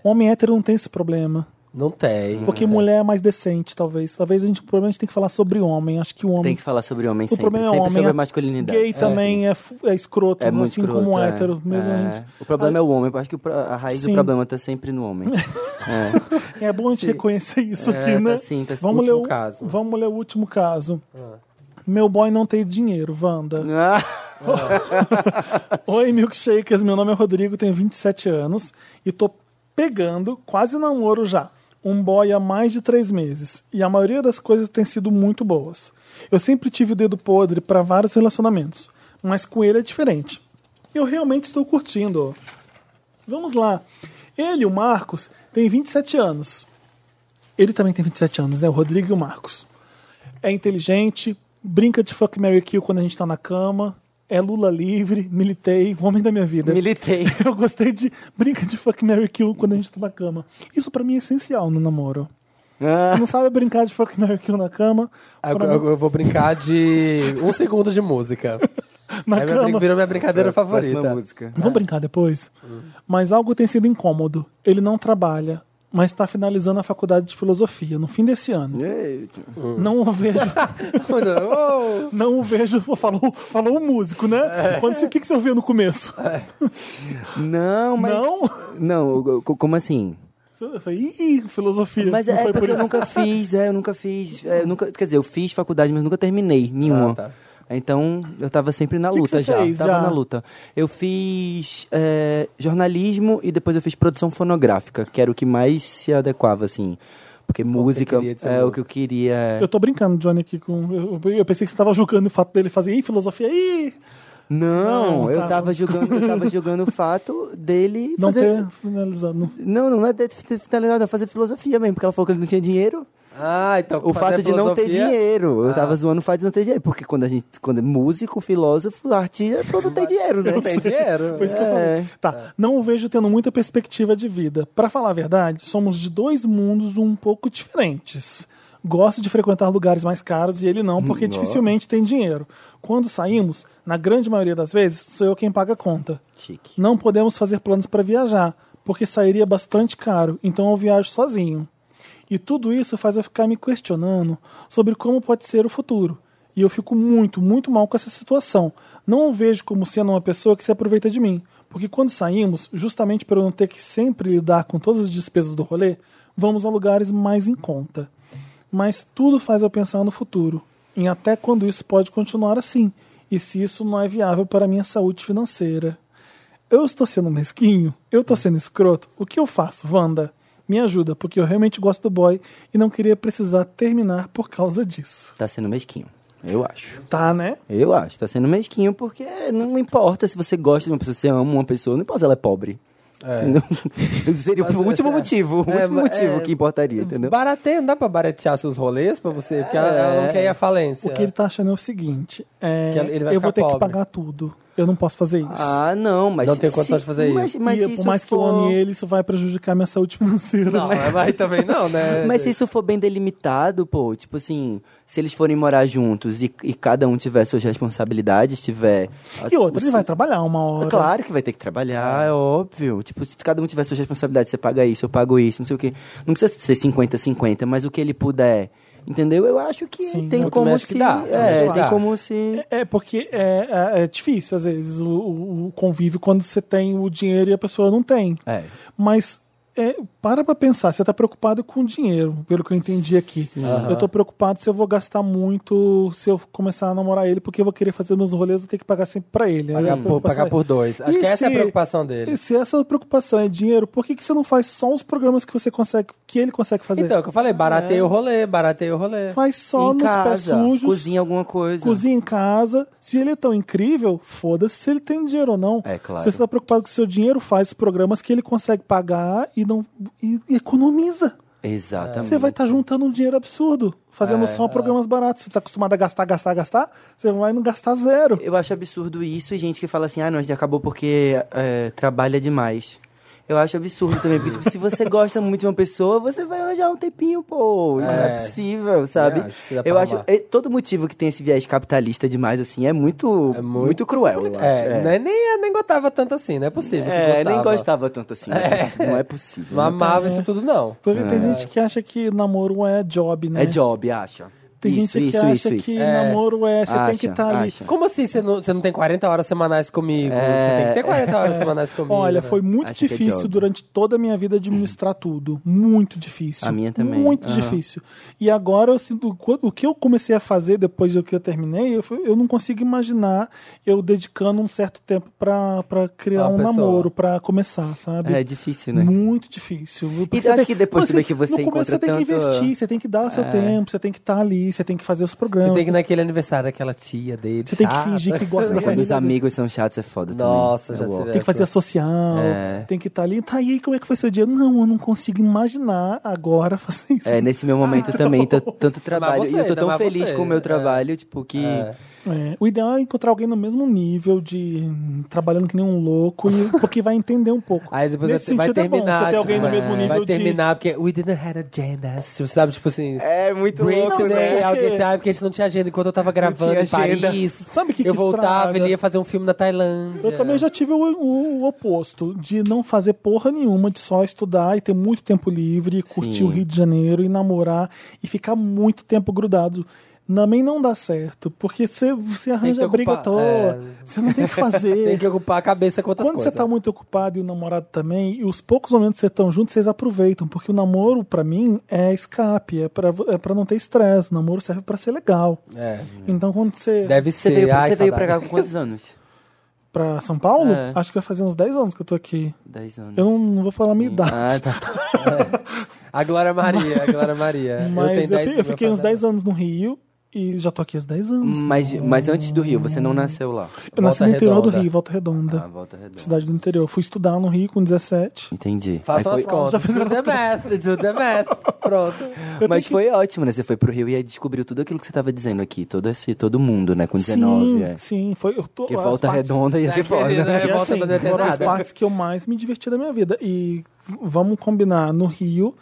Homem hétero não tem esse problema.
Não tem.
Porque mulher é mais decente, talvez. Talvez a gente, provavelmente tem que falar sobre homem. Acho que o homem.
Tem que falar sobre homem
O
sempre.
problema é
sempre
homem.
sobre
é-
a masculinidade.
Gay também é, fu- é escroto,
É muito
assim
escroto,
como
é.
hétero, mesmo
É.
a gente.
O problema é o homem. Eu acho que o pro- a raiz
Sim.
do problema tá sempre no homem. é.
É bom a gente reconhecer isso
É,
aqui,
tá
né?
sim, tá sim.
vamos, ler
Último
o,
caso.
vamos ler o último caso. Meu boy não tem dinheiro, Wanda.
Ah,
Oi, milkshakers. Meu nome é Rodrigo, tenho 27 anos e tô pegando, quase namoro já, um boy há mais de três meses. E a maioria das coisas tem sido muito boas. Eu sempre tive o dedo podre para vários relacionamentos, mas com ele é diferente. Eu realmente estou curtindo. Vamos lá. Ele, o Marcos, tem 27 anos. Ele também tem 27 anos, né? O Rodrigo e o Marcos. É inteligente, brinca de fuck Mary Kill quando a gente tá na cama. É Lula livre, militei, um homem da minha vida.
militei.
Eu gostei de brinca de fuck Mary Kill quando a gente tá na cama. Isso pra mim é essencial no namoro.
Ah,
Você não sabe brincar de fuck Mary Kill na cama.
Agora eu, eu vou brincar de um segundo de música.
Na
É minha brin-
cama.
virou minha brincadeira
próxima
favorita.
música.
Vamos brincar depois? Mas algo tem sido incômodo. Ele não trabalha, mas está finalizando a faculdade de filosofia no fim desse ano.
Eita.
Não o vejo.
Oh,
não o vejo. Falou, falou o músico, né? Quando você- o que, que você ouviu no começo?
Não, mas...
Não?
Não, eu- co- como assim?
Você foi, Ih, filosofia.
Mas
não
é
foi
porque
por
eu
isso.
nunca fiz, é, eu nunca fiz. é, eu nunca, quer dizer, eu fiz faculdade, mas nunca terminei nenhuma.
Ah, tá.
Então, eu tava sempre na
Que que
luta
você
já.
fez
tava
já?
na luta. Eu fiz é, jornalismo e depois eu fiz produção fonográfica, que era o que mais se adequava, assim. Porque música
queria de ser
é o
músico.
que eu queria. é.
Eu tô brincando, Johnny, aqui com. Eu, eu pensei que você tava julgando o fato dele fazer. Ih, filosofia, ih!
Não,
Não,
eu
tá.
tava julgando, eu tava julgando o fato dele
Não
fazer.
ter finalizado. não.
Não, não é de ter finalizado, é fazer filosofia mesmo, porque ela falou que ele não tinha dinheiro.
Ah, então
O
fazer
fato de não ter
filosofia-
dinheiro.
Ah.
Eu tava zoando o fato de não ter dinheiro. Porque quando a gente. Quando é músico, filósofo, artista, todo tem dinheiro, né?
Não tem dinheiro.
Foi isso que eu falei. Tá, não o vejo tendo muita perspectiva de vida. Pra falar a verdade, somos de dois mundos um pouco diferentes. Gosto de frequentar lugares mais caros e ele não, porque dificilmente tem dinheiro. Quando saímos, na grande maioria das vezes, sou eu quem paga a conta.
Chique.
Não podemos fazer planos para viajar, porque sairia bastante caro, então eu viajo sozinho. E tudo isso faz eu ficar me questionando sobre como pode ser o futuro. E eu fico muito, muito mal com essa situação. Não o vejo como sendo uma pessoa que se aproveita de mim, porque quando saímos, justamente por eu não ter que sempre lidar com todas as despesas do rolê, vamos a lugares mais em conta. Mas tudo faz eu pensar no futuro, em até quando isso pode continuar assim, e se isso não é viável para a minha saúde financeira. Eu estou sendo um mesquinho? Eu estou sendo escroto? O que eu faço, Wanda? Me ajuda, porque eu realmente gosto do boy e não queria precisar terminar por causa disso.
Tá sendo mesquinho. Eu acho.
Tá, né?
Eu acho. Tá sendo mesquinho porque não importa se você gosta de uma pessoa, se você ama uma pessoa, não importa se ela é pobre. Entendeu? Esse Seria
É. Mas,
o último
é,
motivo. O
é,
último
mas,
motivo
é,
que importaria, entendeu?
Barateia, não dá pra baratear seus rolês pra você, porque ela, ela não quer ir à falência.
É. O que ele tá achando é o seguinte: é,
Que ele vai
eu vou
ficar
ter que
pobre.
pagar tudo. Eu não posso fazer isso.
Ah, não, mas.
Não tem
se-
condição de fazer isso.
mas, Mas
e
se
por
isso
mais que eu
for-
ame ele, isso vai prejudicar minha saúde financeira.
Não, mas aí também não,
É,
né?
Mas se isso for bem delimitado, pô, tipo assim, se eles forem morar juntos e, e cada um tiver suas responsabilidades, tiver.
E outra, ele
o-
vai trabalhar uma hora.
É Claro que vai ter que trabalhar, é óbvio. Tipo, se cada um tiver suas responsabilidades, você paga isso, eu pago isso, não sei o quê. Não precisa ser 50-50, mas o que ele puder. Entendeu? Eu acho que
Sim,
tem
muito
como
mexe que
se.
dá,
é,
muito
tem
dá.
como se.
É, porque é, é- é difícil, às vezes, o, o- o convívio quando você tem o dinheiro e a pessoa não tem.
É.
Mas é, para pra pensar, você tá preocupado com o dinheiro, pelo que eu entendi aqui. Eu tô preocupado se eu vou gastar muito, se eu começar a namorar ele, porque eu vou querer fazer meus rolês, eu tenho que pagar sempre pra ele. Aí a
Pagar por,
preocupação
pagar
é-
por dois. Acho
E
que essa é a
se-
preocupação dele.
E se essa preocupação é dinheiro, por que, que você não faz só os programas que você consegue, que ele consegue fazer?
Então, é o que eu falei, barateia o rolê, barateia o rolê.
faz só
em
nos pés
casa,
sujos,
cozinha alguma coisa.
cozinha em casa. Se ele é tão incrível, foda-se se ele tem dinheiro ou não.
É, claro.
Se você tá preocupado com o seu dinheiro, faz os programas que ele consegue pagar e não e- e economiza.
Exatamente. É.
Você vai estar juntando um dinheiro absurdo, fazendo só programas baratos. Você está acostumado a gastar, gastar, gastar, você vai não gastar zero.
Eu acho absurdo isso e gente que fala assim, ah, não, a gente acabou porque é, trabalha demais. Eu acho absurdo também, porque tipo, se você gosta muito de uma pessoa, você vai arranjar um tempinho, pô. Não
É.
é possível, sabe?
Eu acho que dá pra
Eu acho,
amar.
é, todo motivo que tem esse viés capitalista demais, assim, é muito,
É muito-
muito, cruel, eu acho.
É,
é.
né, nem, nem gostava tanto assim, não é possível. que
É, nem
gostava.
gostava tanto assim. Não é possível.
Não amava isso tudo, não.
Porque Então, tem gente que acha que namoro é job, né?
É job, acha.
Tem
isso,
gente que
isso,
acha
isso, isso.
que
É.
namoro é você tem que
Acha,
estar ali.
acha.
Como assim você não, você não tem 40 horas semanais comigo? Você tem que ter 40 horas semanais comigo.
é. Olha,
né?
foi muito
Acha que é
difícil
job. Uhum.
durante toda a minha vida administrar tudo. Muito difícil.
A minha também.
Muito
Aham.
difícil. E agora eu sinto. O que eu comecei a fazer depois do que eu terminei, eu, fui- eu não consigo imaginar eu dedicando um certo tempo pra pra criar
Uma
um
pessoa.
namoro, pra começar, sabe?
É difícil, né?
Muito difícil. Porque
acho que depois tudo que você
No começo você
encontra
tem que
tanto- é.
investir, você tem que dar o seu tempo, você tem que estar ali, você tem que fazer os programas.
Você tem que ir naquele aniversário daquela tia dele.
Você tem que
chata.
fingir que gosta da
Quando
família.
os
dele.
amigos são chatos, é foda também.
Nossa, já
Eu
tive
Tem que fazer a
essa.
social,
É.
tem que estar ali. Tá, e aí, como é que foi seu dia? Não, eu não consigo imaginar agora fazer isso.
É, nesse meu momento
Ah,
também, tá- tanto trabalho.
você,
e eu tô
ainda
tão
mais
feliz
você,
com o
é.
meu trabalho, tipo, que.
É.
É, O ideal é encontrar alguém no mesmo nível de hum, trabalhando que nem um louco, e, porque vai entender um pouco.
Aí depois
Nesse
você vai
sentido é
terminar.
bom você ter
tipo,
alguém no
é,
mesmo nível
Vai
de-
terminar, porque we didn't have agenda. Sabe, tipo assim.
É muito
Bring
louco,
today.
né?
Porque-
Alguém disse, ah, porque a gente não tinha agenda enquanto eu tava gravando
tinha
em
agenda.
Paris.
Sabe o que
Eu
que
voltava,
estraga?
ele ia fazer um filme na Tailândia.
Eu também já tive o, o- o oposto, de não fazer porra nenhuma, de só estudar e ter muito tempo livre, curtir
Sim.
o Rio de Janeiro e namorar e ficar muito tempo grudado. Também não dá certo, porque você, você arranja
ocupar,
briga à toa,
é.
você não tem o que fazer.
Tem que ocupar a cabeça com outras
Quando você
coisas.
tá muito ocupado e o namorado também, e os poucos momentos que vocês estão juntos, vocês aproveitam, porque o namoro, pra mim, é escape, é pra, é pra não ter estresse. O namoro serve pra ser legal.
É.
Então, quando você.
Deve
Você,
ser.
veio,
Ai,
você veio pra
saudade.
cá com quantos anos?
Pra São Paulo,
É.
acho que vai fazer uns 10 anos que eu tô aqui.
Dez anos.
Eu não, não vou falar a minha
Sim.
idade.
Ah, tá.
A Glória Maria, a Glória Maria.
Mas eu,
tenho
Ah,
fi- eu
10,
fiquei uns
vou fazer.
10 anos no Rio. E já tô aqui há 10 anos.
Mas, mas antes do Rio, você não nasceu lá.
Eu nasci
Volta
no interior do
Redonda.
Rio, Volta Redonda.
Ah, volta redonda.
cidade do interior. Fui estudar no Rio com 17.
Entendi. Aí
Faça
foi-
as contas.
Já fizeram
Do the
as
best, do the best. Pronto.
Mas foi ótimo, né? Você foi pro Rio e aí descobriu tudo aquilo que você tava dizendo aqui. Todo, esse, todo mundo, né? Com 19,
sim,
é.
sim, foi. Eu tô,
Porque
as
volta
partes-
redonda é ia ser
Daquele,
foda.
né?
E
Volta
assim,
Redonda não ia ter
foram as
nada.
partes que eu mais me diverti da minha vida. E v- vamos combinar, no Rio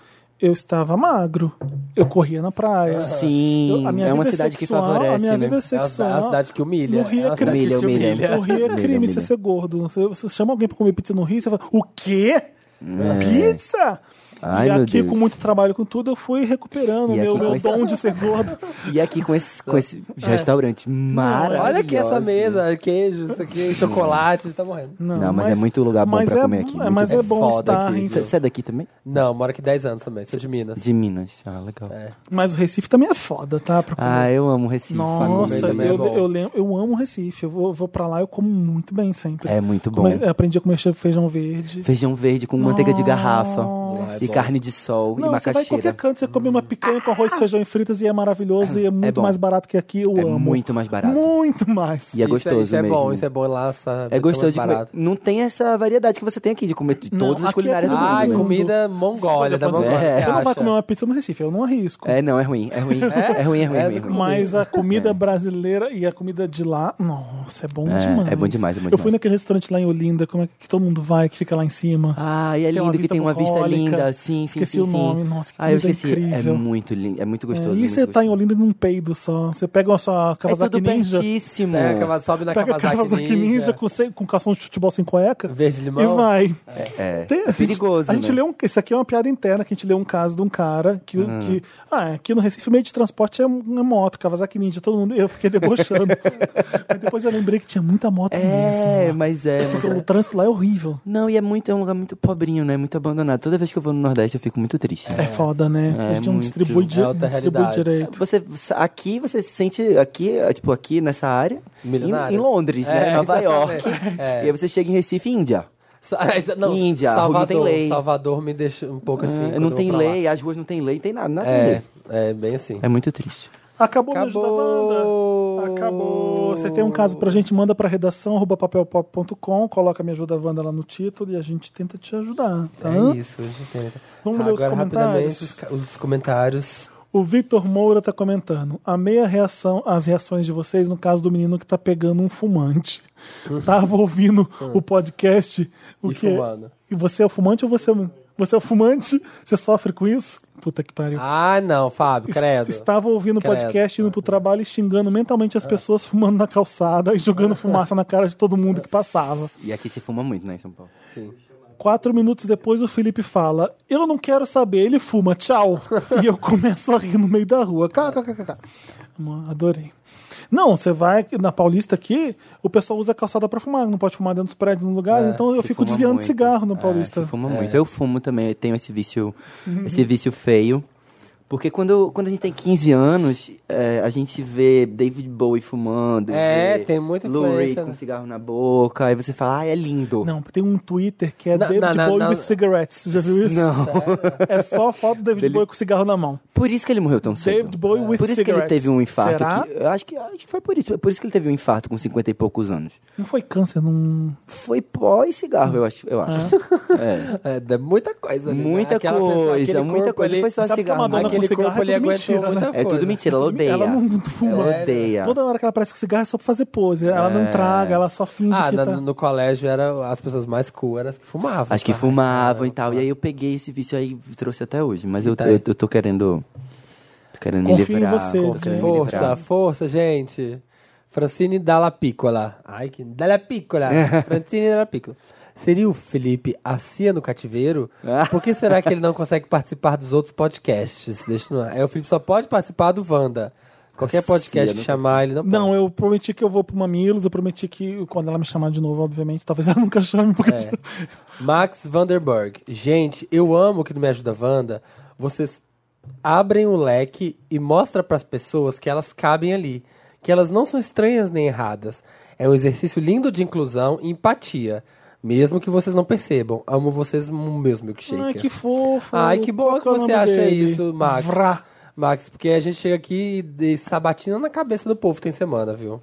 eu estava magro. Eu corria na praia.
Sim,
Eu- a minha
é uma
vida
cidade que
sexual,
favorece,
A minha
né?
vida
É
É
a
sexual.
cidade que humilha.
No Rio
é
é
uma cidade
crime,
humilha,
que
humilha.
No Rio é
Humilha,
crime
humilha.
você ser gordo. Você, você chama alguém pra comer pizza no Rio, você fala, o quê?
É.
Pizza?
Ai,
e
meu
aqui,
Deus.
com muito trabalho com tudo, eu fui recuperando
E
meu,
aqui com
meu
esse-
dom de ser gordo.
E aqui com esse, com esse
É.
restaurante maravilhoso.
Olha aqui essa mesa, queijo, isso aqui, chocolate, tá morrendo.
Não,
Não, mas é muito lugar bom
mas
pra
é-
comer aqui,
é-
muito
mas
bom.
é bom
É foda
estar
aqui,
em-
viu?
Você você é daqui também?
Não, moro aqui 10 anos também, sou de Minas.
De Minas. Ah, legal.
É.
Mas o Recife também é foda, tá? Pra comer.
Ah, eu amo Recife.
Nossa,
a
eu,
comida
também é bom.
eu, lembro, eu amo Recife. Eu vou, vou pra lá, eu como muito bem sempre.
é muito bom.
Come- eu aprendi a comer che- feijão verde.
Feijão verde com manteiga de garrafa.
Nossa.
E carne de sol.
Não, você
e
vai em
macaxeira.
qualquer canto, você come uma picanha com arroz, feijão e fritas e é maravilhoso e é muito
Ah! bom.
mais barato que aqui, eu
É
amo.
muito mais barato.
Muito mais.
E é gostoso
isso é, isso
mesmo.
é bom, isso é bom lá, sabe?
É gostoso de
mais
comer.
barato.
Não tem essa variedade que você tem aqui de comer de
Não,
todas as
aqui
culinárias
é
do
tudo
mundo.
Ai,
né?
bom.
comida mongólia, da
Você
Mongólia.
É.
Você
não vai
acha?
comer um uma pizza no Recife, eu não arrisco.
É, não, é ruim. É ruim. É, ruim, é ruim, é ruim. É ruim.
Mas a comida brasileira e a comida de lá, nossa, é bom
É,
demais.
é bom demais, é bom
Eu fui
demais.
naquele restaurante lá em Olinda, como é que todo mundo vai, que fica lá em cima.
Ah, e é
Tem uma
lindo que
vista
tem uma vista
bucólica.
linda. Sim, sim,
Esqueci
sim.
o
sim.
nome, nossa, que
Ah, eu
comida
esqueci.
incrível.
É muito lindo. É
É,
muito gostoso.
e
muito
você tá em
gostoso.
Olinda num peido só. Você pega a sua
É
Kawasaki
tudo
Ninja,
pertíssimo.
É, acaba- sobe na
pega a
Kawasaki,
Kawasaki Ninja com, sem- com calção de futebol sem cueca
Verde
e
limão.
vai.
É,
Tem-
é perigoso.
A gente
né?
lê um. Isso aqui é uma piada interna que a gente lê um caso de um cara que. que ah, aqui no Recife, meio de transporte é uma moto, Kawasaki Ninja, todo mundo. Eu fiquei debochando. Aí depois eu lembrei que tinha muita moto mesmo. né?
É, mas é. mas
Porque
é.
o trânsito lá é horrível.
Não, e é muito, é um lugar muito pobrinho, né? Muito abandonado. Toda vez que eu vou no Nordeste eu fico muito triste.
É, foda, né?
É,
a gente não
muito.
distribui, di
É outra
distribui
realidade.
direito.
Você, aqui você se sente aqui, eh, tipo, aqui nessa área. Em,
Milionário.
em Londres, né?
É,
Nova
exatamente.
York.
É.
E aí você chega em Recife, Índia. Ah,
Sa- ah, Não,
Índia,
Salvador,
não tem lei.
Salvador me deixa um pouco assim.
Ah,
quando
não
eu
tem
vou pra lá.
lei, as ruas não tem lei, não tem nada. nada
É,
tem lei.
é bem assim.
é muito triste.
Acabou, me ajuda, Wanda.
Acabou.
Acabou. Você tem um caso pra gente, manda pra redação arroba papelpop.com, coloca Me Ajuda Wanda lá no título e a gente tenta te ajudar, tá?
É isso, gente.
Vamos ler os
Agora, rapidamente,
comentários?
os, ca- os comentários.
O Vitor Moura tá comentando. Amei a reação, as reações de vocês no caso do menino que tá pegando um fumante. Tava ouvindo o podcast. O
Hum. E
que é-
fumando.
E você é o fumante ou você, você é o fumante? Você sofre com isso? Puta que pariu.
Ah, não, Fábio,
Es-
credo.
Estava ouvindo o
Credo. Ah.
podcast, indo pro trabalho e xingando mentalmente as pessoas, fumando na calçada e jogando fumaça na cara de todo mundo que passava.
E aqui se fuma muito, né, em São Paulo?
Sim.
Quatro minutos depois, o Felipe fala: Eu não quero saber, ele fuma, tchau. e eu começo a rir no meio da rua. KKKK. Mano, Adorei. Não, você vai na Paulista aqui, o pessoal usa calçada pra fumar, não pode fumar dentro dos prédios no lugar, então eu
É, se
fico
fuma
desviando
muito.
de cigarro na
É,
Paulista. Uhum.
se fuma muito. Eu fumo também, eu tenho esse vício, esse vício feio. Porque quando, quando a gente tem 15 anos, é, a gente vê David Bowie fumando.
É,
vê
tem muita
Lou
influência,
Reed
né?
com cigarro na boca. Aí você fala, ah, é lindo.
Não, tem um Twitter que é
Na-
David
na- na-
Bowie
na-
with cigarettes. Você já viu isso?
Não.
É só foto do David
Dele-
Bowie com cigarro na mão.
Por isso que ele morreu tão cedo.
David
É.
Bowie with
Por isso que ele
cigarettes.
teve um infarto.
Será?
que- eu acho que, acho que foi por isso. É Por isso que ele teve um infarto com 50 e poucos anos.
Não foi câncer, não.
Foi pó e cigarro, eu acho. Eu acho. É.
É, dá muita coisa. né?
Muita
Aquela pessoa,
coisa,
aquele
muita
corpo
coisa.
ali-
Foi só
Sabe que a
cigarro.
Madonna
Aquele-
Aquele
cigarro
corpo
é
ele
tudo
aguentou
mentira,
muita
né?
É
coisa.
tudo mentira, ela odeia.
Ela não fuma.
Ela odeia. É.
Toda hora que ela aparece com cigarro é só pra fazer pose. Ela não traga, ela só finge
Ah,
que
na-
tá.
no colégio era, as pessoas mais cool eram as que fumavam. tá?
Acho que
Ai,
fumavam
cara,
e tal. E aí eu peguei esse vício aí e trouxe até hoje. Mas eu,
Tá.
eu, eu tô querendo. Tô querendo me
Confia em
livrar.
você,
tô
Dudu.
querendo me
Força,
livrar.
força, gente. Francine Dalla Piccola. Ai, que Dalla Piccola.
É.
Francine Dalla Piccola. Seria o Felipe a Cia no cativeiro?
Ah.
Por que será que ele não consegue participar dos outros podcasts? Deixa no ar. É, o Felipe só pode participar do Wanda. Qualquer podcast
Cia
que
no
chamar, ele não pode.
Não, eu prometi que eu vou pro Mamilos, eu prometi que quando ela me chamar de novo, obviamente, talvez ela nunca chame,
É,
porque.
Max Vanderberg. Gente, eu amo que não me ajuda Wanda. Vocês abrem o leque e mostram pras pessoas que elas cabem ali, que elas não são estranhas nem erradas. É um exercício lindo de inclusão e empatia, mesmo que vocês não percebam. Amo vocês, m- meus milkshakers.
Ai, que fofo.
Ai, que bom
Qual
que
é o
você
nome
acha
dele?
isso, Max.
Vrá.
Max, porque a gente chega aqui e de sabatina na cabeça do povo tem semana, viu?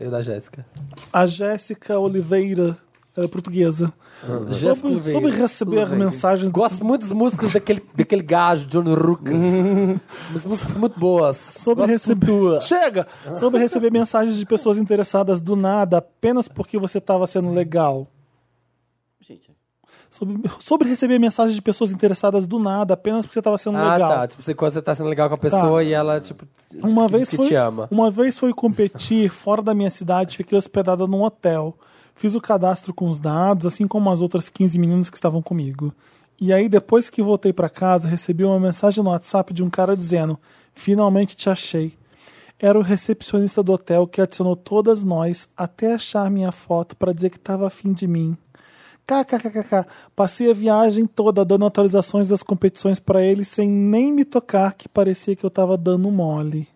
Eu da Jéssica.
A Jéssica Oliveira, ela é portuguesa.
Ah, Jéssica
Sobre, sobre receber mensagens.
Gosto muito das músicas daquele, daquele gajo, John Rucker.
Uhum.
Umas músicas muito boas.
Sobre
Gosto
receber.
muito.
Chega! Sobre receber mensagens de pessoas interessadas do nada apenas porque você estava sendo legal.
Gente.
Sobre, sobre receber mensagens de pessoas interessadas do nada apenas porque você estava sendo
Ah,
um legal.
tá. Tipo, você, quando você tá sendo legal com a pessoa e ela, tipo,
Uma
diz
vez,
que
foi,
te ama.
uma vez fui competir fora da minha cidade, fiquei hospedada num hotel. Fiz o cadastro com os dados, assim como as outras 15 meninas que estavam comigo. E aí, depois que voltei pra casa, recebi uma mensagem no WhatsApp de um cara dizendo: Finalmente te achei. Era o recepcionista do hotel que adicionou todas nós até achar minha foto pra dizer que estava afim de mim. KKKKK. Passei a viagem toda dando atualizações das competições pra ele sem nem me tocar que parecia que eu tava dando mole.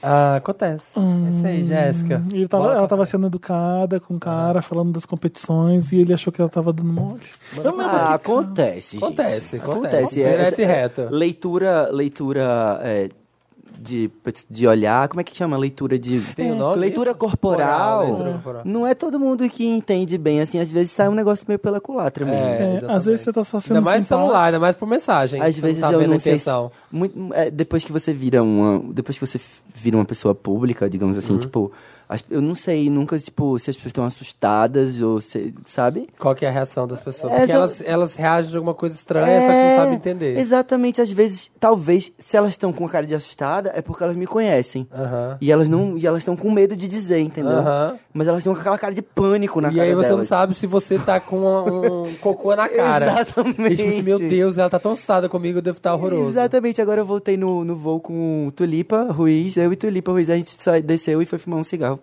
Ah, acontece. É isso aí, Jéssica.
Hum. E ele tava-
Bola
ela
pra
estava sendo educada com o cara, falando das competições, e ele achou que ela estava dando mole. Eu mesmo
Ah,
aqui, cara.
acontece, gente.
é Acontece, acontece.
É,
Direto e
essa-
reto.
Leitura, leitura é, de, de olhar, como é que chama? Leitura de...
Tem o nome?
Leitura
Isso?
corporal.
Corporal, leitura corporal.
Não é todo mundo que entende bem, assim, às vezes sai um negócio meio pela culatra mesmo.
É, às
exatamente.
vezes você tá só sendo
Ainda mais
simpático.
celular, ainda mais por mensagem.
Às
Você
vezes
tá
eu
vendo a
não sei. se-
intenção.
muito, é, depois que você vira uma. Depois que você f- vira uma pessoa pública, digamos assim,
Uhum.
tipo. as- eu não sei nunca, tipo, se as pessoas estão assustadas ou se, sabe?
Qual que é a reação das pessoas?
É,
Porque
exa-
elas, elas reagem de alguma coisa estranha, é só que não sabe entender.
É, Exatamente, às vezes, talvez, se elas estão com a cara de assustada, é porque elas me conhecem.
Aham.
E elas não. E elas estão com medo de dizer, entendeu?
Ah. Aham.
Mas elas estão com aquela cara de pânico na
E
cara assim.
aí você não
delas.
sabe se você tá com uma- um cocô na cara.
Exatamente.
E tipo assim, meu Deus, ela tá tão assustada comigo, eu devo estar horroroso.
Exatamente, agora eu voltei no, no voo com o Tulipa Ruiz, eu e Tulipa Ruiz, a gente sai- desceu e foi fumar um cigarro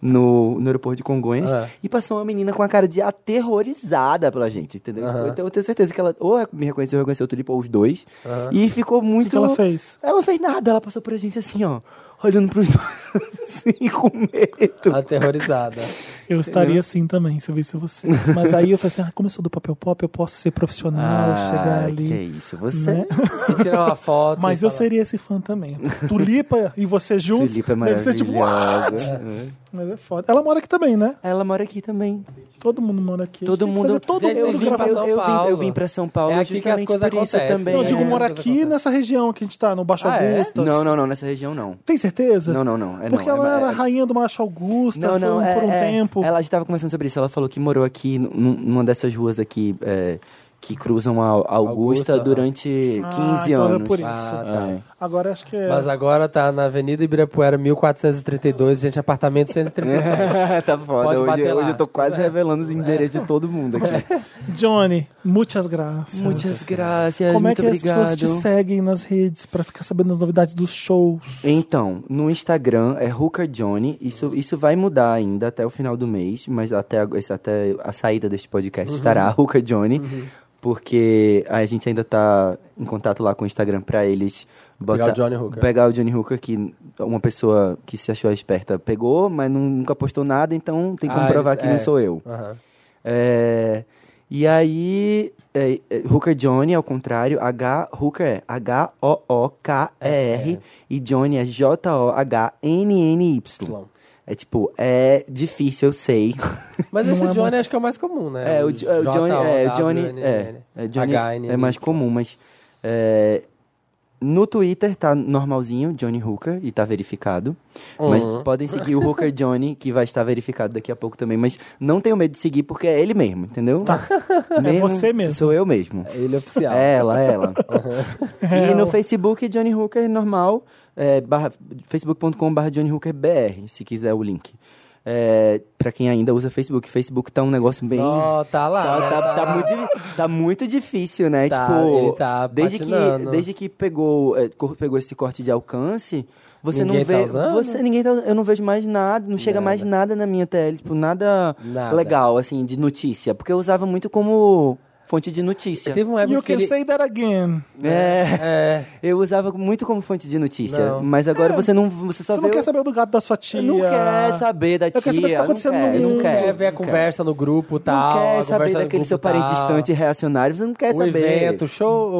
no, no aeroporto de Congonhas,
Ah.
e passou uma menina com a cara de aterrorizada pela gente, entendeu?
Aham.
Então eu tenho certeza que ela ou me reconheceu, reconheceu o Tulipa, ou os dois,
Aham.
e ficou
O
muito...
que, que ela fez?
Ela não fez nada, ela passou pra gente assim, ó, olhando pros dois, assim, com medo.
Aterrorizada.
Eu estaria assim também, se eu visse vocês. Mas aí eu falei assim: ah, como eu sou do papel pop, eu posso ser profissional, Ah, chegar ali.
Ah, que isso, você...
né?
E tirar uma foto.
Mas
e
eu
falar.
seria esse fã também. Tulipa e você juntos.
Tulipa é
deve ser tipo, "Uau!"
maravilhosa. É.
Mas é foda. Ela mora aqui também, né?
Ela mora aqui também. Todo
Todo mundo mora aqui.
Todo
Tem que
mundo-
fazer todo
Gente,
mundo
eu, vim
pra
pra, eu,
São
eu vim, eu
Paulo.
vim pra São Paulo
É aqui que
justamente
as coisas
por isso
acontecem.
também.
Não, eu digo
É,
morar
coisa
aqui
acontece.
nessa região que a gente tá, no Baixo
Ah, é?
Augusto.
Não, não, não, nessa região não.
Tem certeza?
Não, não, não. É,
Porque
não,
ela
é-
era a
é-
rainha do Macho Augusta
Não, não,
foi um-
é,
por um
é.
tempo.
Ela já tava conversando sobre isso. Ela falou que morou aqui num- numa dessas ruas aqui é, que cruzam a a Augusta,
Augusta,
durante
Ah,
15
então é
anos.
por isso.
Ah, tá.
É.
Agora acho que é.
Mas agora tá na Avenida Ibirapuera, 1432, gente, apartamento 137.
tá foda.
Pode
hoje,
bater lá. É.
hoje eu tô quase revelando os endereços de todo mundo aqui. Então,
Johnny, muitas graças.
Muitas graças,
Como é
muito
que
obrigado.
as pessoas te seguem nas redes pra ficar sabendo as novidades dos shows?
Então, no Instagram é Hooker Johnny. Isso, isso vai mudar ainda até o final do mês, mas até, a- esse- até a saída deste podcast
Uhum.
estará Hooker Johnny. Porque a gente ainda tá em contato lá com o Instagram pra eles
Pegar o Johnny Hooker.
Pegar o Johnny Hooker, que uma pessoa que se achou esperta pegou, mas nu- nunca postou nada, então tem como
Ah,
provar
eles-
que não
é.
sou eu.
Aham.
É, e aí, é, é, Hooker Johnny, ao contrário, H, Hooker é H-O-O-K-E-R e Johnny é J-O-H-N-N-Y. É tipo, é difícil, eu sei.
Mas
Não
esse
é
Johnny
muito-
acho que é o mais comum, né?
É, o, Jo- é, o Johnny, é, o Johnny, é, é, Johnny é mais comum, mas é, no Twitter tá normalzinho, Johnny Hooker, e tá verificado. Mas
Uhum.
podem seguir o Hooker Johnny, que vai estar verificado daqui a pouco também. Mas não tenho medo de seguir, porque é ele mesmo, entendeu?
É você mesmo.
Sou eu mesmo.
Ele Uhum. é oficial.
É ela, é ela. E no Facebook, Johnny Hooker normal, é, barra- facebook.com barra Johnny Hooker BR, se quiser o link. É, pra quem ainda usa Facebook, Facebook tá um negócio bem...
Ó, tá lá.
Tá,
né?
tá-
Tá
tá
lá.
muito, di- tá muito difícil, né?
Tá,
tipo,
ele tá
desde que,
patinando.
desde que pegou, é, cor- pegou esse corte de alcance, você
Ninguém
não
tá
vê.
usando?
você, ninguém tá- eu não vejo mais nada, não chega mais nada na minha tela, tipo, nada,
Nada.
legal, assim, de notícia. Porque eu usava muito como fonte de notícia.
Teve uma época
You
que
can
ele...
say that again.
É,
É,
eu usava muito como fonte de notícia,
Não.
mas agora você não você só
É. Você
vê
não quer
o-
saber do gato da sua tia.
não quer saber da
Eu quero
tia,
saber o que tá
não
acontecendo
quer,
no
não
mundo.
quer
quer.
ver a conversa no grupo tal. a
não quer saber
conversa no
daquele
grupo
seu parente
tal.
distante reacionário, você não quer
o
saber.
evento, o show,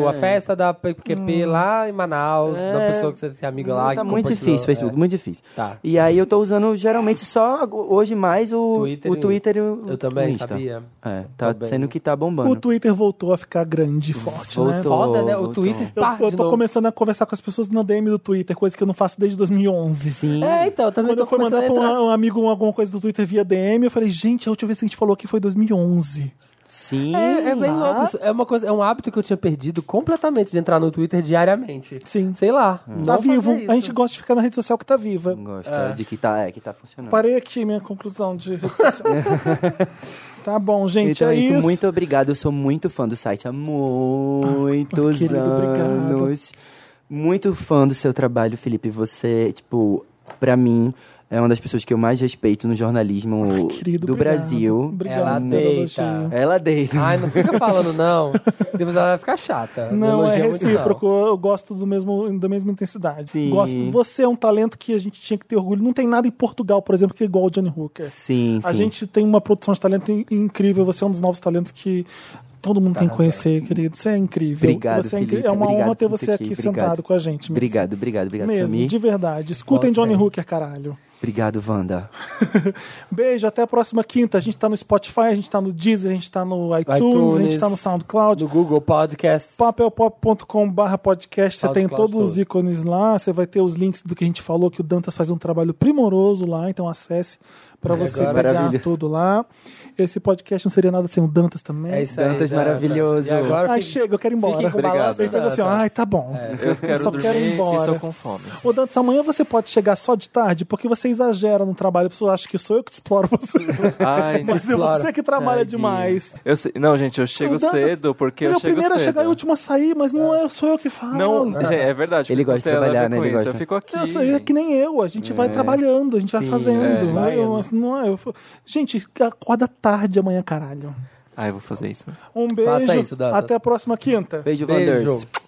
o-
É.
a festa da PQP
Hum.
lá em Manaus,
É.
da pessoa que você é amigo lá. que
tá muito
compartilhou. é.
difícil, Facebook, muito difícil.
Tá.
E aí eu tô usando geralmente só ag- hoje mais o
Twitter
Twitter, o
e-
Twitter e
É.
o
Eu também,
o Insta.
sabia?
É, tá
Também.
sendo que tá bombando.
O Twitter voltou a ficar grande e forte, né?
Voltou.
Foda, né? O
voltou.
Twitter,
Eu,
pá,
eu
de
tô
novo.
começando a conversar com as pessoas na DM do Twitter, coisa que eu não faço desde 2011.
Sim.
É, então, eu também
Quando eu
tô
fui mandar
começando a
pra
entrar.
um, um amigo alguma coisa do Twitter via DM, eu falei, gente, a última vez que a gente falou aqui foi 2011.
Sim.
É, é bem
ah.
louco isso. É uma coisa, é um hábito que eu tinha perdido completamente de entrar no Twitter diariamente.
Sim.
Sei lá. não
Tá
fazia
vivo.
isso.
A gente gosta de ficar na rede social que tá viva.
Gosto é, de que tá, é, que tá funcionando.
Parei aqui minha conclusão de rede social. tá bom, gente.
Então
é isso.
muito obrigado. Eu sou muito fã do site há muitos
querido, obrigado.
anos. Muito fã do seu trabalho, Felipe. Você, tipo, pra mim, é uma das pessoas que eu mais respeito no jornalismo
Querido,
do
obrigado.
Brasil. É
Obrigado
Ela
pelo
deita.
elogio.
Ela deita.
Ai, não fica falando, não. Depois ela vai ficar chata.
Não, é
elogia muito, não.
recíproco. Eu gosto do mesmo, da mesma intensidade.
Sim.
Gosto. Você é um talento que a gente tinha que ter orgulho. Não tem nada em Portugal, por exemplo, que é igual ao Johnny Hooker.
Sim, sim.
A gente tem uma produção de talento in- incrível. Você é um dos novos talentos que todo mundo tem que conhecer, querido. Você é incrível.
Obrigado,
Você é,
Felipe.
É uma
Obrigado
honra ter
por
você
ter
aqui
aqui. Obrigado.
sentado com a gente. Mesmo,
Obrigado, obrigado, obrigado,
mesmo
Samir.
de verdade. Escutem
Volta
Johnny
sempre.
Hooker, caralho.
Obrigado, Wanda.
Beijo, até a próxima quinta. A gente tá no Spotify, a gente tá no Deezer, a gente tá no iTunes, a gente
iTunes.
tá no SoundCloud.
Do Google Podcast.
papelpop.com.br podcast, você tem
SoundCloud
todos os
todo.
ícones lá, você vai ter os links do que a gente falou, que o Dantas faz um trabalho primoroso lá, então acesse para você
É, agora-
pegar
Maravilha.
tudo lá. Esse podcast não seria nada sem o Dantas também.
É isso aí.
Dantas
Dantas.
maravilhoso.
E agora
Ai,
fica-
chega, eu quero ir embora.
fiquem com
Obrigado.
balanço, É,
Ele fez assim, ó,
Dantas.
ai, tá bom.
Eu quero
só
dormir
quero ir embora.
e tô com fome.
Ô, Dantas, amanhã você pode chegar só de tarde, porque você exagera no trabalho. A pessoa acha que sou eu que exploro você.
Ai,
Mas é
Explora.
você que trabalha
Tadinho.
demais.
eu sei- não, gente, eu chego
O Dantas-
cedo porque
ele
É eu
é o
chego
primeiro
cedo.
a chegar e o último a sair, mas não é, sou eu que falo.
Não, gente, é verdade.
Ele
não
gosta de
tem nada a ver
trabalhar, né?
com
Ele
isso,
gosta.
Eu fico aqui.
Eu sou- é que nem eu, a gente vai trabalhando, a gente vai fazendo.
é,
Eu-
vai
eu-
indo.
assim, não é, eu fo- gente, acorda tarde amanhã, caralho.
Ai, Ah, eu vou fazer isso.
Um beijo,
Faça isso, Dantas.
até a próxima quinta.
Beijo, Wanders.
Beijo.